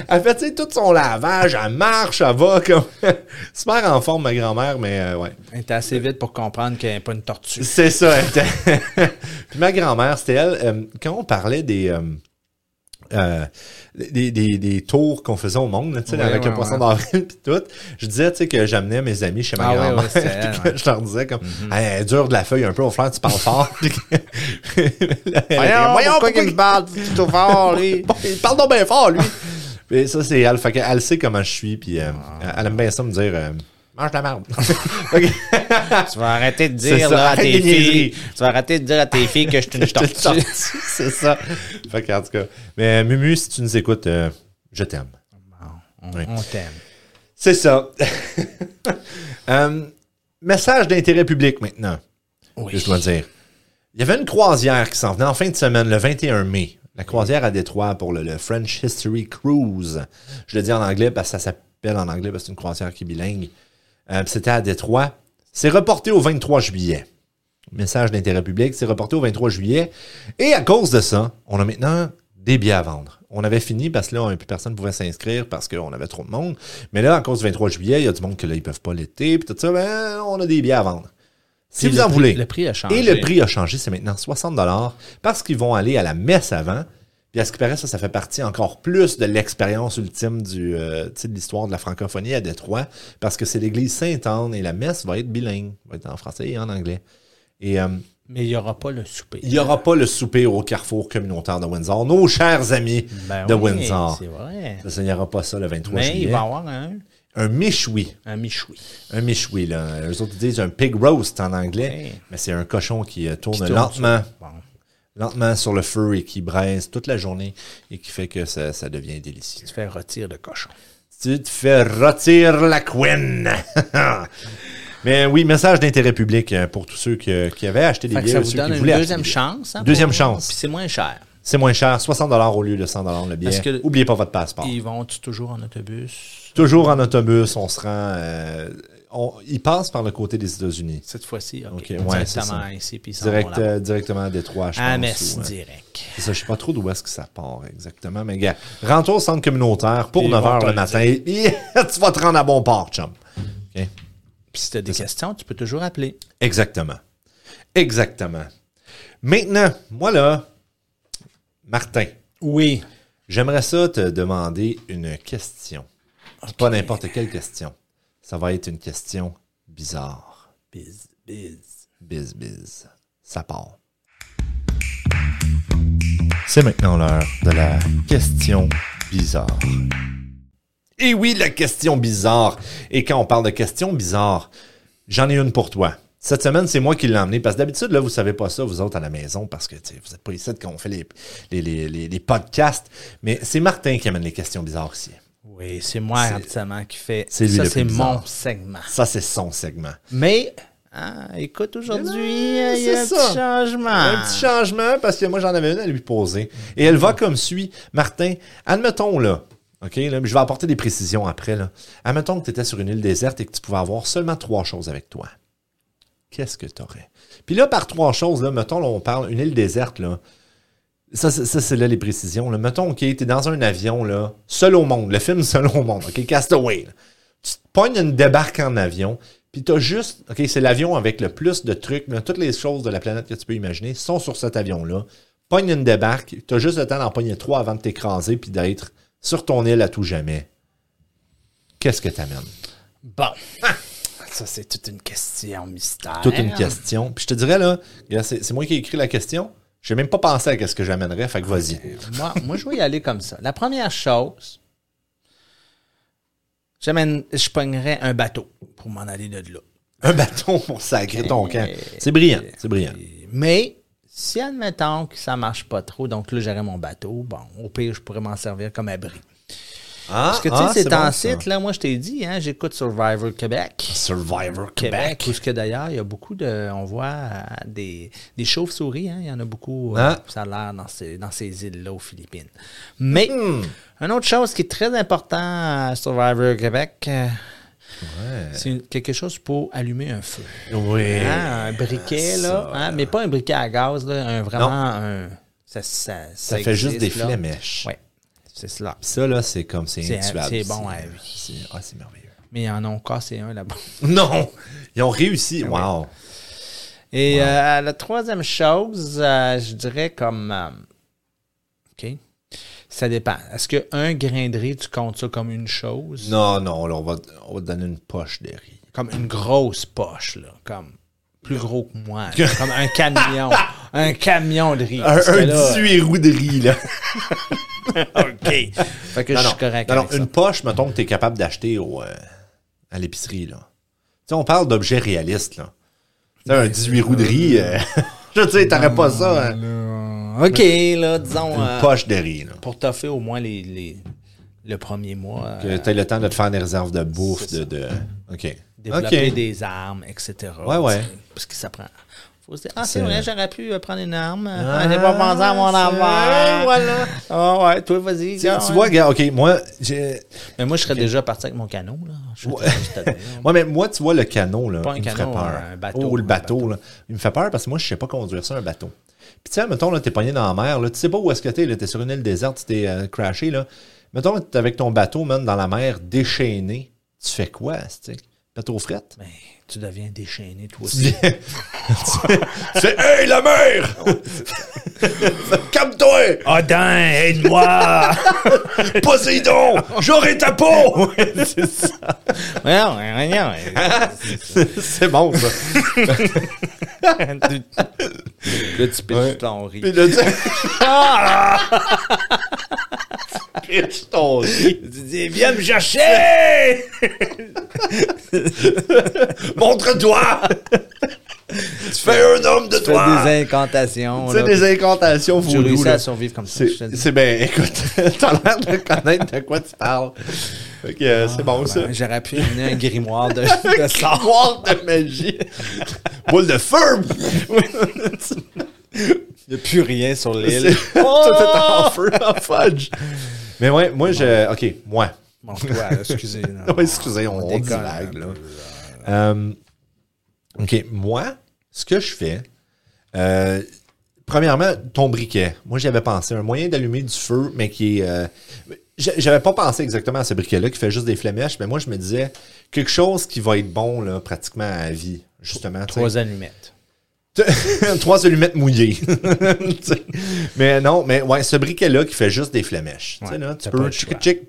Speaker 1: Elle fait, tu sais, tout son lavage, elle marche, elle va comme. *laughs* super en forme, ma grand-mère, mais euh, ouais.
Speaker 2: Elle était assez vite pour comprendre qu'elle n'est pas une tortue.
Speaker 1: C'est ça. elle était- *laughs* Puis ma grand-mère, c'était elle. euh, quand on parlait des. euh, euh, des, des- des tours qu'on faisait au monde, là, tu sais,
Speaker 2: Ouais,
Speaker 1: avec
Speaker 2: ouais,
Speaker 1: le poisson
Speaker 2: ouais.
Speaker 1: d'avril puis tout, je disais tu sais, que j'amenais mes amis chez ma
Speaker 2: Ah, ouais,
Speaker 1: grand-mère.
Speaker 2: ouais,
Speaker 1: *laughs*
Speaker 2: c'était elle,
Speaker 1: puis que
Speaker 2: ouais.
Speaker 1: Je leur disais comme Hey, elle dure de la feuille un peu, on frère, tu parles
Speaker 2: *laughs*
Speaker 1: fort. Puis que- Elle était comme,
Speaker 2: parle tout
Speaker 1: *laughs*
Speaker 2: fort, *laughs*
Speaker 1: il... il parle donc bien fort, lui. *laughs* Mais ça, c'est elle. Fait qu'elle elle sait comment je suis, puis euh, elle aime bien ça me dire euh, Mange de la merde. *laughs* Fait que-
Speaker 2: Tu vas arrêter de
Speaker 1: C'est ça,
Speaker 2: dire là, à
Speaker 1: arrête
Speaker 2: tes
Speaker 1: des niaiseries.
Speaker 2: filles. Tu vas arrêter de dire
Speaker 1: *laughs*
Speaker 2: à tes filles que je suis une
Speaker 1: Je te
Speaker 2: tortue.
Speaker 1: tortue, c'est ça. Fait que, en tout cas. Mais euh, Mumu, si tu nous écoutes, euh, je t'aime.
Speaker 2: On,
Speaker 1: Oui.
Speaker 2: on t'aime.
Speaker 1: C'est ça. *laughs* Euh, message d'intérêt public maintenant, que je dois dire. Il y avait une croisière qui s'en venait en fin de semaine, le 21 mai. La
Speaker 2: Mm.
Speaker 1: croisière à Détroit pour le, le French History Cruise. Je le dis en anglais parce que ça s'appelle en anglais parce que c'est une croisière qui est bilingue. Euh, puis C'était à Détroit. C'est reporté au 23 juillet. Message d'intérêt public, c'est reporté au 23 juillet. Et à cause de ça, on a maintenant des billets à vendre. On avait fini parce que là, on- plus personne ne pouvait s'inscrire parce qu'on avait trop de monde. Mais là, à cause du 23 juillet, il y a du monde que là, ils peuvent pas l'été, puis tout ça, ben, on a des billets à vendre. Si vous
Speaker 2: Puis le
Speaker 1: en
Speaker 2: prix-
Speaker 1: voulez.
Speaker 2: le prix a changé.
Speaker 1: Et le prix a changé, c'est maintenant 60 parce qu'ils vont aller à la messe avant. Puis à ce qui paraît, ça, ça fait partie encore plus de l'expérience ultime du, euh, tu sais, de l'histoire de la francophonie à Détroit, parce que c'est l'église Sainte-Anne et la messe va être bilingue, va être en français et en anglais. Et euh,
Speaker 2: Mais il n'y aura pas le souper.
Speaker 1: il n'y aura pas le souper au carrefour communautaire de Windsor, nos chers amis
Speaker 2: Ben
Speaker 1: de
Speaker 2: oui,
Speaker 1: Windsor.
Speaker 2: C'est vrai.
Speaker 1: Ça, Il n'y aura pas ça le 23
Speaker 2: Mais
Speaker 1: juillet.
Speaker 2: il va y avoir un,
Speaker 1: Un michoui.
Speaker 2: un michoui.
Speaker 1: Un michoui, là. Eux autres ils disent un pig roast en anglais,
Speaker 2: Ouais.
Speaker 1: mais c'est un cochon qui euh, tourne
Speaker 2: Qui tourne
Speaker 1: lentement.
Speaker 2: sur- bon.
Speaker 1: lentement sur le feu et qui braise toute la journée et qui fait que ça, ça devient délicieux.
Speaker 2: Tu fais rôtir le cochon.
Speaker 1: Tu te fais rôtir la couenne. *laughs* Mais oui, message d'intérêt public euh, pour tous ceux que- qui avaient acheté des
Speaker 2: Fait que
Speaker 1: billets.
Speaker 2: ça
Speaker 1: ou
Speaker 2: vous
Speaker 1: ceux
Speaker 2: donne
Speaker 1: qui
Speaker 2: une
Speaker 1: voulaient acheter
Speaker 2: deuxième
Speaker 1: des billets.
Speaker 2: chance. hein,
Speaker 1: Deuxième
Speaker 2: pour-
Speaker 1: chance.
Speaker 2: Puis c'est moins cher.
Speaker 1: C'est moins cher, 60 au lieu de 100 le billet.
Speaker 2: Parce que-
Speaker 1: Oubliez pas votre passeport.
Speaker 2: Ils vont toujours en autobus.
Speaker 1: Toujours en autobus, on se rend... euh, on- ils passent par le côté des États-Unis.
Speaker 2: Cette fois-ci, ok.
Speaker 1: Ok, ouais, c'est
Speaker 2: directement
Speaker 1: ça.
Speaker 2: ici, puis ils s'en
Speaker 1: Direct,
Speaker 2: vont là.
Speaker 1: euh, directement à Détroit, je
Speaker 2: Ah,
Speaker 1: pense,
Speaker 2: mais
Speaker 1: ou, euh,
Speaker 2: direct.
Speaker 1: C'est ça, je sais pas trop d'où est-ce que ça part exactement, mais gars, rentre-toi au centre communautaire pour
Speaker 2: Puis
Speaker 1: 9
Speaker 2: ils vont
Speaker 1: h
Speaker 2: te
Speaker 1: le
Speaker 2: le
Speaker 1: matin. et tu vas te rendre à bon port, chum. OK?
Speaker 2: Puis si tu as des questions, tu peux toujours appeler.
Speaker 1: Exactement. Exactement. Maintenant, moi là, Martin,
Speaker 2: Oui.
Speaker 1: j'aimerais ça te demander une question. C'est Pas n'importe quelle question. Ça va être une question bizarre.
Speaker 2: Biz, biz.
Speaker 1: Biz, biz. Ça part. C'est maintenant l'heure de la question bizarre. Et oui, la question bizarre. Et quand on parle de question bizarre, j'en ai une pour toi. Cette semaine, c'est moi qui l'ai emmenée. Parce que d'habitude, là, vous savez pas ça, vous autres à la maison, parce que tu sais, vous n'êtes pas ici quand on fait les, les, les- les- les podcasts. Mais c'est Martin qui amène les questions bizarres ici.
Speaker 2: Oui, c'est moi
Speaker 1: C'est-
Speaker 2: absolument qui fait.
Speaker 1: c'est lui
Speaker 2: ça,
Speaker 1: le
Speaker 2: c'est
Speaker 1: plus bizarre.
Speaker 2: mon segment.
Speaker 1: Ça, c'est son segment.
Speaker 2: Mais, ah, écoute, aujourd'hui,
Speaker 1: Eh ben,
Speaker 2: il y a un
Speaker 1: c'est ça.
Speaker 2: petit changement.
Speaker 1: Un petit changement parce que moi j'en avais une à lui poser. Et elle va comme suit. Martin, admettons là, OK, là, je vais apporter des précisions après. Là. Admettons que tu étais sur une île déserte et que tu pouvais avoir seulement trois choses avec toi. Qu'est-ce que tu aurais? Puis là, par trois choses, là, mettons, là, on parle une île déserte, là. Ça, c'est- ça, c'est là les précisions. Là. Mettons, OK, t'es dans un avion, là, seul au monde, le film Seul au monde, OK, Castaway. là. Tu te pognes une débarque en avion, puis t'as juste, OK, c'est l'avion avec le plus de trucs, là, toutes les choses de la planète que tu peux imaginer sont sur cet avion-là. Pogne une débarque, t'as juste le temps d'en pogner trois avant de t'écraser puis d'être sur ton île à tout jamais. Qu'est-ce que t'amènes?
Speaker 2: Bon. *laughs* Ça, c'est toute une question mystère.
Speaker 1: Toute une question. Puis je te dirais, là, gars, c'est c'est moi qui ai écrit la question. J'ai même pas pensé à ce que j'amènerais, fait que vas-y.
Speaker 2: Moi, moi, je vais y aller comme ça. La première chose, j'amène, je pognerais un bateau pour m'en aller de là.
Speaker 1: Un bâton pour
Speaker 2: Eh.
Speaker 1: sacrer ton camp. C'est brillant, c'est brillant.
Speaker 2: Mais si, admettons que ça marche pas trop, donc là, j'aurais mon bateau, bon, au pire, je pourrais m'en servir comme abri.
Speaker 1: Ah,
Speaker 2: Parce que tu sais,
Speaker 1: ah,
Speaker 2: c'est
Speaker 1: bon, ça.
Speaker 2: en site, là, moi, je t'ai dit, hein, j'écoute Survivor Québec.
Speaker 1: Survivor
Speaker 2: Québec.
Speaker 1: Québec.
Speaker 2: Parce que d'ailleurs, il y a beaucoup de. On voit euh, des, des chauves-souris, hein, il y en a beaucoup, euh,
Speaker 1: Ah.
Speaker 2: ça a l'air, dans ces, dans ces îles-là aux Philippines.
Speaker 1: Hmm.
Speaker 2: Mais, une autre chose qui est très importante à Survivor Québec, euh,
Speaker 1: Ouais.
Speaker 2: C'est une- quelque chose pour allumer un feu.
Speaker 1: Oui.
Speaker 2: Hein, un briquet, là.
Speaker 1: ça.
Speaker 2: hein, mais pas un briquet à gaz, là, un, vraiment un. Ça, ça,
Speaker 1: Ça fait juste des filets mèches.
Speaker 2: Oui, c'est cela.
Speaker 1: Puis Ça, là, c'est comme, c'est
Speaker 2: C'est-
Speaker 1: intuable.
Speaker 2: c'est bon à vie.
Speaker 1: C'est- Ah, c'est merveilleux.
Speaker 2: Mais ils en ont cassé un là-bas.
Speaker 1: *laughs* Non! Ils ont réussi. Wow!
Speaker 2: Et euh, la troisième chose, euh, je dirais comme. euh, OK. Ça dépend. Est-ce qu'un grain de riz, tu comptes ça comme une chose?
Speaker 1: Non, non, là, on va, on va te donner une poche de riz.
Speaker 2: Comme une grosse poche, là. Comme plus gros que moi.
Speaker 1: *laughs*
Speaker 2: là, comme un camion. un camion de riz.
Speaker 1: Un,
Speaker 2: Parce que
Speaker 1: un
Speaker 2: là,
Speaker 1: 18 roues de riz, *laughs* là.
Speaker 2: OK. Fait que je suis correct.
Speaker 1: non,
Speaker 2: avec
Speaker 1: non,
Speaker 2: ça.
Speaker 1: une poche, mettons, que tu es capable d'acheter au, euh, à l'épicerie, là. Tu sais, on parle d'objets réalistes, là. Tu sais, un 18 roues de riz, euh, *laughs* je sais, t'aurais pas ça. hein.
Speaker 2: OK, là, disons.
Speaker 1: Une
Speaker 2: euh,
Speaker 1: poche de riz, là.
Speaker 2: pour toffer au moins les, les- le premier mois. euh,
Speaker 1: Que tu le temps de te faire des réserves de bouffe, de, de- OK.
Speaker 2: développer
Speaker 1: OK.
Speaker 2: des armes, etc.
Speaker 1: Ouais, ouais.
Speaker 2: Tu sais, Parce que ça prend. Faut se dire, ah, c'est
Speaker 1: C'est-
Speaker 2: vrai, j'aurais pu euh, prendre une arme.
Speaker 1: Ah,
Speaker 2: Ah, J'ai pas pensé à mon
Speaker 1: c'est-
Speaker 2: arme.
Speaker 1: voilà.
Speaker 2: *laughs* Ah, ouais, toi, vas-y.
Speaker 1: Tu,
Speaker 2: gars,
Speaker 1: tu
Speaker 2: ouais.
Speaker 1: vois, gars, OK, moi, j'ai...
Speaker 2: Mais moi, je serais déjà parti avec mon canot. Là. Je
Speaker 1: Ouais. *laughs*
Speaker 2: je te dis,
Speaker 1: Ouais, mais moi, tu vois, le canot, là,
Speaker 2: Pas un
Speaker 1: il me ferait
Speaker 2: canot,
Speaker 1: peur.
Speaker 2: un bateau,
Speaker 1: oh, le
Speaker 2: un
Speaker 1: bateau, là. Il me fait peur parce que moi, je sais pas conduire ça, un bateau. Puis, tu sais, mettons, là, t'es pogné dans la mer, là. Tu sais pas où est-ce que t'es, là. T'es sur une île déserte, tu t'es euh, crashé, là. Mettons, t'es avec ton bateau, man, dans la mer, déchaîné. Tu fais quoi, tu sais? Bateau fret?
Speaker 2: ben, tu deviens déchaîné,
Speaker 1: *laughs*
Speaker 2: toi
Speaker 1: tu *laughs*
Speaker 2: aussi.
Speaker 1: viens- tu- tu fais, hey, la mer! *laughs* Calme-toi!
Speaker 2: Odin, *laughs* aide-moi!
Speaker 1: Poséidon! J'aurai ta
Speaker 2: *laughs*
Speaker 1: peau!
Speaker 2: non,
Speaker 1: *laughs*
Speaker 2: rien, rien.
Speaker 1: C'est bon, ça.
Speaker 2: Tu- Là, tu pitches
Speaker 1: Ouais.
Speaker 2: ton riz.
Speaker 1: Puis là, tu... *laughs* Pitch ton riz.
Speaker 2: Tu dis, viens me chercher!
Speaker 1: Montre-toi! tu fais un homme de
Speaker 2: Tu fais
Speaker 1: toi!
Speaker 2: des incantations.
Speaker 1: Tu sais,
Speaker 2: là,
Speaker 1: des incantations
Speaker 2: J'ai
Speaker 1: voulues.
Speaker 2: réussi
Speaker 1: là.
Speaker 2: à survivre comme ça. je te
Speaker 1: C'est
Speaker 2: dis.
Speaker 1: c'est bien, écoute, *laughs* t'as l'air de connaître de quoi tu parles. Fait que euh, c'est bon, ça.
Speaker 2: Ben, J'aurais pu amener un grimoire
Speaker 1: *laughs*
Speaker 2: de, de sang.
Speaker 1: Savoir de magie. Boule de *laughs* feu!
Speaker 2: Il n'y a plus rien sur
Speaker 1: C'est- *laughs*
Speaker 2: l'île. Oh!
Speaker 1: Tout est en feu, en fudge. Mais ouais, moi, je... OK, moi. *laughs*
Speaker 2: Bon, toi, excusez. non.
Speaker 1: Ouais, excusez, on,
Speaker 2: On
Speaker 1: on
Speaker 2: déconne
Speaker 1: divague,
Speaker 2: un
Speaker 1: là. Euh, OK, moi, ce que je fais, euh, premièrement, ton briquet. Moi, j'avais pensé un moyen d'allumer du feu, mais qui est... euh, j'a- j'avais pas pensé exactement à ce briquet-là qui fait juste des flamèches, mais moi, je me disais quelque chose qui va être bon, là, pratiquement à vie, justement. tu sais.
Speaker 2: Trois allumettes.
Speaker 1: *laughs* Trois allumettes mouillées. Tu sais. mais non, mais ouais, ce briquet-là qui fait juste des flamèches. Tu sais,
Speaker 2: Ouais,
Speaker 1: là, tu
Speaker 2: t'as pas
Speaker 1: peux
Speaker 2: le choix.
Speaker 1: tchic, tchic,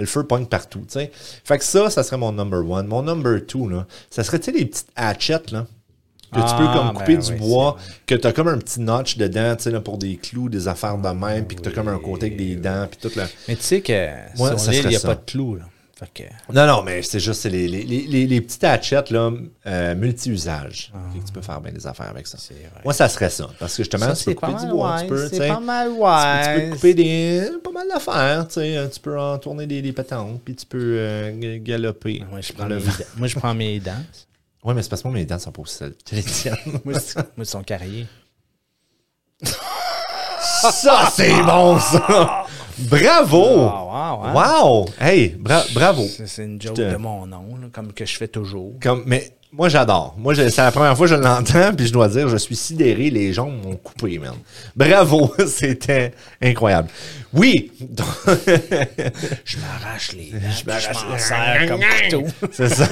Speaker 1: le feu pogne partout. tu sais. Fait que ça, ça serait mon number one. Mon number two, là, ça serait tu sais, les petites hatchettes là, que tu
Speaker 2: Ah,
Speaker 1: peux comme
Speaker 2: ben
Speaker 1: couper du
Speaker 2: oui,
Speaker 1: bois, que tu as comme un petit notch dedans tu sais, là, pour des clous, des affaires de
Speaker 2: Ah
Speaker 1: même, puis que tu as comme un côté avec des dents, puis tout. Là.
Speaker 2: Mais tu sais que
Speaker 1: Moi,
Speaker 2: sur
Speaker 1: ça
Speaker 2: l'île, il
Speaker 1: serait
Speaker 2: n'y a
Speaker 1: ça.
Speaker 2: pas de clous. Là. Fait que,
Speaker 1: Non, non, mais c'est juste c'est les, les, les, les- les petites hatchettes là, euh, multi-usages. Fait que Tu peux faire bien des affaires avec ça.
Speaker 2: Ah. vrai.
Speaker 1: Moi, ça serait ça. Parce que justement,
Speaker 2: Ça,
Speaker 1: tu peux
Speaker 2: c'est pas
Speaker 1: couper du
Speaker 2: mal
Speaker 1: bois, tu
Speaker 2: wise,
Speaker 1: peux,
Speaker 2: c'est
Speaker 1: tu sais,
Speaker 2: pas mal
Speaker 1: tu peux- Tu peux
Speaker 2: wise.
Speaker 1: couper des, pas mal d'affaires. Tu, sais, hein, tu peux en tourner des, des patentes, puis tu peux euh, ga- galoper.
Speaker 2: moi, je
Speaker 1: dans
Speaker 2: prends mes
Speaker 1: le
Speaker 2: dents. Moi, je prends mes dents.
Speaker 1: Oui, mais c'est parce que moi, mes dents sont pas aussi sales que les
Speaker 2: *laughs*
Speaker 1: tiennes.
Speaker 2: Moi, c'est- moi, ils sont carriés.
Speaker 1: ça, c'est bon, ça! Bravo!
Speaker 2: wow, hein?
Speaker 1: Wow! Hey, bra- bravo!
Speaker 2: C'est c'est une joke
Speaker 1: Putain.
Speaker 2: de mon nom, là, comme que je fais toujours.
Speaker 1: Comme, mais moi, j'adore. Moi, je- c'est la première fois que je l'entends, puis je dois dire, je suis sidéré, les jambes m'ont coupé, man. Bravo, *laughs* c'était incroyable. Oui, *laughs* donc,
Speaker 2: Je m'arrache les dents. Je
Speaker 1: m'arrache
Speaker 2: m'en
Speaker 1: les-
Speaker 2: sers comme
Speaker 1: *laughs*
Speaker 2: couteau.
Speaker 1: c'est ça.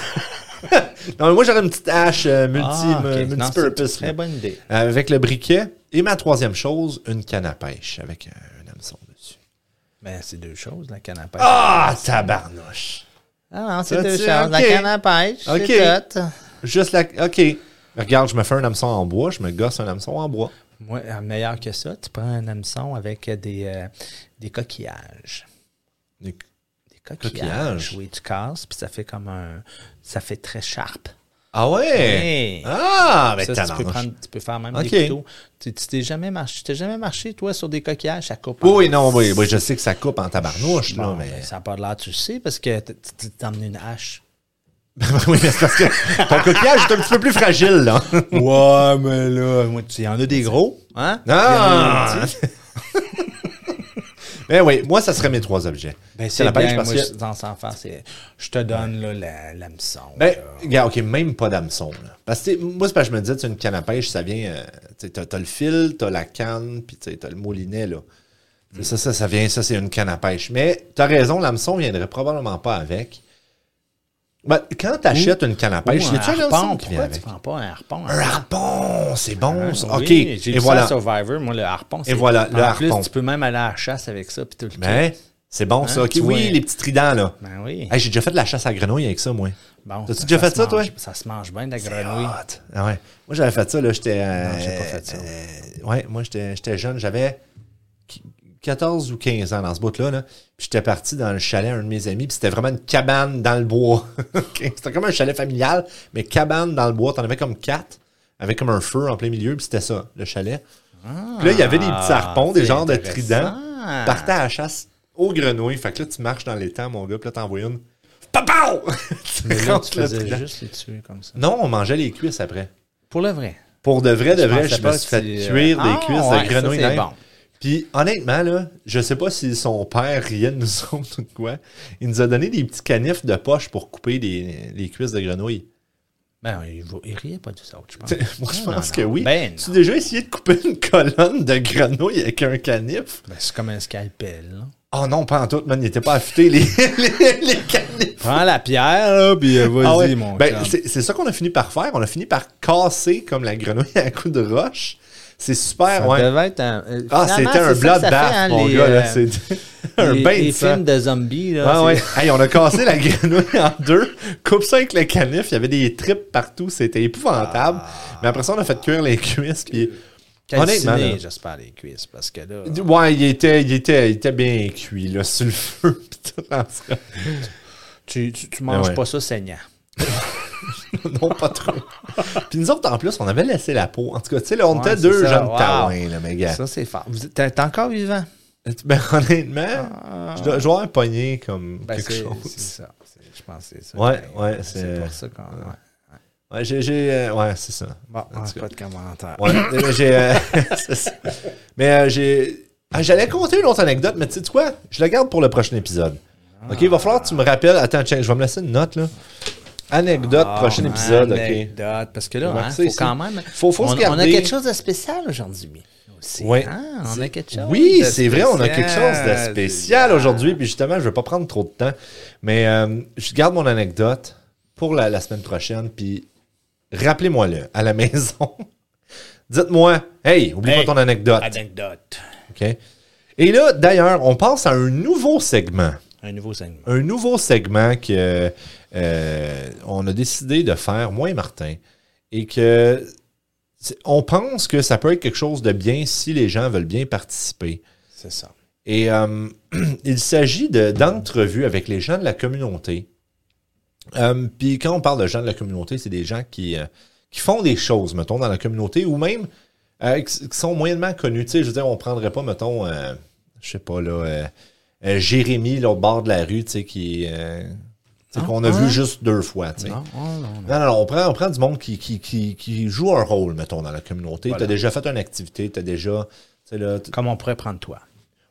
Speaker 1: non, mais moi, j'aurais une petite hache euh, multi,
Speaker 2: Ah,
Speaker 1: euh,
Speaker 2: ok. Non, c'est une
Speaker 1: multi-purpose.
Speaker 2: Très bonne idée.
Speaker 1: Euh, Avec le briquet. Et ma troisième chose, une canne à pêche avec euh, un hameçon dessus.
Speaker 2: Ben, c'est deux choses, la canne à pêche.
Speaker 1: Ah, tabarnouche!
Speaker 2: Ah non,
Speaker 1: Ça,
Speaker 2: c'est deux
Speaker 1: tu-
Speaker 2: choses. La
Speaker 1: ok.
Speaker 2: canne à pêche,
Speaker 1: Ok.
Speaker 2: c'est tout.
Speaker 1: Juste la... OK. Regarde, je me fais un hameçon en bois, je me gosse un hameçon en bois.
Speaker 2: Moi, euh, meilleur que ça, tu prends un hameçon avec euh, des, euh, des coquillages. Des coquillages.
Speaker 1: Coquillages?
Speaker 2: Oui, tu casses, puis ça fait comme un. Ça fait très sharp.
Speaker 1: Ah ouais?
Speaker 2: Hey.
Speaker 1: Ah, mais
Speaker 2: ça, tu peux,
Speaker 1: tabarnouche.
Speaker 2: prendre- tu peux faire même
Speaker 1: Ok.
Speaker 2: des couteaux. Tu tu t'es jamais marché, tu t'es jamais marché, toi, sur des coquillages, ça coupe.
Speaker 1: Oui,
Speaker 2: en-
Speaker 1: oui, non, oui, oui, je sais que ça coupe en tabarnouche,
Speaker 2: Bon,
Speaker 1: là, mais. *laughs*
Speaker 2: ben, ça n'a pas l'air, tu le sais, parce que t- t- tu t'emmenes une hache.
Speaker 1: oui, mais c'est parce que ton coquillage est un petit peu plus fragile,
Speaker 2: *laughs*
Speaker 1: là.
Speaker 2: ouais, mais là, il y en a des gros. Hein?
Speaker 1: Ah! Ben oui, moi, ça serait mes trois objets.
Speaker 2: Ben,
Speaker 1: c'est
Speaker 2: c'est
Speaker 1: la pêche
Speaker 2: bien, moi,
Speaker 1: partielle.
Speaker 2: je, dans cet enfant, c'est... Je te donne, là, la- l'hameçon.
Speaker 1: Ben,
Speaker 2: là.
Speaker 1: regarde, OK, même pas d'hameçon. là. Parce que, tu sais, moi, c'est parce que je me disais, tu sais, une canne à pêche, ça vient. euh, tu sais, t'as t'as le fil, t'as la canne, puis tu sais, t'as le moulinet, là.
Speaker 2: Mm.
Speaker 1: Tu sais, Ça, ça, ça vient, ça, c'est une canne à pêche. Mais t'as raison, l'hameçon viendrait probablement pas avec. Ben, quand t'achètes une canne à
Speaker 2: Ou
Speaker 1: pêche, y
Speaker 2: un
Speaker 1: a-tu un
Speaker 2: harpon.
Speaker 1: hameçon qui
Speaker 2: Pourquoi
Speaker 1: vient
Speaker 2: tu
Speaker 1: avec?
Speaker 2: prends pas un harpon?
Speaker 1: Un harpon, c'est bon, ça. OK,
Speaker 2: Ah Oui, j'ai
Speaker 1: et
Speaker 2: vu
Speaker 1: voilà.
Speaker 2: Ça à Survivor, moi, le harpon. c'est-
Speaker 1: voilà, le
Speaker 2: en plus,
Speaker 1: harpon.
Speaker 2: tu peux même aller à la chasse avec ça, puis tout le
Speaker 1: Ben,
Speaker 2: kit.
Speaker 1: c'est bon, ça.
Speaker 2: Hein,
Speaker 1: OK,
Speaker 2: tu vois.
Speaker 1: oui, les petits tridents, là.
Speaker 2: Ben oui.
Speaker 1: Hey, j'ai déjà fait de la chasse à grenouille avec ça, moi.
Speaker 2: Bon,
Speaker 1: T'as-tu déjà fait
Speaker 2: se
Speaker 1: ça, toi?
Speaker 2: mange- Ça se mange bien, de la grenouille.
Speaker 1: Hot. Ah ouais. Moi, j'avais fait ça, là, j'étais... euh,
Speaker 2: Non, j'ai pas fait ça.
Speaker 1: euh, ouais, moi, j'étais j'étais jeune, j'avais qu- 14 ou 15 ans dans ce bout-là, là. Puis j'étais parti dans le chalet, un de mes amis, puis c'était vraiment une cabane dans le bois. *laughs* Ok, C'était comme un chalet familial, mais cabane dans le bois. T'en avais comme quatre, avec comme un feu en plein milieu, puis c'était ça, le chalet. puis là, il y avait des petits harpons, des
Speaker 2: Ah, c'est
Speaker 1: genres de
Speaker 2: intéressant.
Speaker 1: tridents. Partais à la chasse aux grenouilles. Fait que là, tu marches dans les temps, mon gars, puis là, t'envoies une. Papao! *laughs* tu
Speaker 2: Mais là,
Speaker 1: rentres
Speaker 2: tu
Speaker 1: le
Speaker 2: faisais
Speaker 1: trident.
Speaker 2: juste les tuer comme ça.
Speaker 1: Non, on mangeait les cuisses après.
Speaker 2: Pour le vrai.
Speaker 1: Pour de vrai, de
Speaker 2: Je
Speaker 1: vrai,
Speaker 2: pensais
Speaker 1: je me
Speaker 2: pas
Speaker 1: suis
Speaker 2: que
Speaker 1: fait
Speaker 2: tu-
Speaker 1: cuire des
Speaker 2: Ah,
Speaker 1: cuisses
Speaker 2: ouais,
Speaker 1: de
Speaker 2: ça,
Speaker 1: grenouille
Speaker 2: c'est
Speaker 1: même.
Speaker 2: bon.
Speaker 1: Puis honnêtement, là, je sais pas si son père riait de nous *laughs* autres ou de quoi. Il nous a donné des petits canifs de poche pour couper les, les cuisses de grenouille.
Speaker 2: Ben, il, va- il riait pas du ça, je pense.
Speaker 1: *laughs* Moi, je
Speaker 2: Non,
Speaker 1: pense
Speaker 2: non,
Speaker 1: que
Speaker 2: non.
Speaker 1: oui.
Speaker 2: Ben,
Speaker 1: tu as
Speaker 2: non.
Speaker 1: déjà essayé de couper une colonne de grenouille avec un canif?
Speaker 2: Ben, c'est comme un scalpel. là.
Speaker 1: Oh non, pas en tout, man. Il était pas affûté, les, *laughs* les, les canifs.
Speaker 2: Prends la pierre, là, puis euh, vas-y,
Speaker 1: Ah ouais.
Speaker 2: mon
Speaker 1: Ben,
Speaker 2: chum.
Speaker 1: c'est c'est ça qu'on a fini par faire. On a fini par casser comme la grenouille à coups de roche. C'est super,
Speaker 2: Ça
Speaker 1: ouais.
Speaker 2: devait être un. euh,
Speaker 1: Ah,
Speaker 2: finalement,
Speaker 1: c'était un
Speaker 2: c'est ça que ça
Speaker 1: bloodbath,
Speaker 2: fait, hein,
Speaker 1: mon
Speaker 2: les,
Speaker 1: gars. là.
Speaker 2: euh,
Speaker 1: C'est un
Speaker 2: les-
Speaker 1: bain de
Speaker 2: les
Speaker 1: sang.
Speaker 2: films de zombies, là.
Speaker 1: Ah
Speaker 2: c'est-
Speaker 1: ouais. Hey, on a cassé la *laughs* grenouille en deux. Coupe ça avec le canif. Il y avait des tripes partout. C'était épouvantable.
Speaker 2: Ah.
Speaker 1: Mais après ça, on a fait cuire les cuisses. Puis...
Speaker 2: Calciné,
Speaker 1: Honnêtement, là.
Speaker 2: j'espère, les cuisses, parce que là...
Speaker 1: Ouais, il était, il, était, il était bien cuit là, sur le feu. *laughs* puis tout, en tout cas.
Speaker 2: Tu, tu, tu manges
Speaker 1: Ben ouais.
Speaker 2: pas ça saignant.
Speaker 1: non, pas
Speaker 2: *laughs*
Speaker 1: trop. Puis nous autres, en plus, on avait laissé la peau. En tout cas, tu sais, là, on
Speaker 2: Ouais,
Speaker 1: était
Speaker 2: c'est
Speaker 1: deux
Speaker 2: ça.
Speaker 1: jeunes
Speaker 2: Wow.
Speaker 1: taouins, là, mes gars.
Speaker 2: Ça, c'est fort. Vous- T'es t'es encore vivant.
Speaker 1: Ben, honnêtement, je dois je dois avoir pogné comme
Speaker 2: Ah. Ben,
Speaker 1: quelque
Speaker 2: c'est c'est
Speaker 1: chose.
Speaker 2: ça. C'est- Je pense que c'est ça.
Speaker 1: Ouais,
Speaker 2: Ben,
Speaker 1: ouais, c'est-
Speaker 2: C'est pour ça qu'on... ouais.
Speaker 1: Ouais, j'ai, j'ai, euh, ouais, c'est ça.
Speaker 2: Bon,
Speaker 1: En tout cas.
Speaker 2: pas de commentaires.
Speaker 1: Ouais, *laughs* mais j'ai. euh, c'est ça. mais euh, j'ai. ah, j'allais compter une autre anecdote, mais tu sais quoi? Je la garde pour le prochain épisode. Ok, il va falloir que tu me rappelles. Attends, check, je vais me laisser une note là. Anecdote,
Speaker 2: Ah,
Speaker 1: prochain épisode, ok.
Speaker 2: Anecdote, parce que là,
Speaker 1: Marque
Speaker 2: hein,
Speaker 1: ça
Speaker 2: faut
Speaker 1: ici.
Speaker 2: quand même...
Speaker 1: Faut- faut se
Speaker 2: on, on a
Speaker 1: garder.
Speaker 2: quelque chose de spécial aujourd'hui. aussi,
Speaker 1: Ouais.
Speaker 2: hein, on a quelque chose
Speaker 1: Oui,
Speaker 2: de
Speaker 1: c'est vrai, on a quelque chose de
Speaker 2: spécial.
Speaker 1: spécial aujourd'hui. Puis justement, je ne veux pas prendre trop de temps. Mais euh, je garde mon anecdote pour la, la semaine prochaine. Puis rappelez-moi-le à la *laughs* maison. Dites-moi, hey, oublie
Speaker 2: Hey,
Speaker 1: pas ton anecdote.
Speaker 2: Anecdote.
Speaker 1: OK? Et là, d'ailleurs, on passe à un nouveau segment.
Speaker 2: Un nouveau segment.
Speaker 1: Un nouveau segment que euh, on a décidé de faire, moi et Martin. Et que c'est- on pense que ça peut être quelque chose de bien si les gens veulent bien participer.
Speaker 2: C'est ça.
Speaker 1: Et euh, *clears throat* il s'agit de- d'entrevues avec les gens de la communauté. Euh, Puis quand on parle de gens de la communauté, c'est des gens qui, euh, qui font des choses, mettons, dans la communauté ou même euh, qui, qui sont moyennement connus. Tu sais, je veux dire, on prendrait pas, mettons, euh, je sais pas, là, euh, euh, Jérémy, là, au bord de la rue, tu sais, qui. euh, tu sais, qu'on a vu juste deux fois, tu sais.
Speaker 2: Non, non, non.
Speaker 1: Non, non, non, on prend, on prend du monde qui, qui, qui, qui joue un rôle, mettons, dans la communauté. Tu as déjà fait une activité, tu as déjà. tu sais, là, t-
Speaker 2: Comme on pourrait prendre toi.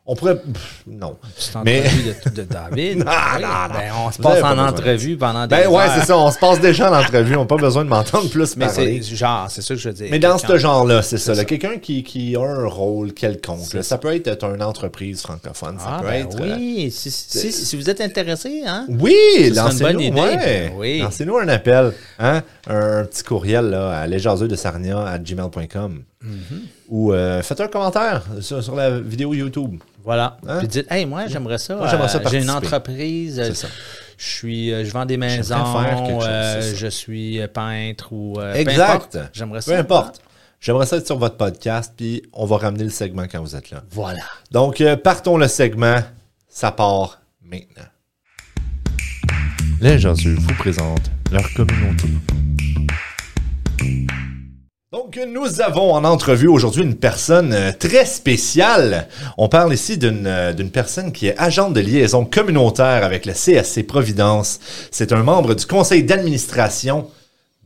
Speaker 1: on pourrait. pff, non.
Speaker 2: C'est
Speaker 1: Mais- *laughs*
Speaker 2: entrevue de, de David.
Speaker 1: Non,
Speaker 2: Oui,
Speaker 1: non, non.
Speaker 2: ben, on se
Speaker 1: Vous avez
Speaker 2: passe
Speaker 1: pas
Speaker 2: en
Speaker 1: besoin.
Speaker 2: entrevue pendant des
Speaker 1: Ben ouais,
Speaker 2: heures.
Speaker 1: c'est ça, on se passe déjà en entrevue, on n'a pas besoin de m'entendre plus
Speaker 2: Mais
Speaker 1: parler.
Speaker 2: c'est genre, c'est ça que je veux dire.
Speaker 1: Mais dans
Speaker 2: Quelqu'un-
Speaker 1: ce genre-là, c'est ça. là,
Speaker 2: ça.
Speaker 1: Quelqu'un qui, qui a un rôle quelconque. là. Ça peut être être une entreprise francophone, ça
Speaker 2: Ah,
Speaker 1: peut
Speaker 2: ben
Speaker 1: être... euh,
Speaker 2: oui, si, si- si vous êtes intéressé, hein?
Speaker 1: Oui,
Speaker 2: Ça, c'est une bonne
Speaker 1: lancez-nous
Speaker 2: idée,
Speaker 1: ouais.
Speaker 2: ben oui.
Speaker 1: Lancez-nous un appel, hein? un, un petit courriel là, à légerseux de Sarnia à gmail.com
Speaker 2: Mhm.
Speaker 1: ou euh, faites un commentaire sur, sur la vidéo YouTube.
Speaker 2: Voilà.
Speaker 1: Hein?
Speaker 2: Puis dites, hey, moi, j'aimerais ça.
Speaker 1: Moi, j'aimerais ça
Speaker 2: euh, J'ai une
Speaker 1: participer.
Speaker 2: entreprise. euh,
Speaker 1: C'est ça.
Speaker 2: Je, suis, euh, je vends des maisons.
Speaker 1: faire quelque chose, c'est
Speaker 2: euh,
Speaker 1: ça.
Speaker 2: je suis euh, peintre ou. euh, peu
Speaker 1: Exact.
Speaker 2: importe, J'aimerais ça.
Speaker 1: Peu importe. J'aimerais ça être sur votre podcast, puis on va ramener le segment quand vous êtes là.
Speaker 2: Voilà.
Speaker 1: Donc, euh, partons le segment. Ça part maintenant. Les Jaseux vous présentent leur communauté. Donc, nous avons en entrevue aujourd'hui une personne euh, très spéciale. On parle ici d'une euh, d'une personne qui est agente de liaison communautaire avec le CSC Providence. C'est un membre du conseil d'administration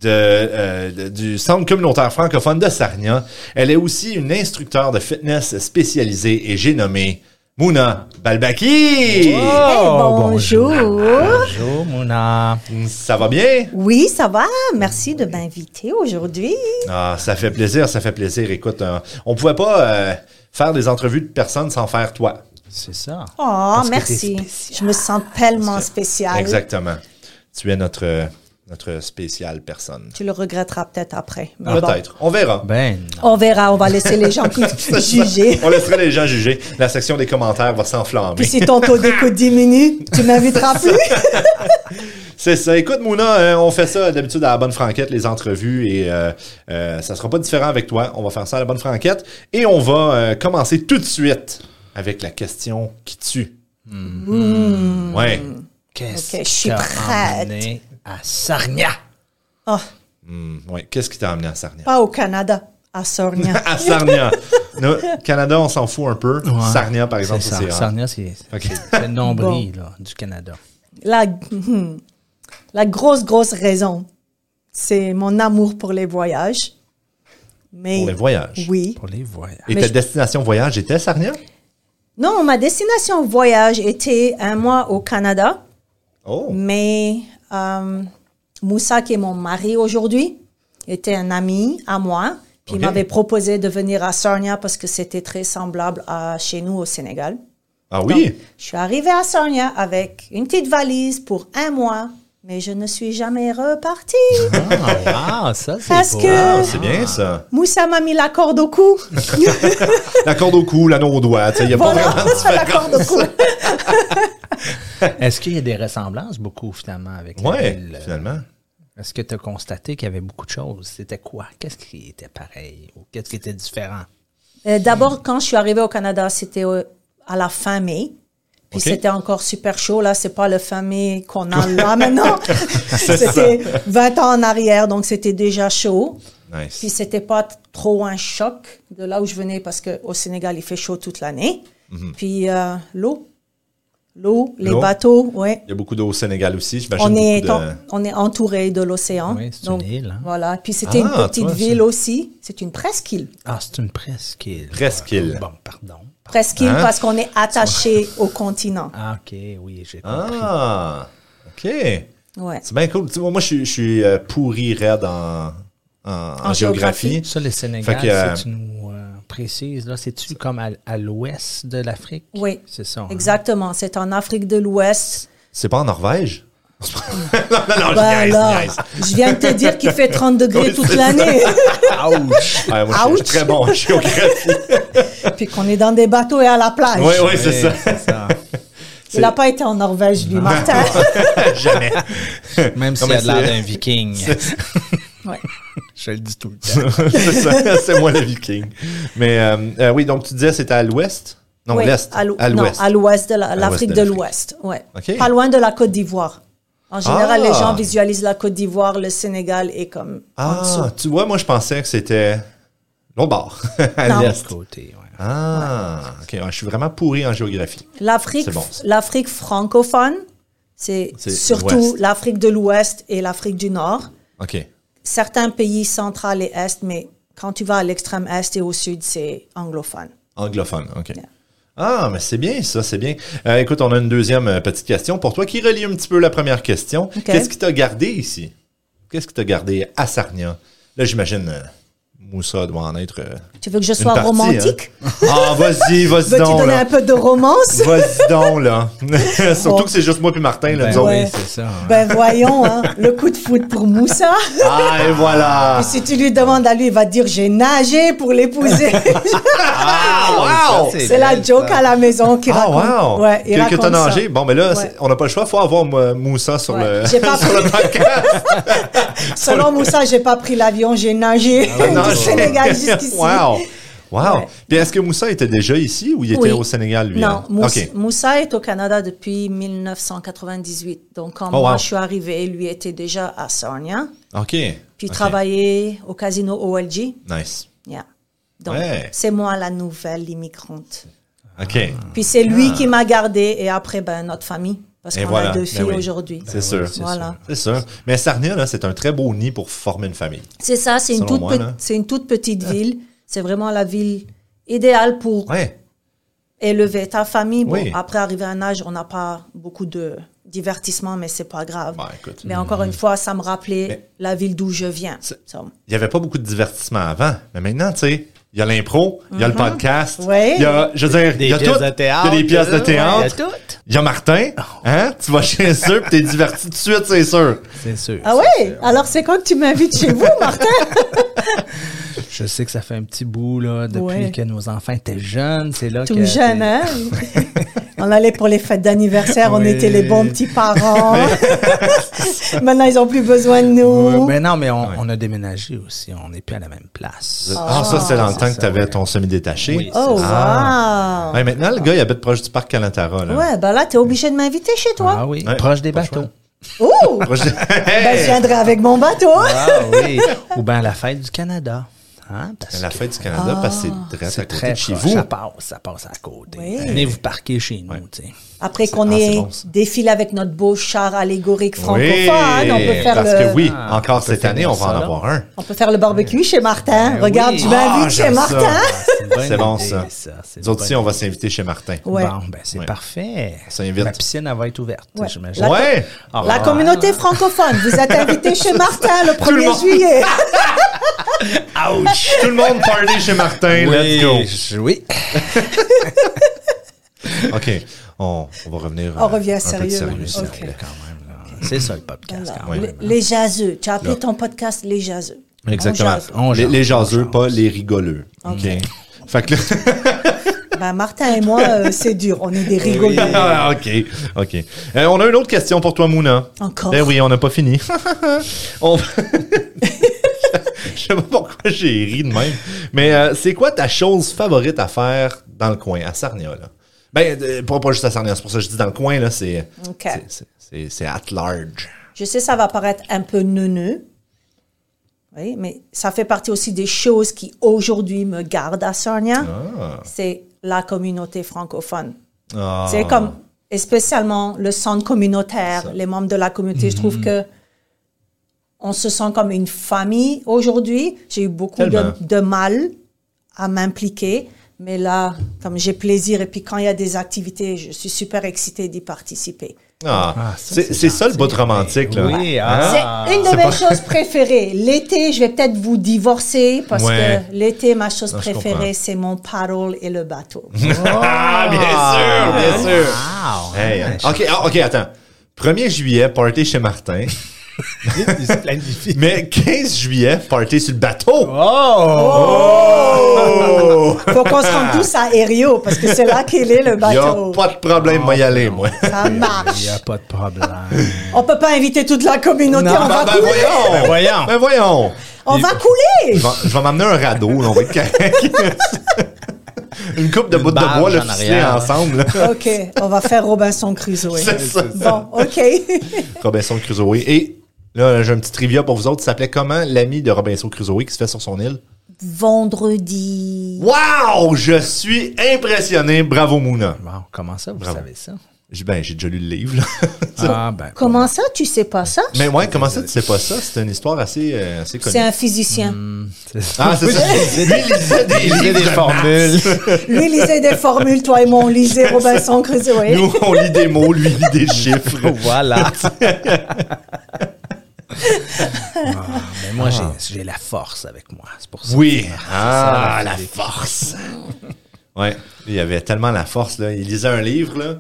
Speaker 1: de, euh, de- du Centre communautaire francophone de Sarnia. Elle est aussi une instructeur de fitness spécialisée et j'ai nommé Mouna Balbaki!
Speaker 2: Oh,
Speaker 4: bonjour.
Speaker 2: Bonjour, Mouna.
Speaker 1: Ça va bien?
Speaker 4: Oui, ça va. Merci de m'inviter aujourd'hui.
Speaker 1: Ah, ça fait plaisir, ça fait plaisir. Écoute, euh, on pouvait pas euh, faire des entrevues de personnes sans faire toi.
Speaker 2: C'est ça.
Speaker 4: Oh,
Speaker 2: que
Speaker 4: merci.
Speaker 2: t'es
Speaker 4: Je me sens tellement spéciale.
Speaker 1: Exactement. Tu es notre, notre spéciale personne.
Speaker 4: Tu le regretteras peut-être après. mais Ah bon. Ben,
Speaker 1: Peut-être. On verra.
Speaker 2: Ben, non.
Speaker 4: On verra. On va laisser
Speaker 1: *laughs*
Speaker 4: les gens *laughs* qui juger.
Speaker 1: On laissera les gens juger. La section des commentaires va s'enflammer.
Speaker 4: Puis si ton taux d'écoute diminue, tu m'inviteras
Speaker 1: *laughs*
Speaker 4: plus.
Speaker 1: C'est ça. Écoute, Mouna, euh, on fait ça d'habitude à la bonne franquette, les entrevues, et euh, euh, ça sera pas différent avec toi. On va faire ça à la bonne franquette. Et on va euh, commencer tout de suite avec la question qui tue. Ouais.
Speaker 2: qu'est-ce
Speaker 4: Ok, je suis
Speaker 2: qui t'a
Speaker 4: prête.
Speaker 2: emmené à Sarnia?
Speaker 4: Oh,
Speaker 1: Mm, ouais. Qu'est-ce qui t'a amené à Sarnia?
Speaker 4: pas au Canada, à Sornia.
Speaker 1: À
Speaker 4: *laughs*
Speaker 1: Sarnia. Nous, Canada, on s'en fout un peu. Sarnia, par exemple,
Speaker 2: C'est ça.
Speaker 1: c'est rare.
Speaker 2: Sarnia, c'est
Speaker 1: Ok.
Speaker 2: c'est le nombril là, du Canada.
Speaker 4: La, hum, la grosse, grosse raison, c'est mon amour pour les voyages. Mais
Speaker 1: Pour les voyages.
Speaker 4: Oui.
Speaker 2: Pour les voyages.
Speaker 1: Et
Speaker 4: Mais
Speaker 1: ta
Speaker 4: je-
Speaker 1: destination voyage était Sarnia?
Speaker 4: Non, ma destination voyage était un mois au Canada,
Speaker 1: Oh.
Speaker 4: mais euh, Moussa, qui est mon mari aujourd'hui, était un ami à moi. Puis
Speaker 1: Ok.
Speaker 4: il m'avait proposé de venir à Sarnia parce que c'était très semblable à chez nous au Sénégal.
Speaker 1: Ah oui?
Speaker 4: Donc, je suis arrivée à Sarnia avec une petite valise pour un mois, mais je ne suis jamais repartie
Speaker 1: *laughs*
Speaker 2: Ah, wow, ça, c'est
Speaker 4: parce
Speaker 2: beau.
Speaker 4: que
Speaker 1: Ah, c'est bien ça.
Speaker 4: Moussa m'a mis la corde
Speaker 1: *laughs*
Speaker 4: au cou. *laughs*
Speaker 1: La corde au cou, l'anneau au doigt. Il n'y a pas
Speaker 4: voilà,
Speaker 1: vraiment de
Speaker 4: la corde au cou.
Speaker 2: Est-ce qu'il y a des ressemblances beaucoup, finalement, avec la
Speaker 1: Ouais,
Speaker 2: ville?
Speaker 1: finalement.
Speaker 2: Est-ce que tu as constaté qu'il y avait beaucoup de choses? C'était quoi? Qu'est-ce qui était pareil? Ou qu'est-ce qui était différent?
Speaker 4: Euh, D'abord, quand je suis arrivée au Canada, c'était euh, à la fin mai. Puis
Speaker 1: Ok.
Speaker 4: c'était encore super chaud. Là, c'est pas le fin mai qu'on a
Speaker 1: *laughs*
Speaker 4: là maintenant.
Speaker 1: ça.
Speaker 4: c'était 20 ans en arrière, donc c'était déjà chaud.
Speaker 1: Nice.
Speaker 4: Puis c'était pas t- trop un choc de là où je venais parce qu'au Sénégal, il fait chaud toute l'année. Puis euh, l'eau. L'eau, les
Speaker 1: Mhm. L'eau.
Speaker 4: bateaux, ouais.
Speaker 1: Il y a beaucoup d'eau au Sénégal aussi, j'imagine.
Speaker 4: On est,
Speaker 1: beaucoup de-
Speaker 4: en- on est entouré de l'océan.
Speaker 2: Oui, c'est
Speaker 4: Donc,
Speaker 2: une île, hein.
Speaker 4: Voilà. Puis c'était
Speaker 1: Ah,
Speaker 4: une petite
Speaker 1: toi, c'est-
Speaker 4: ville aussi. C'est une presqu'île.
Speaker 2: Ah, c'est une presqu'île.
Speaker 1: Presqu'île.
Speaker 2: Bon, pardon.
Speaker 4: Presqu'île
Speaker 1: Hein?
Speaker 4: parce qu'on est attaché au continent.
Speaker 2: Ah, OK, oui, j'ai compris.
Speaker 1: Ah, OK.
Speaker 4: Ouais.
Speaker 1: Ah. C'est bien cool. Tu vois, moi, je, suis- je suis euh, pourri raide en, en, en
Speaker 4: En
Speaker 1: géographie.
Speaker 4: géographie.
Speaker 2: Ça, le Sénégal,
Speaker 1: Fait que, euh,
Speaker 2: si tu nous euh, précises, là, c'est-tu comme à, à l'ouest de l'Afrique?
Speaker 4: Oui.
Speaker 2: C'est ça. hein?
Speaker 4: Exactement. C'est en Afrique de l'Ouest.
Speaker 1: C'est pas en Norvège? *laughs* non, non, non,
Speaker 4: Ben
Speaker 1: Ah, je niaise,
Speaker 4: là,
Speaker 1: je niaise.
Speaker 4: je viens de te dire qu'il fait 30 degrés
Speaker 1: Oui, *laughs*
Speaker 4: toute
Speaker 1: c'est
Speaker 4: l'année, *laughs*
Speaker 1: Ah Ouais, moi, je, suis- je suis
Speaker 4: Ouch.
Speaker 1: très bon en
Speaker 4: *laughs*
Speaker 1: géographie.
Speaker 4: puis qu'on est dans des bateaux et à la plage.
Speaker 1: oui, oui, c'est ça.
Speaker 4: Il n'a pas été en Norvège,
Speaker 1: *laughs*
Speaker 4: lui, Martin.
Speaker 1: Jamais.
Speaker 2: Même
Speaker 1: Non,
Speaker 2: s'il
Speaker 1: mais
Speaker 2: a l'air
Speaker 1: *laughs* c'est-
Speaker 2: d'un viking.
Speaker 4: Ouais.
Speaker 2: Je le dis tout le temps.
Speaker 1: c'est ça. *laughs* C'est moi le viking. Mais euh, euh, oui, donc tu disais c'était à l'ouest? Non,
Speaker 4: Ouais,
Speaker 1: l'est.
Speaker 4: À l'ou-
Speaker 1: À
Speaker 4: non,
Speaker 1: l'ouest.
Speaker 4: à l'ouest de la- l'Afrique
Speaker 1: de
Speaker 4: de
Speaker 1: l'Afrique.
Speaker 4: l'Ouest. Ouais.
Speaker 1: Ok.
Speaker 4: Pas loin de la Côte d'Ivoire. En général,
Speaker 1: Ah.
Speaker 4: les gens visualisent la Côte d'Ivoire, le Sénégal et comme en dessous.
Speaker 1: Ah, tu vois, moi, je pensais que c'était l'autre bord, *laughs* à
Speaker 4: Non.
Speaker 1: l'est.
Speaker 2: Côté, ouais.
Speaker 1: Ah, ok. ouais, je suis vraiment pourri en géographie.
Speaker 4: L'Afrique,
Speaker 1: C'est bon, ça.
Speaker 4: l'Afrique francophone, c'est
Speaker 1: C'est
Speaker 4: surtout
Speaker 1: l'Ouest.
Speaker 4: l'Afrique de l'Ouest et l'Afrique du Nord.
Speaker 1: OK.
Speaker 4: certains pays central et est, mais quand tu vas à l'extrême est et au sud, c'est anglophone.
Speaker 1: Anglophone, OK. Ah, mais c'est bien ça, c'est bien. Euh, écoute, on a une deuxième euh, petite question pour toi qui relie un petit peu la première question. Qu'est-ce qui t'a gardé ici? Qu'est-ce qui t'a gardé à Sarnia? Là, j'imagine euh, Moussa doit en être. euh,
Speaker 4: Tu veux que je
Speaker 1: une
Speaker 4: sois
Speaker 1: partie,
Speaker 4: romantique
Speaker 1: hein. Ah,
Speaker 4: *laughs*
Speaker 1: vas-y, vas-y
Speaker 4: Veux-tu
Speaker 1: donc.
Speaker 4: donner
Speaker 1: là.
Speaker 4: un peu de
Speaker 1: *laughs*
Speaker 4: romance
Speaker 1: Vas-y donc, là.
Speaker 4: *laughs*
Speaker 1: Surtout
Speaker 4: Bon.
Speaker 1: que c'est juste moi puis Martin, là,
Speaker 2: Ben
Speaker 1: nous autres.
Speaker 4: Ouais.
Speaker 2: oui, c'est ça. hein.
Speaker 4: Ben voyons, hein, le coup de foot pour Moussa.
Speaker 1: Ah, et voilà.
Speaker 4: Et si tu lui demandes à lui, il va te dire j'ai nagé
Speaker 1: *laughs*
Speaker 4: pour l'épouser.
Speaker 1: Ah, wow!
Speaker 2: Ça,
Speaker 4: c'est la joke à la maison qui
Speaker 1: Ah,
Speaker 4: raconte.
Speaker 1: wow!
Speaker 4: Ouais, il
Speaker 1: que que
Speaker 4: raconte
Speaker 1: t'as
Speaker 4: ça.
Speaker 1: nagé. Bon, mais là,
Speaker 4: Ouais.
Speaker 1: c'est- on n'a pas le choix. faut avoir euh, Moussa sur
Speaker 4: Ouais.
Speaker 1: le. *laughs*
Speaker 4: J'ai pas
Speaker 1: sur le
Speaker 4: *laughs*
Speaker 1: podcast.
Speaker 4: Selon Moussa, j'ai pas pris l'avion, j'ai nagé
Speaker 1: Ah, non,
Speaker 4: *laughs* du
Speaker 1: j'ai-
Speaker 4: Sénégal jusqu'ici.
Speaker 1: *laughs* Wow! Wow!
Speaker 4: Ouais.
Speaker 1: Puis est-ce que Moussa était déjà ici ou il était
Speaker 4: Oui.
Speaker 1: au Sénégal, lui?
Speaker 4: Non,
Speaker 1: hein?
Speaker 4: Mous-
Speaker 1: OK.
Speaker 4: Moussa est au Canada depuis 1998. Donc, quand
Speaker 1: Oh,
Speaker 4: moi
Speaker 1: wow.
Speaker 4: je suis arrivée, lui était déjà à Sarnia.
Speaker 1: OK.
Speaker 4: Puis
Speaker 1: OK.
Speaker 4: travaillait au casino OLG.
Speaker 1: Nice.
Speaker 4: Yeah. Donc,
Speaker 1: Ouais.
Speaker 4: c'est moi la nouvelle immigrante.
Speaker 1: OK.
Speaker 4: Puis c'est lui qui m'a gardée et après, ben, notre famille. Parce
Speaker 1: Ah. Et
Speaker 4: qu'on
Speaker 1: voilà.
Speaker 4: a deux
Speaker 1: Ben
Speaker 4: filles
Speaker 1: oui.
Speaker 4: aujourd'hui.
Speaker 1: C'est sûr.
Speaker 4: Voilà.
Speaker 1: C'est sûr. Mais Sarnia, là, c'est un très beau nid pour former une famille.
Speaker 4: C'est ça, c'est une,
Speaker 1: Selon
Speaker 4: toute
Speaker 1: moi,
Speaker 4: pe-
Speaker 1: là.
Speaker 4: c'est une toute petite ville. C'est vraiment la ville idéale pour
Speaker 1: Ouais.
Speaker 4: élever ta famille. Bon,
Speaker 1: Oui.
Speaker 4: après arriver à un âge, on n'a pas beaucoup de divertissement, mais c'est pas grave.
Speaker 1: Ben, écoute.
Speaker 4: mais encore une fois, ça me rappelait
Speaker 1: Mais-
Speaker 4: la ville d'où je viens.
Speaker 1: C'est-
Speaker 4: Ça,
Speaker 1: il n'y avait pas beaucoup de divertissement avant, mais maintenant, tu sais, il y a l'impro, il y a le podcast, il
Speaker 4: Mm-hmm. Ouais.
Speaker 1: y a, je veux dire, il y a
Speaker 2: pièces
Speaker 1: tout.
Speaker 2: de théâtre,
Speaker 1: Il y a des pièces de
Speaker 2: euh,
Speaker 1: théâtre.
Speaker 2: ouais, il y a tout. Oh.
Speaker 1: Il y a Martin, hein? Tu vas chez eux pis t'es diverti tout de suite, c'est sûr.
Speaker 2: C'est sûr.
Speaker 4: Ah ouais? Alors c'est quand que tu m'invites chez vous, Martin?
Speaker 2: Je sais que ça fait un petit bout, là, depuis
Speaker 4: Ouais.
Speaker 2: que nos enfants étaient jeunes. C'est là que.
Speaker 4: Tout jeune, hein? on allait pour les fêtes d'anniversaire, on
Speaker 2: Oui.
Speaker 4: était les bons petits parents. *laughs* Maintenant, ils ont plus besoin de nous.
Speaker 2: Ouais, mais non, mais on, on a déménagé aussi. On n'est plus à la même place.
Speaker 1: Ah, ça, c'est dans le temps que
Speaker 2: ça,
Speaker 1: t'avais
Speaker 2: ouais.
Speaker 1: ton semi-détaché.
Speaker 2: Oui.
Speaker 4: oh, wow!
Speaker 1: Ouais, maintenant, le gars, il habite proche du parc Calantara, là.
Speaker 4: Ouais, ben là, t'es obligé de m'inviter chez toi.
Speaker 2: Ah oui,
Speaker 1: Ouais,
Speaker 2: proche des
Speaker 1: pas le
Speaker 2: bateaux.
Speaker 4: Ouh! *laughs*
Speaker 1: Proche de-
Speaker 4: Ben, je viendrai avec mon bateau.
Speaker 2: Ah oui. Ou bien la fête du Canada. Hein, parce
Speaker 1: la
Speaker 2: que
Speaker 1: fête du Canada,
Speaker 4: Ah.
Speaker 1: parce que c'est direct à
Speaker 2: c'est
Speaker 1: côté
Speaker 2: très
Speaker 1: de chez
Speaker 2: proche.
Speaker 1: vous.
Speaker 2: Ça passe, ça passe à côté.
Speaker 4: Oui.
Speaker 2: Venez vous parquer chez nous, tu sais.
Speaker 4: Après qu'on
Speaker 1: Ah, c'est
Speaker 4: ait
Speaker 1: bon, ça.
Speaker 4: défilé avec notre beau char allégorique francophone,
Speaker 1: Oui,
Speaker 4: on peut faire
Speaker 1: parce
Speaker 4: le...
Speaker 1: que oui,
Speaker 2: Ah,
Speaker 1: encore
Speaker 2: on peut
Speaker 1: cette
Speaker 2: faire
Speaker 1: année, on va en
Speaker 2: ça, là.
Speaker 1: avoir un.
Speaker 4: On peut faire le barbecue chez Martin.
Speaker 2: Ben
Speaker 4: Regarde,
Speaker 2: oui.
Speaker 4: tu m'invites
Speaker 1: Eh Ah,
Speaker 4: chez
Speaker 1: j'aime
Speaker 4: Martin.
Speaker 1: ça.
Speaker 2: une bonne
Speaker 1: C'est bon,
Speaker 2: idée,
Speaker 1: ça.
Speaker 2: c'est une
Speaker 1: Nous autres aussi,
Speaker 2: bonne
Speaker 1: on va s'inviter chez Martin.
Speaker 4: Ouais.
Speaker 2: Bon, ben c'est
Speaker 1: Ouais.
Speaker 2: parfait.
Speaker 1: Ça invite.
Speaker 2: Ma piscine, elle va être ouverte,
Speaker 4: Ouais.
Speaker 2: j'imagine.
Speaker 4: La-
Speaker 1: Ouais!
Speaker 2: Ah,
Speaker 4: La
Speaker 2: ouais.
Speaker 4: communauté francophone, vous êtes
Speaker 1: *laughs*
Speaker 4: invité chez Martin le
Speaker 1: bah. le
Speaker 4: 1er
Speaker 1: monde. Ah,
Speaker 4: juillet. *laughs*
Speaker 1: Ouch! Tout le monde party chez Martin, let's go!
Speaker 2: Oui, je- oui.
Speaker 1: OK, on, on va revenir
Speaker 4: On
Speaker 1: euh,
Speaker 4: revient
Speaker 1: un peu de
Speaker 4: sérieux, là.
Speaker 1: s'il vous
Speaker 4: Ok.
Speaker 1: plaît.
Speaker 2: Quand même, là. C'est ça le podcast,
Speaker 4: Alors,
Speaker 2: quand même.
Speaker 4: les, les jaseux. Tu as appelé ton podcast Les jaseux. On
Speaker 1: Exactement.
Speaker 4: jase.
Speaker 2: On
Speaker 1: les,
Speaker 2: jase,
Speaker 1: les
Speaker 2: on
Speaker 1: jaseux,
Speaker 2: jase.
Speaker 1: pas les rigoleux. OK. Fait que là-
Speaker 4: Ben, Martin et moi, euh, c'est dur. On
Speaker 1: Eh
Speaker 4: est des rigoleux.
Speaker 1: *laughs* Ah, OK, OK. Euh, on a une autre question pour toi, Mouna.
Speaker 4: Encore?
Speaker 1: Ben oui, on n'a pas fini. *laughs* on... *laughs* Je sais pas pourquoi j'ai ri de même. Mais euh, c'est quoi ta chose favorite à faire dans le coin, à Sarnia, là? Ben, euh, pas, pas juste à Sarnia, c'est pour ça que je dis dans le coin, là, c'est...
Speaker 4: OK.
Speaker 1: c'est- c'est- c'est- C'est at large.
Speaker 4: Je sais, ça va paraître un peu neuneux. Oui, mais ça fait partie aussi des choses qui aujourd'hui me gardent à Sarnia. C'est la communauté francophone.
Speaker 1: Ah.
Speaker 4: C'est comme, et spécialement le centre communautaire, les membres de la communauté, je
Speaker 1: Mhm.
Speaker 4: trouve que on se sent comme une famille aujourd'hui. J'ai eu beaucoup de,
Speaker 1: Tellement.
Speaker 4: de mal à m'impliquer, mais là, comme j'ai plaisir, et puis quand il y a des activités, je suis super excitée d'y participer.
Speaker 1: Ah.
Speaker 2: Ah, ça,
Speaker 1: c'est
Speaker 2: c'est
Speaker 1: c'est ça le bout
Speaker 2: gentil.
Speaker 1: romantique, là.
Speaker 2: Oui, ah.
Speaker 4: C'est une de
Speaker 1: C'est
Speaker 4: mes
Speaker 1: pas-
Speaker 4: choses préférées. L'été, je vais peut-être vous divorcer parce
Speaker 1: Ouais.
Speaker 4: que l'été, ma chose
Speaker 1: je comprends.
Speaker 4: préférée, c'est mon paddle et le bateau.
Speaker 1: Ah, bien sûr, bien
Speaker 2: Ah.
Speaker 1: sûr.
Speaker 2: Wow.
Speaker 1: Hey, hein. OK, ah, OK, attends. 1er juillet, party chez Martin.
Speaker 2: Il se planifie.
Speaker 1: *laughs* Mais 15 juillet, party sur le bateau.
Speaker 2: Oh!
Speaker 1: *laughs* Oh!
Speaker 4: Faut qu'on se rende tous à Erio parce que c'est là qu'il est le
Speaker 1: Il a
Speaker 4: bateau.
Speaker 1: pas de problème, moi y aller, moi.
Speaker 4: Ça
Speaker 2: Il
Speaker 4: marche.
Speaker 2: n'y a pas de problème.
Speaker 4: On peut pas inviter toute la communauté.
Speaker 2: Non,
Speaker 4: on, va
Speaker 1: Ah, ben
Speaker 4: couler.
Speaker 1: voyons!
Speaker 2: Ben voyons.
Speaker 1: *laughs* Ben voyons!
Speaker 4: on
Speaker 1: Il-
Speaker 4: va couler.
Speaker 1: Je vais, je vais m'amener un radeau, là, on va être correct. *laughs* Une coupe de
Speaker 2: Une
Speaker 1: bouts de bois,
Speaker 2: barge
Speaker 1: là,
Speaker 2: en
Speaker 1: ficelés
Speaker 2: arrière.
Speaker 1: ensemble. là.
Speaker 4: Ok, on va faire Robinson
Speaker 1: *laughs*
Speaker 4: Crusoe.
Speaker 1: C'est ça.
Speaker 4: Bon, ok.
Speaker 1: Robinson Crusoe. Et là, j'ai un petit trivia pour vous autres. Il s'appelait comment l'ami de Robinson Crusoe qui se fait sur son île?
Speaker 4: Vendredi.
Speaker 1: Wow! Je suis impressionné. Bravo, Mouna.
Speaker 2: Bon, comment ça, vous
Speaker 1: Bravo.
Speaker 2: savez ça?
Speaker 1: J'ai- Ben, j'ai déjà lu le livre, là.
Speaker 2: Ah, ben.
Speaker 4: Comment ça, tu sais pas ça
Speaker 1: Mais ouais, *laughs* comment ça, tu sais pas ça? C'est une histoire assez, euh, assez connue.
Speaker 4: C'est un physicien.
Speaker 1: Ah, c'est ça. Lui, il lisait des,
Speaker 2: Il y a
Speaker 1: livres
Speaker 2: des
Speaker 1: de
Speaker 2: formules.
Speaker 4: Lui lisait des formules, toi et moi on lisait Robinson Crusoe.
Speaker 1: maths. Nous, on lit des mots, lui, il lit des chiffres. *laughs*
Speaker 2: voilà. Ah, mais moi, j'ai- j'ai la force avec moi. C'est pour ça.
Speaker 1: Oui. Ah, la force. *laughs* Ouais. Il y avait tellement la force, là. Il lisait un livre, là.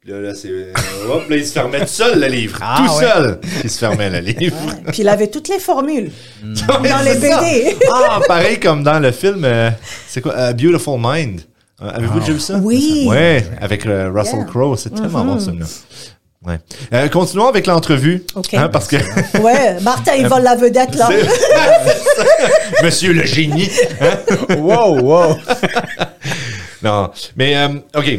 Speaker 1: Puis là, là, c'est. euh, Hop, là, il se fermait tout seul, le livre.
Speaker 2: Ah,
Speaker 1: tout
Speaker 2: ouais.
Speaker 1: seul. Il se fermait, le livre.
Speaker 4: Puis il avait toutes les formules.
Speaker 1: *laughs* Dans
Speaker 4: les BD.
Speaker 1: Ah, pareil comme dans le film, euh, c'est quoi? euh, Beautiful Mind. Euh, Avez-vous déjà vu ça?
Speaker 4: Oui.
Speaker 1: Ouais, avec euh, Russell
Speaker 4: Yeah. Mm-hmm.
Speaker 1: Crowe. C'est tellement bon, celui-là. Ouais. Euh, continuons avec l'entrevue.
Speaker 4: Ok.
Speaker 1: Hein, parce que.
Speaker 4: Ouais, Martin, il vole la vedette là.
Speaker 1: *laughs* Monsieur le génie. hein?
Speaker 2: Wow, wow.
Speaker 1: *laughs* Non. Mais, euh, OK.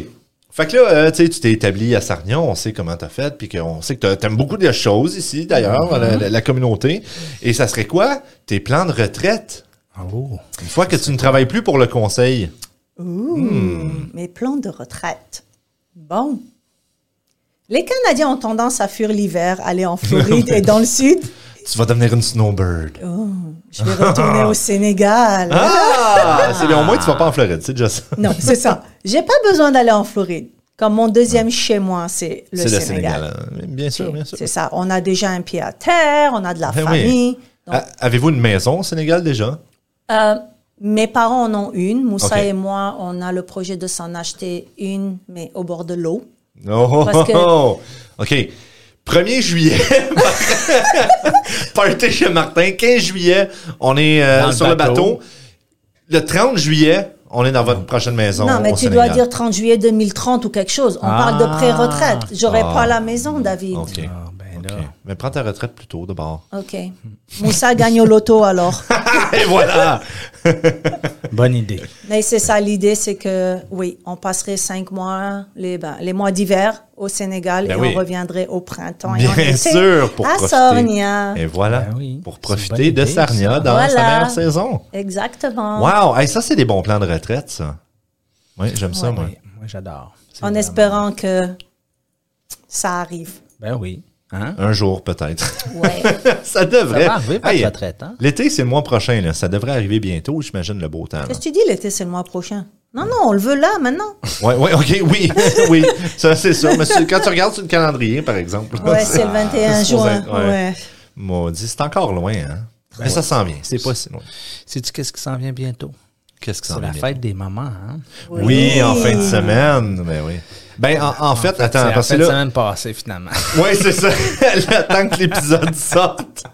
Speaker 1: Fait que là, euh, tu sais, tu t'es établi à Sarnion, on sait comment t'as fait, puis qu'on sait que t'as- t'aimes beaucoup de choses ici, d'ailleurs,
Speaker 2: Mm-hmm.
Speaker 1: la, la- la communauté. Et ça serait quoi? Tes plans de retraite?
Speaker 2: Oh.
Speaker 1: Une fois que tu ne travailles plus pour le conseil.
Speaker 4: Ouh,
Speaker 1: Hmm.
Speaker 4: mes plans de retraite. Bon.
Speaker 1: *laughs*
Speaker 4: Les Canadiens ont tendance à fuir l'hiver, aller en Floride et dans le sud.
Speaker 1: Tu vas devenir une snowbird.
Speaker 4: Je vais retourner au Sénégal.
Speaker 1: Ah! c'est bien, au moins, tu vas pas en Floride, c'est déjà ça.
Speaker 4: Non, c'est ça. J'ai pas besoin d'aller en Floride. Comme mon deuxième chez moi, c'est le
Speaker 1: Ah. C'est le
Speaker 4: Sénégal.
Speaker 1: Sénégal. hein. Bien sûr, bien sûr.
Speaker 4: C'est ça. On a déjà un pied à terre, on a de la
Speaker 1: Ben oui.
Speaker 4: famille. Donc,
Speaker 1: A- Avez-vous une maison au Sénégal déjà?
Speaker 4: euh, mes parents en ont une. Moussa
Speaker 1: Ok.
Speaker 4: et moi, on a le projet de s'en acheter une, mais au bord de l'eau.
Speaker 1: Oh, oh,
Speaker 4: Parce que-
Speaker 1: oh, oh. OK. 1er juillet, *laughs* party chez Martin. 15 juillet, on est euh,
Speaker 2: Dans le
Speaker 1: sur le
Speaker 2: bateau.
Speaker 1: bateau. Le 30 juillet, on est dans votre prochaine maison.
Speaker 4: non, mais
Speaker 1: au
Speaker 4: tu
Speaker 1: Sénégal.
Speaker 4: dois dire 30 juillet 2030 ou quelque chose. On parle de
Speaker 2: Ah.
Speaker 4: pré-retraite. J'aurai
Speaker 1: Ah.
Speaker 4: pas la maison, David.
Speaker 1: OK.
Speaker 2: Ah, ben
Speaker 1: OK.
Speaker 2: là.
Speaker 1: Mais prends ta retraite plus tôt, d'abord.
Speaker 4: Ok. Moussa gagne au
Speaker 1: *laughs*
Speaker 4: loto alors.
Speaker 2: Ah,
Speaker 1: Et voilà!
Speaker 2: Bonne idée.
Speaker 4: Mais c'est ça, l'idée, c'est que, oui, on passerait cinq mois, les, ben, les mois d'hiver au Sénégal
Speaker 1: Ben
Speaker 4: et
Speaker 1: oui.
Speaker 4: on reviendrait au printemps. et en
Speaker 1: Bien
Speaker 4: été
Speaker 1: sûr, pour
Speaker 4: Ah, à hein.
Speaker 1: profiter.
Speaker 4: Sornia.
Speaker 1: Et voilà,
Speaker 2: Ben oui,
Speaker 1: pour
Speaker 2: c'est une
Speaker 1: profiter
Speaker 2: bonne
Speaker 1: de
Speaker 2: idée,
Speaker 1: Sarnia
Speaker 2: ça.
Speaker 1: dans sa
Speaker 4: Voilà.
Speaker 1: meilleure saison.
Speaker 4: Exactement.
Speaker 1: Wow! Hey, ça, c'est des bons plans de retraite, ça. Oui, j'aime ça, moi.
Speaker 2: Oui, moi, j'adore. C'est
Speaker 4: En
Speaker 2: vraiment-
Speaker 4: espérant que ça arrive.
Speaker 2: Ben oui. Hein?
Speaker 1: Un jour, peut-être. *laughs*
Speaker 4: Ouais.
Speaker 1: ça devrait.
Speaker 2: Ça va arriver, votre
Speaker 1: Hey,
Speaker 2: retraite, hein?
Speaker 1: L'été, c'est le mois prochain. Là. Ça devrait arriver bientôt, j'imagine, le beau temps.
Speaker 4: Qu'est-ce que tu dis, l'été, c'est le mois prochain? Non, non, on le veut là,
Speaker 1: *laughs*
Speaker 4: maintenant.
Speaker 1: Oui, *laughs* ouais, OK, oui. *laughs* oui, ça, c'est sûr. Mais c'est- quand tu regardes sur le calendrier, par exemple, là,
Speaker 4: Ouais, c'est le 21
Speaker 1: c'est supposé
Speaker 4: juin.
Speaker 1: être, ouais.
Speaker 4: Ouais.
Speaker 1: *laughs* maudit, c'est encore loin. Hein? Mais ça s'en vient. C'est pas si loin.
Speaker 2: Sais-tu qu'est-ce qui s'en vient bientôt?
Speaker 1: Qu'est-ce que ça
Speaker 2: C'est la fête des mamans, hein?
Speaker 1: Oui, en fin de semaine. Ben oui. Ben, en, en fait, attends,
Speaker 2: C'est la
Speaker 1: parce que
Speaker 2: fin de
Speaker 1: là.
Speaker 2: semaine passée, finalement. *laughs*
Speaker 1: Oui, c'est ça. *laughs* Le temps que l'épisode sorte,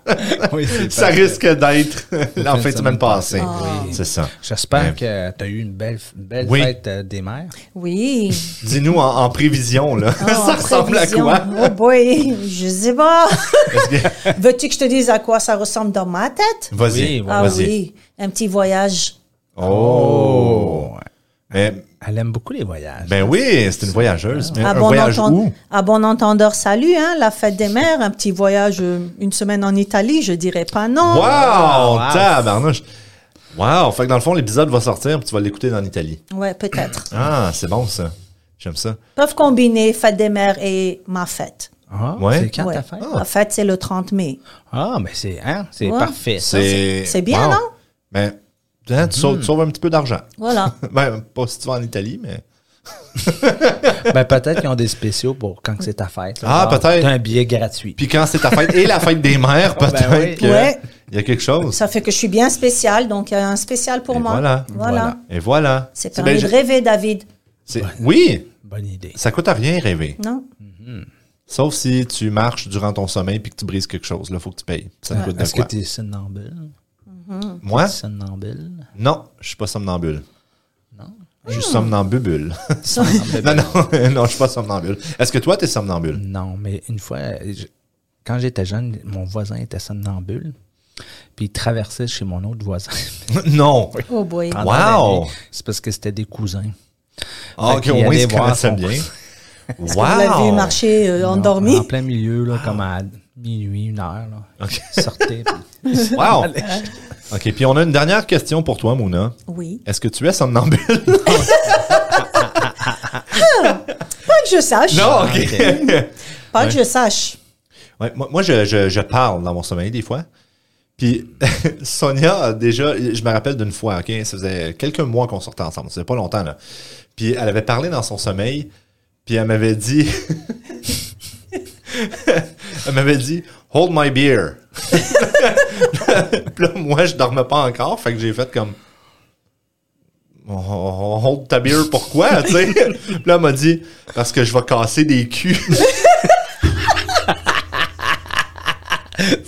Speaker 2: oui, c'est
Speaker 1: ça
Speaker 2: parfait.
Speaker 1: risque d'être en fin de semaine
Speaker 2: semaine
Speaker 1: passée.
Speaker 2: Oui.
Speaker 1: C'est ça.
Speaker 2: J'espère
Speaker 1: Ouais.
Speaker 2: que tu as eu une belle, belle
Speaker 1: Ben Oui.
Speaker 2: fête euh, des mères.
Speaker 4: Oui.
Speaker 1: Dis-nous en, en prévision, là.
Speaker 4: Oh, en
Speaker 1: ça ressemble à
Speaker 4: prévision.
Speaker 1: quoi?
Speaker 4: Oh boy, je sais
Speaker 1: *laughs*
Speaker 4: pas.
Speaker 1: Est-ce que-
Speaker 4: Veux-tu que je te dise à quoi ça ressemble dans ma tête?
Speaker 1: Vas-y,
Speaker 2: Oui,
Speaker 4: Ah
Speaker 1: vas-y.
Speaker 4: oui, un petit voyage.
Speaker 1: Oh! Mais,
Speaker 2: Elle aime beaucoup les voyages.
Speaker 1: ben oui, c'est une voyageuse. Mais
Speaker 4: À
Speaker 1: un
Speaker 4: Ah, bon,
Speaker 1: voyage
Speaker 4: entend-
Speaker 1: où?
Speaker 4: à bon entendeur, salut, hein, la fête des mères, un petit voyage, euh, une semaine en Italie, je dirais pas non.
Speaker 1: Wow!
Speaker 2: wow.
Speaker 1: Tabarnouche! Wow! Fait que dans le fond, l'épisode va sortir puis tu vas l'écouter dans l'Italie.
Speaker 4: Ouais, peut-être.
Speaker 1: Ah, c'est bon ça. J'aime ça.
Speaker 4: Peuvent combiner fête des mères et ma fête.
Speaker 2: Ah,
Speaker 1: Ouais.
Speaker 2: C'est quand
Speaker 4: Ouais.
Speaker 2: ta fête?
Speaker 4: La fête, c'est le 30 mai.
Speaker 2: Ah, mais c'est hein, c'est
Speaker 4: Ouais.
Speaker 2: parfait. ça.
Speaker 1: C'est
Speaker 4: c'est bien,
Speaker 1: wow.
Speaker 4: non?
Speaker 1: Ben, hein, tu, sauves, tu sauves un petit peu d'argent. *laughs*
Speaker 4: Voilà.
Speaker 1: Ben, pas si tu vas en Italie, mais.
Speaker 2: Ben, peut-être qu'ils ont des spéciaux pour quand que c'est ta fête. là.
Speaker 1: Ah,
Speaker 2: Genre,
Speaker 1: peut-être.
Speaker 2: T'as un billet gratuit.
Speaker 1: Puis quand c'est ta fête et la fête des *laughs* mères,
Speaker 2: Ben
Speaker 1: peut-être
Speaker 2: oui.
Speaker 1: que
Speaker 4: Ouais.
Speaker 1: il y a quelque chose.
Speaker 4: Ça fait que je suis bien spéciale, donc il y a un spécial pour
Speaker 1: Et
Speaker 4: moi.
Speaker 1: voilà.
Speaker 4: Voilà.
Speaker 1: Et voilà.
Speaker 4: C'est
Speaker 1: ben,
Speaker 4: permis
Speaker 1: je-
Speaker 4: de rêver, David.
Speaker 1: c'est- Oui,
Speaker 2: Bonne idée.
Speaker 1: ça coûte à rien rêver.
Speaker 4: Non?
Speaker 1: Sauf si tu marches durant ton sommeil puis que tu brises quelque chose. Là, faut que tu payes. Ça te coûte de
Speaker 2: Est-ce que
Speaker 1: quoi?
Speaker 2: t'es somnambule?
Speaker 1: Moi?
Speaker 2: Somnambule?
Speaker 1: Non, je suis pas somnambule. Non? Je suis somnambule.
Speaker 2: Somnambule.
Speaker 1: *laughs* non, non, non, je suis pas somnambule. Est-ce que toi, t'es
Speaker 2: *laughs*
Speaker 1: somnambule?
Speaker 2: Non, mais une fois, je- quand j'étais jeune, mon voisin était somnambule. Puis il traversait chez mon autre voisin. *laughs*
Speaker 1: non.
Speaker 4: Oh
Speaker 1: Ah
Speaker 4: boy.
Speaker 2: Pendant la
Speaker 1: Wow!
Speaker 2: nuit. C'est parce que c'était des cousins.
Speaker 1: Ah,
Speaker 2: Fait
Speaker 1: ok,
Speaker 2: qu'il
Speaker 1: au moins,
Speaker 2: allait
Speaker 1: ils se
Speaker 2: voir
Speaker 1: connaissent
Speaker 2: son
Speaker 1: *laughs* bien.
Speaker 2: cousin.
Speaker 4: Vous l'avez vu
Speaker 1: Wow!
Speaker 4: marcher euh, endormi?
Speaker 2: En plein milieu, là, comme à minuit, une heure. Là. Sortait.
Speaker 1: *laughs*
Speaker 2: puis-
Speaker 1: Wow! ok, puis on a une dernière question pour toi, Mouna.
Speaker 4: Oui.
Speaker 1: Est-ce que tu es somnambule?
Speaker 4: Pas que je sache.
Speaker 1: non, *laughs* ok.
Speaker 4: Pas que je sache.
Speaker 1: Ouais, moi, moi, je, je- je parle dans mon sommeil des fois. Puis *laughs* Sonia a déjà, je me rappelle d'une fois, ok, ça faisait quelques mois qu'on sortait ensemble, ça faisait pas longtemps là. Puis elle avait parlé dans son sommeil, puis elle m'avait dit, *laughs* elle m'avait dit, hold my beer. *laughs* puis là, moi, je dormais pas encore, fait que j'ai fait comme, on hold ta beer pourquoi, tu sais? Puis là, elle m'a dit, parce que je vais casser des culs.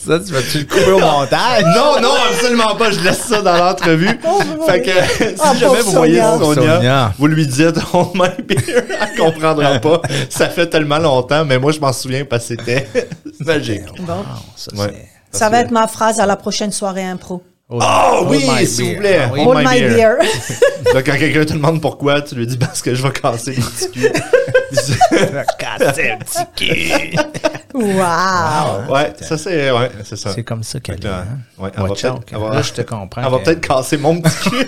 Speaker 2: Ça, tu vas-tu le couper au montage?
Speaker 1: Non, non, absolument pas. Je laisse ça dans l'entrevue. fait que *laughs* si
Speaker 4: Ah,
Speaker 1: jamais
Speaker 4: pauvre
Speaker 1: vous voyez
Speaker 4: Sonia.
Speaker 1: Sonia,
Speaker 2: Sonia.
Speaker 1: vous lui dites *laughs* Oh my beer, elle comprendra pas. Ça fait tellement longtemps, mais moi je m'en souviens parce que c'était *laughs* magique.
Speaker 4: Bon.
Speaker 2: Non, ça,
Speaker 1: Ouais.
Speaker 2: c'est...
Speaker 4: Ça va être ma phrase à la prochaine soirée impro.
Speaker 1: Oh oui,
Speaker 2: my
Speaker 1: s'il vous
Speaker 2: beer.
Speaker 1: plaît.
Speaker 2: Ah oui.
Speaker 1: Oh
Speaker 4: Hold
Speaker 1: my
Speaker 4: my
Speaker 1: beer. *laughs*
Speaker 4: beer.
Speaker 1: Là, quand quelqu'un te demande pourquoi, tu lui dis parce que je vais casser les petits
Speaker 4: *laughs*
Speaker 1: culs.
Speaker 2: Casser un petit cul.
Speaker 4: wow.
Speaker 1: ouais, ça c'est ouais, c'est ça.
Speaker 2: *laughs* C'est comme ça qu'elle est.
Speaker 1: là,
Speaker 2: Hein?
Speaker 1: ouais, elle va
Speaker 2: Watch
Speaker 1: peut-être-
Speaker 2: out,
Speaker 1: elle va-
Speaker 2: Là, je te comprends.
Speaker 1: Elle va
Speaker 2: que-
Speaker 1: peut-être casser mon
Speaker 2: *laughs*
Speaker 1: petit cul.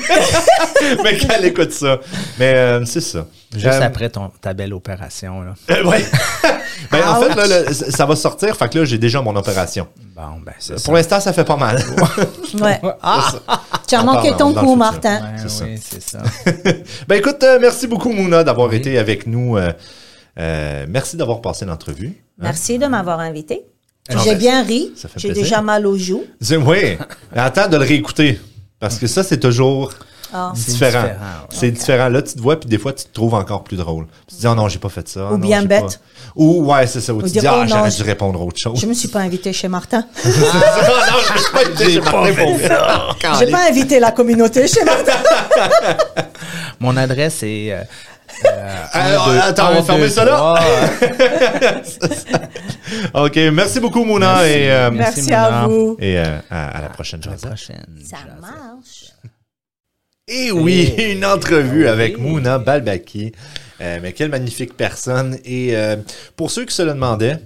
Speaker 1: *laughs* mais qu'elle écoute ça. Mais euh, c'est ça.
Speaker 2: Juste
Speaker 1: Euh,
Speaker 2: après ton, ta belle opération. Là.
Speaker 1: Euh, ouais. *laughs* Ben, en fait,
Speaker 4: Ouch.
Speaker 1: là, le- ça va sortir. Fait que là, j'ai déjà mon opération.
Speaker 2: Bon, ben, c'est ça.
Speaker 1: Pour l'instant, ça fait pas
Speaker 2: *laughs*
Speaker 1: mal.
Speaker 4: Ouais.
Speaker 1: Euh, Ah!
Speaker 4: Tu as
Speaker 1: On
Speaker 4: manqué
Speaker 1: parle
Speaker 4: ton
Speaker 1: dans le
Speaker 4: coup,
Speaker 1: futur.
Speaker 4: Martin.
Speaker 2: Ouais,
Speaker 1: c'est ça.
Speaker 2: oui, c'est ça.
Speaker 1: *laughs*
Speaker 2: *laughs*
Speaker 1: Ben écoute, euh, merci beaucoup, Mouna, d'avoir été avec nous. Euh, euh, merci d'avoir passé l'entrevue.
Speaker 4: Merci de m'avoir invité.
Speaker 1: Ah,
Speaker 4: J'ai
Speaker 1: ben,
Speaker 4: bien ri.
Speaker 1: ça fait
Speaker 4: J'ai
Speaker 1: plaisir.
Speaker 4: déjà mal aux joues.
Speaker 1: C'est- Oui. *laughs* Attends de le réécouter. Parce que ça, c'est toujours
Speaker 4: Ah.
Speaker 2: C'est
Speaker 1: différent.
Speaker 2: différent, ouais.
Speaker 1: C'est différent. Là, tu te vois, puis des fois, tu te trouves encore plus drôle. Tu te dis, oh non, j'ai pas fait ça. Ah
Speaker 4: Ou
Speaker 1: non,
Speaker 4: bien
Speaker 1: j'ai
Speaker 4: bête.
Speaker 1: pas- Ou, ouais, c'est ça. Ou, tu te
Speaker 4: dire,
Speaker 1: dis, ah,
Speaker 4: oh non,
Speaker 1: j'aurais
Speaker 4: je-
Speaker 1: dû répondre à autre chose.
Speaker 4: Je me suis pas invitée chez Martin.
Speaker 1: Ah, *laughs* non, j'ai pas Euh, été chez Martin pour ça.
Speaker 4: J'ai pas invité la communauté chez Martin.
Speaker 2: Mon adresse est. euh, euh,
Speaker 1: Alors,
Speaker 2: un, deux,
Speaker 1: attends, on va
Speaker 2: un,
Speaker 1: fermer
Speaker 2: deux,
Speaker 1: ça là.
Speaker 2: trois.
Speaker 1: *laughs*
Speaker 2: euh,
Speaker 1: OK, merci beaucoup, Mouna. Et, euh,
Speaker 2: Merci,
Speaker 4: Merci à
Speaker 2: Mona.
Speaker 4: vous.
Speaker 1: et euh, à, à la prochaine,
Speaker 2: À la
Speaker 1: Josette.
Speaker 2: prochaine.
Speaker 4: Ça
Speaker 2: Josette.
Speaker 4: marche.
Speaker 1: Et oui, *laughs* une entrevue
Speaker 2: oui.
Speaker 1: avec Mouna Balbaki. Euh, mais quelle magnifique personne. Et euh, pour ceux qui se le demandaient,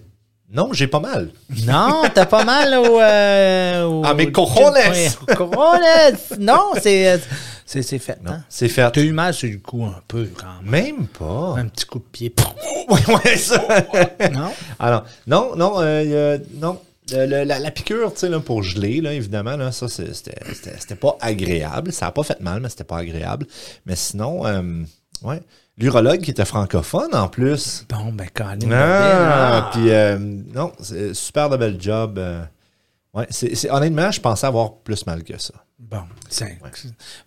Speaker 1: non, j'ai pas mal.
Speaker 2: Non, t'as pas mal au. euh, au-
Speaker 1: Ah, mais cojones!
Speaker 2: Ouais,
Speaker 1: *laughs*
Speaker 2: au cojones! Non, c'est. euh, C'est c'est fait.
Speaker 1: Non,
Speaker 2: hein?
Speaker 1: c'est fait.
Speaker 2: T'as eu mal sur le coup un peu quand même.
Speaker 1: Même pas.
Speaker 2: Un petit coup de pied.
Speaker 1: *laughs* ouais, ouais, ça. *laughs*
Speaker 2: Non?
Speaker 1: Alors, non, non, euh, euh, non. Euh, le- la, la piqûre, tu sais, là, pour geler, là, évidemment, là, ça, c'est- c'était c'était- c'était pas agréable. Ça a pas fait mal, mais c'était pas agréable. Mais sinon, euh, ouais. L'urologue qui était francophone, en plus.
Speaker 2: Bon, ben, Colin.
Speaker 1: Ah,
Speaker 2: Babel,
Speaker 1: puis euh, non, c'est super de bel job. euh, ouais, c'est, c'est- honnêtement, je pensais avoir plus mal que ça.
Speaker 2: Bon, c'est.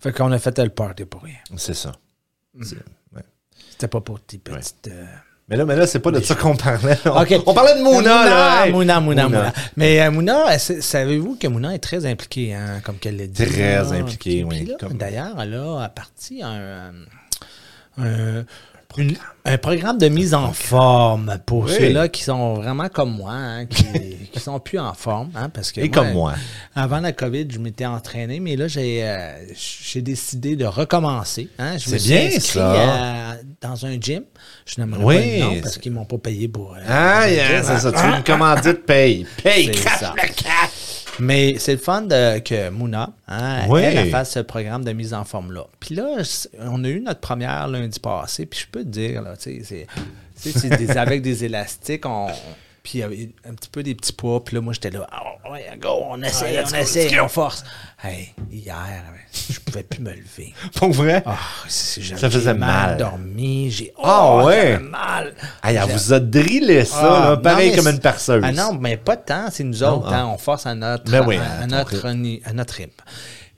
Speaker 2: Fait qu'on a fait le party pour rien.
Speaker 1: C'est ça. C'est- ouais.
Speaker 2: C'était pas pour tes petites. euh,
Speaker 1: Mais là, mais là, c'est pas de ça qu'on parlait. On,
Speaker 2: *laughs* OK.
Speaker 1: on parlait de Mouna,
Speaker 2: Mouna,
Speaker 1: là. hey.
Speaker 2: Mouna, Mouna,
Speaker 1: Mouna.
Speaker 2: Mouna. Mais euh, Mouna, elle, c'est- savez-vous que Mouna est très impliquée, hein, comme qu'elle l'a dit.
Speaker 1: Très
Speaker 2: là.
Speaker 1: impliquée,
Speaker 2: Puis- puis
Speaker 1: oui,
Speaker 2: là,
Speaker 1: comme-
Speaker 2: D'ailleurs, elle a parti un, euh, un, une- un programme de mise en forme pour
Speaker 1: Oui.
Speaker 2: ceux-là qui sont vraiment comme moi, hein, qui, *laughs* qui sont plus en forme. hein, parce que
Speaker 1: Et comme moi.
Speaker 2: Avant la COVID, je m'étais entraîné, mais là, j'ai euh, j'ai décidé de recommencer. hein. Je
Speaker 1: C'est
Speaker 2: me suis
Speaker 1: bien,
Speaker 2: inscrit
Speaker 1: ça.
Speaker 2: à- dans un gym. Je n'aimerais
Speaker 1: Oui,
Speaker 2: pas le nom parce
Speaker 1: c'est-
Speaker 2: qu'ils m'ont pas payé pour. euh,
Speaker 1: Ah, yeah, c'est ça. Tu veux une commandite, paye. Paye,
Speaker 2: C'est
Speaker 1: crache
Speaker 2: ça.
Speaker 1: le cap.
Speaker 2: Mais c'est le fun de- que Mouna, hein,
Speaker 1: Oui.
Speaker 2: elle, elle fasse ce programme de mise en forme-là. Puis là, c- on a eu notre première lundi passé, puis je peux te dire, là, tu sais, c'est- tu sais, c'est des- avec des élastiques, on... Puis il y avait un petit peu des petits poids. Puis là, moi, j'étais là, Ah, ouais, go, on essaie, on essaie, on force. Hey, hier, je pouvais plus me lever.
Speaker 1: Pour vrai?
Speaker 2: Ah, c'est- j'ai-
Speaker 1: Ça faisait
Speaker 2: j'ai
Speaker 1: mal.
Speaker 2: dormi, j'ai... Oh,
Speaker 1: Ah, ouais.
Speaker 2: j'avais mal.
Speaker 1: Hey, elle
Speaker 2: J'ai-
Speaker 1: vous a drillé ça,
Speaker 2: ah,
Speaker 1: là, pareil
Speaker 2: non, mais
Speaker 1: comme
Speaker 2: c'est-
Speaker 1: une perceuse.
Speaker 2: Ah non, mais pas tant, c'est nous autres.
Speaker 1: ah.
Speaker 2: hein, on force à notre,
Speaker 1: Ben oui,
Speaker 2: à,
Speaker 1: à
Speaker 2: à
Speaker 1: ton
Speaker 2: notre, ni- à notre rythme.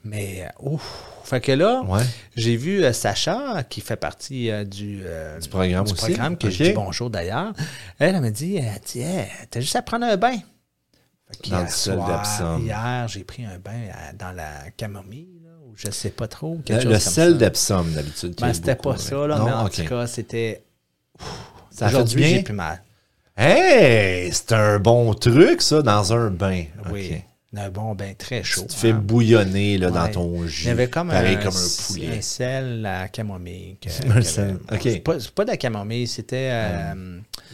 Speaker 2: Mais, euh, ouf. Fait que là,
Speaker 1: Ouais.
Speaker 2: j'ai vu euh, Sacha, qui fait partie euh, du, euh, du
Speaker 1: programme aussi.
Speaker 2: programme, que
Speaker 1: Ok.
Speaker 2: je dis bonjour d'ailleurs. Elle, elle m'a dit, euh, tiens, t'as juste à prendre un bain. Fait
Speaker 1: Dans
Speaker 2: qu'hier
Speaker 1: le sel
Speaker 2: soir,
Speaker 1: d'Epsom.
Speaker 2: Hier, j'ai pris un bain euh, dans la camomille, là, ou je sais pas trop. quelque
Speaker 1: Le,
Speaker 2: chose
Speaker 1: le
Speaker 2: comme
Speaker 1: sel
Speaker 2: ça.
Speaker 1: d'Epsom, d'habitude. qu'il y
Speaker 2: Ben,
Speaker 1: a
Speaker 2: c'était
Speaker 1: beaucoup,
Speaker 2: pas ça, là,
Speaker 1: Non,
Speaker 2: mais en
Speaker 1: ok.
Speaker 2: tout cas, c'était.
Speaker 1: Ça a fait du
Speaker 2: Aujourd'hui, j'ai
Speaker 1: bien.
Speaker 2: plus mal.
Speaker 1: Hey, c'est un bon truc, ça, dans un bain.
Speaker 2: Oui.
Speaker 1: Ok.
Speaker 2: Un bon bain très chaud.
Speaker 1: Tu te fais
Speaker 2: hein.
Speaker 1: bouillonner là, dans
Speaker 2: Ouais.
Speaker 1: ton jus.
Speaker 2: Il y avait comme
Speaker 1: pareil
Speaker 2: un,
Speaker 1: comme un poulet.
Speaker 2: un sel à camomille. que-
Speaker 1: Un
Speaker 2: que-
Speaker 1: sel, ok.
Speaker 2: C'est pas, c'est pas de la camomille, c'était euh,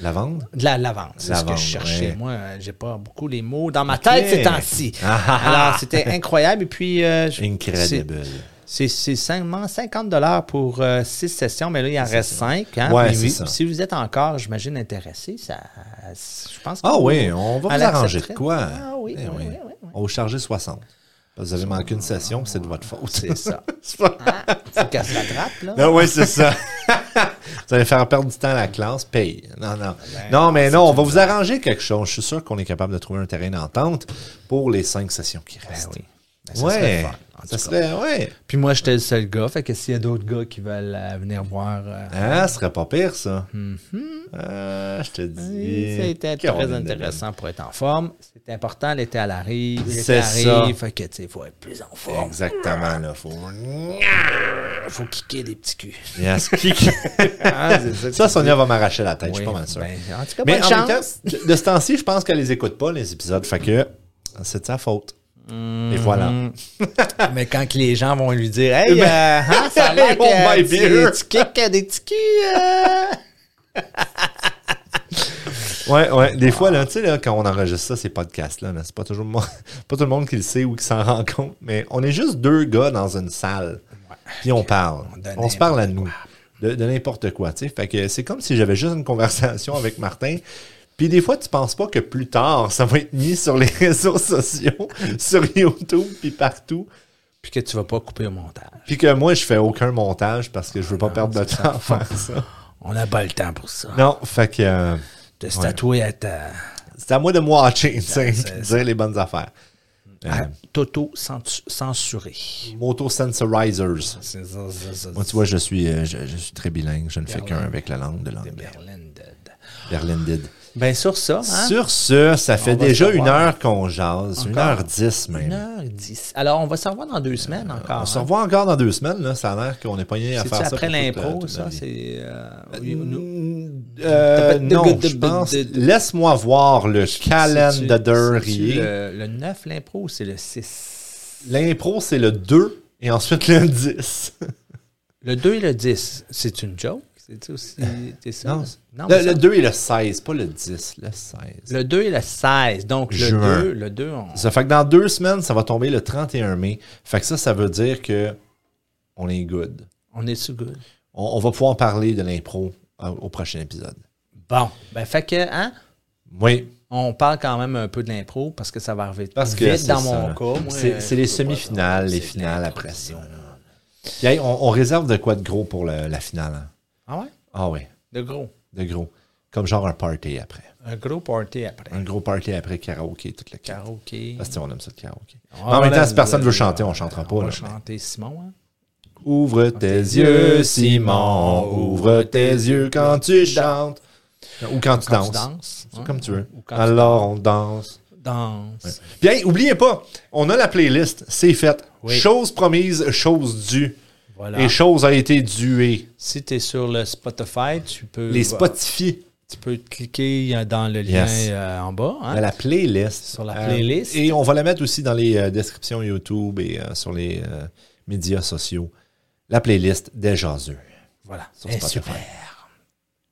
Speaker 1: Lavande?
Speaker 2: de la lavande. C'est ce que
Speaker 1: Lavande,
Speaker 2: je cherchais.
Speaker 1: ouais.
Speaker 2: Moi, euh, j'ai pas beaucoup les mots dans ma
Speaker 1: Ok.
Speaker 2: tête ces temps-ci.
Speaker 1: *laughs* Ah, ah, ah.
Speaker 2: Alors, c'était incroyable. Et puis, euh, je-
Speaker 1: Incredible.
Speaker 2: c'est c'est seulement 50 dollars pour 6 sessions, mais là, il en reste 5.
Speaker 1: Ouais, c'est ça.
Speaker 2: si vous êtes encore, j'imagine, intéressé, ça, je pense que-
Speaker 1: Ah oui, on va
Speaker 2: à
Speaker 1: vous arranger de
Speaker 2: l'accepter.
Speaker 1: quoi.
Speaker 2: Ah oui,
Speaker 1: Eh
Speaker 2: oui,
Speaker 1: oui.
Speaker 2: oui, oui, oui.
Speaker 1: On va vous charger 60. Vous avez manqué une session, c'est de votre faute.
Speaker 2: C'est ça.
Speaker 1: C'est pas-
Speaker 2: Ah.
Speaker 1: *laughs*
Speaker 2: C'est qu'elle se rattrape, là.
Speaker 1: Non, oui, c'est ça. *laughs* vous allez faire perdre du temps à la classe, paye. Non, non.
Speaker 2: Ah ben,
Speaker 1: non, mais non, on va vous arranger quelque chose. Je suis sûr qu'on est capable de trouver un terrain d'entente pour les cinq sessions qui restent.
Speaker 2: oui. Ben,
Speaker 1: oui.
Speaker 2: ça serait le fun, en
Speaker 1: ça
Speaker 2: tout cas.
Speaker 1: serait, ouais.
Speaker 2: Puis moi, j'étais le seul gars. Fait que s'il y a d'autres gars qui veulent euh, venir voir. euh,
Speaker 1: Ah, ce serait pas pire, ça. Ah, je te dis.
Speaker 2: Mm-hmm. C'était très
Speaker 1: Caroline
Speaker 2: intéressant pour être en forme. C'est important, l'été à l'arrive. L'été
Speaker 1: C'est ça.
Speaker 2: arrive. Fait que, tu sais, faut être plus en
Speaker 1: Debelle.
Speaker 2: forme.
Speaker 1: Exactement, là. Faut...
Speaker 2: Faut kicker des petits culs.
Speaker 1: *laughs* Yes, kick.
Speaker 2: *laughs* Ah, c'est ça.
Speaker 1: Ça, Sonia va m'arracher la tête, je suis
Speaker 2: Oui,
Speaker 1: pas mal sûr.
Speaker 2: ben, en tout cas,
Speaker 1: Mais
Speaker 2: bonne
Speaker 1: en même
Speaker 2: chance.
Speaker 1: temps, de ce temps-ci, je pense qu'elle les écoute pas, les épisodes. Fait que c'est de sa faute. Et voilà.
Speaker 2: Mais quand que les gens vont lui dire, hey,
Speaker 1: Ben,
Speaker 2: euh, hein, ça a *laughs* l'air que
Speaker 1: Oh my
Speaker 2: tu-
Speaker 1: beer.
Speaker 2: tu kicks des petits culs. euh.
Speaker 1: Ouais, ouais. Des fois, là, tu sais, là, quand on enregistre ça, ces podcasts-là, là, c'est pas toujours mo- *laughs* pas tout le monde qui le sait ou qui s'en rend compte, mais on est juste deux gars dans une salle. Puis on parle.
Speaker 2: On donne
Speaker 1: On, se parle à
Speaker 2: n'importe
Speaker 1: nous. De, de n'importe quoi, tu sais. Fait que c'est comme si j'avais juste une conversation avec Martin. Puis des fois, tu penses pas que plus tard, ça va être mis sur les *laughs* réseaux sociaux, *laughs* sur YouTube, puis partout.
Speaker 2: Puis que tu vas pas couper au montage.
Speaker 1: Puis que moi, je fais aucun montage parce que je veux pas perdre de
Speaker 2: c'est
Speaker 1: temps à faire ça.
Speaker 2: On n'a pas le temps pour ça.
Speaker 1: Non, fait que euh,
Speaker 2: De se tatouer à ta...
Speaker 1: c'est à moi de me watcher, tu sais,
Speaker 2: c'est
Speaker 1: de dire les bonnes affaires. Ah,
Speaker 2: à T'auto-censurer.
Speaker 1: Moto-sensorizers.
Speaker 2: C'est ça, c'est ça.
Speaker 1: Moi, tu vois, je suis, euh, je, je suis très bilingue. Je ne fais qu'un avec la langue de
Speaker 2: c'est
Speaker 1: l'anglais.
Speaker 2: Berlin dead.
Speaker 1: Berlindid.
Speaker 2: Ben, sur ça, hein?
Speaker 1: Sur ce, ça fait
Speaker 2: On va
Speaker 1: déjà
Speaker 2: se
Speaker 1: une
Speaker 2: revoir.
Speaker 1: heure qu'on jase. Une
Speaker 2: Encore?
Speaker 1: heure dix, même.
Speaker 2: 1h10. Alors, on va se revoir dans deux semaines encore.
Speaker 1: Euh, On se
Speaker 2: hein.
Speaker 1: revoit encore dans deux semaines. Là. Ça a l'air qu'on n'est pas rien à
Speaker 2: C'est-tu
Speaker 1: faire ça.
Speaker 2: après
Speaker 1: pour toute, euh,
Speaker 2: l'impro,
Speaker 1: toute
Speaker 2: ça?
Speaker 1: la vie.
Speaker 2: C'est. euh, oui, nous-
Speaker 1: Euh, non, je pense. Laisse-moi voir le
Speaker 2: c'est-tu
Speaker 1: calendrier.
Speaker 2: Le, le 9, l'impro, ou c'est le 6.
Speaker 1: L'impro, c'est le 2 et ensuite le 10.
Speaker 2: Le 2 et le 10, c'est une joke? C'est aussi. C'est ça?
Speaker 1: Euh, Non.
Speaker 2: mais
Speaker 1: Le,
Speaker 2: ça-
Speaker 1: le 2 et le 16, pas le 10, le 16.
Speaker 2: le 2 et le 16. Donc, le
Speaker 1: Juin.
Speaker 2: 2, le 2, on.
Speaker 1: Ça fait que dans deux semaines, ça va tomber le 31 mai. Fait que ça, ça veut dire que on est good.
Speaker 2: On est sur good.
Speaker 1: On, on va pouvoir parler de l'impro euh, au prochain épisode.
Speaker 2: Bon. Ben, fait que, hein?
Speaker 1: Oui,
Speaker 2: On parle quand même un peu de l'impro parce que ça va arriver
Speaker 1: parce que
Speaker 2: vite
Speaker 1: c'est
Speaker 2: dans
Speaker 1: ça.
Speaker 2: mon cas. Moi,
Speaker 1: C'est-
Speaker 2: euh,
Speaker 1: c'est les
Speaker 2: je peux pas-
Speaker 1: semi-finales, les
Speaker 2: c'est
Speaker 1: finales
Speaker 2: l'impro,
Speaker 1: après
Speaker 2: c'est
Speaker 1: ça.
Speaker 2: l'impro.
Speaker 1: Puis, hey, on, on réserve de quoi de gros pour le- la finale. hein?
Speaker 2: Ah ouais?
Speaker 1: Ah oui,
Speaker 2: De gros.
Speaker 1: de gros. Comme genre un party après.
Speaker 2: Un gros party après.
Speaker 1: Un gros party après karaoké, toute la karaoké.
Speaker 2: Karaoké.
Speaker 1: Parce que on aime ça le karaoké. Mais
Speaker 2: Ah,
Speaker 1: en même temps,
Speaker 2: là,
Speaker 1: si personne
Speaker 2: là,
Speaker 1: veut
Speaker 2: là,
Speaker 1: chanter, on chantera pas.
Speaker 2: On
Speaker 1: là.
Speaker 2: va chanter Simon. Hein?
Speaker 1: Ouvre tes yeux, Simon. Ouvre tes yeux quand tu chantes. Ou quand, tu
Speaker 2: Quand
Speaker 1: danses.
Speaker 2: tu danses.
Speaker 1: C'est
Speaker 2: hein?
Speaker 1: Comme tu veux.
Speaker 2: Ou quand tu
Speaker 1: Alors, on danse.
Speaker 2: Danse.
Speaker 1: Bien, oubliez pas, on a la playlist. C'est fait.
Speaker 2: Oui.
Speaker 1: Chose promise, chose due.
Speaker 2: Voilà.
Speaker 1: Et chose a été duée.
Speaker 2: Si tu es sur le Spotify, tu peux, euh,
Speaker 1: Les Spotify.
Speaker 2: tu peux cliquer euh, dans le lien
Speaker 1: Yes.
Speaker 2: euh, en bas. hein?
Speaker 1: On a la playlist.
Speaker 2: Sur la
Speaker 1: Euh,
Speaker 2: playlist.
Speaker 1: et on va la mettre aussi dans les euh, descriptions YouTube et euh, sur les euh, médias sociaux. La playlist des jaseux.
Speaker 2: Voilà.
Speaker 1: Sur
Speaker 2: Eh,
Speaker 1: Spotify.
Speaker 2: super.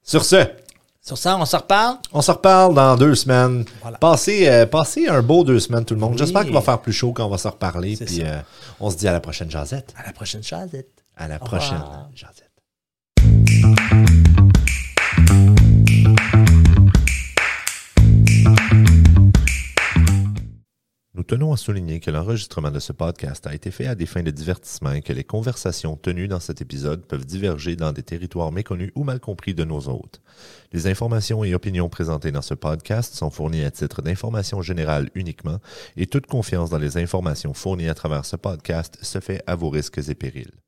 Speaker 1: Sur ce,
Speaker 2: Sur ça, on se reparle.
Speaker 1: on se reparle dans deux semaines.
Speaker 2: Voilà.
Speaker 1: Passez, euh, passez un beau deux semaines, tout le monde.
Speaker 2: Oui.
Speaker 1: J'espère qu'il va faire plus chaud quand on va se reparler.
Speaker 2: C'est
Speaker 1: Puis
Speaker 2: ça.
Speaker 1: euh, on se dit à la prochaine jasette.
Speaker 2: À la prochaine chazette.
Speaker 1: À la
Speaker 2: Au
Speaker 1: prochaine
Speaker 2: revoir.
Speaker 1: jasette. Nous tenons à souligner que l'enregistrement de ce podcast a été fait à des fins de divertissement et que les conversations tenues dans cet épisode peuvent diverger dans des territoires méconnus ou mal compris de nos hôtes. Les informations et opinions présentées dans ce podcast sont fournies à titre d'information générale uniquement et toute confiance dans les informations fournies à travers ce podcast se fait à vos risques et périls.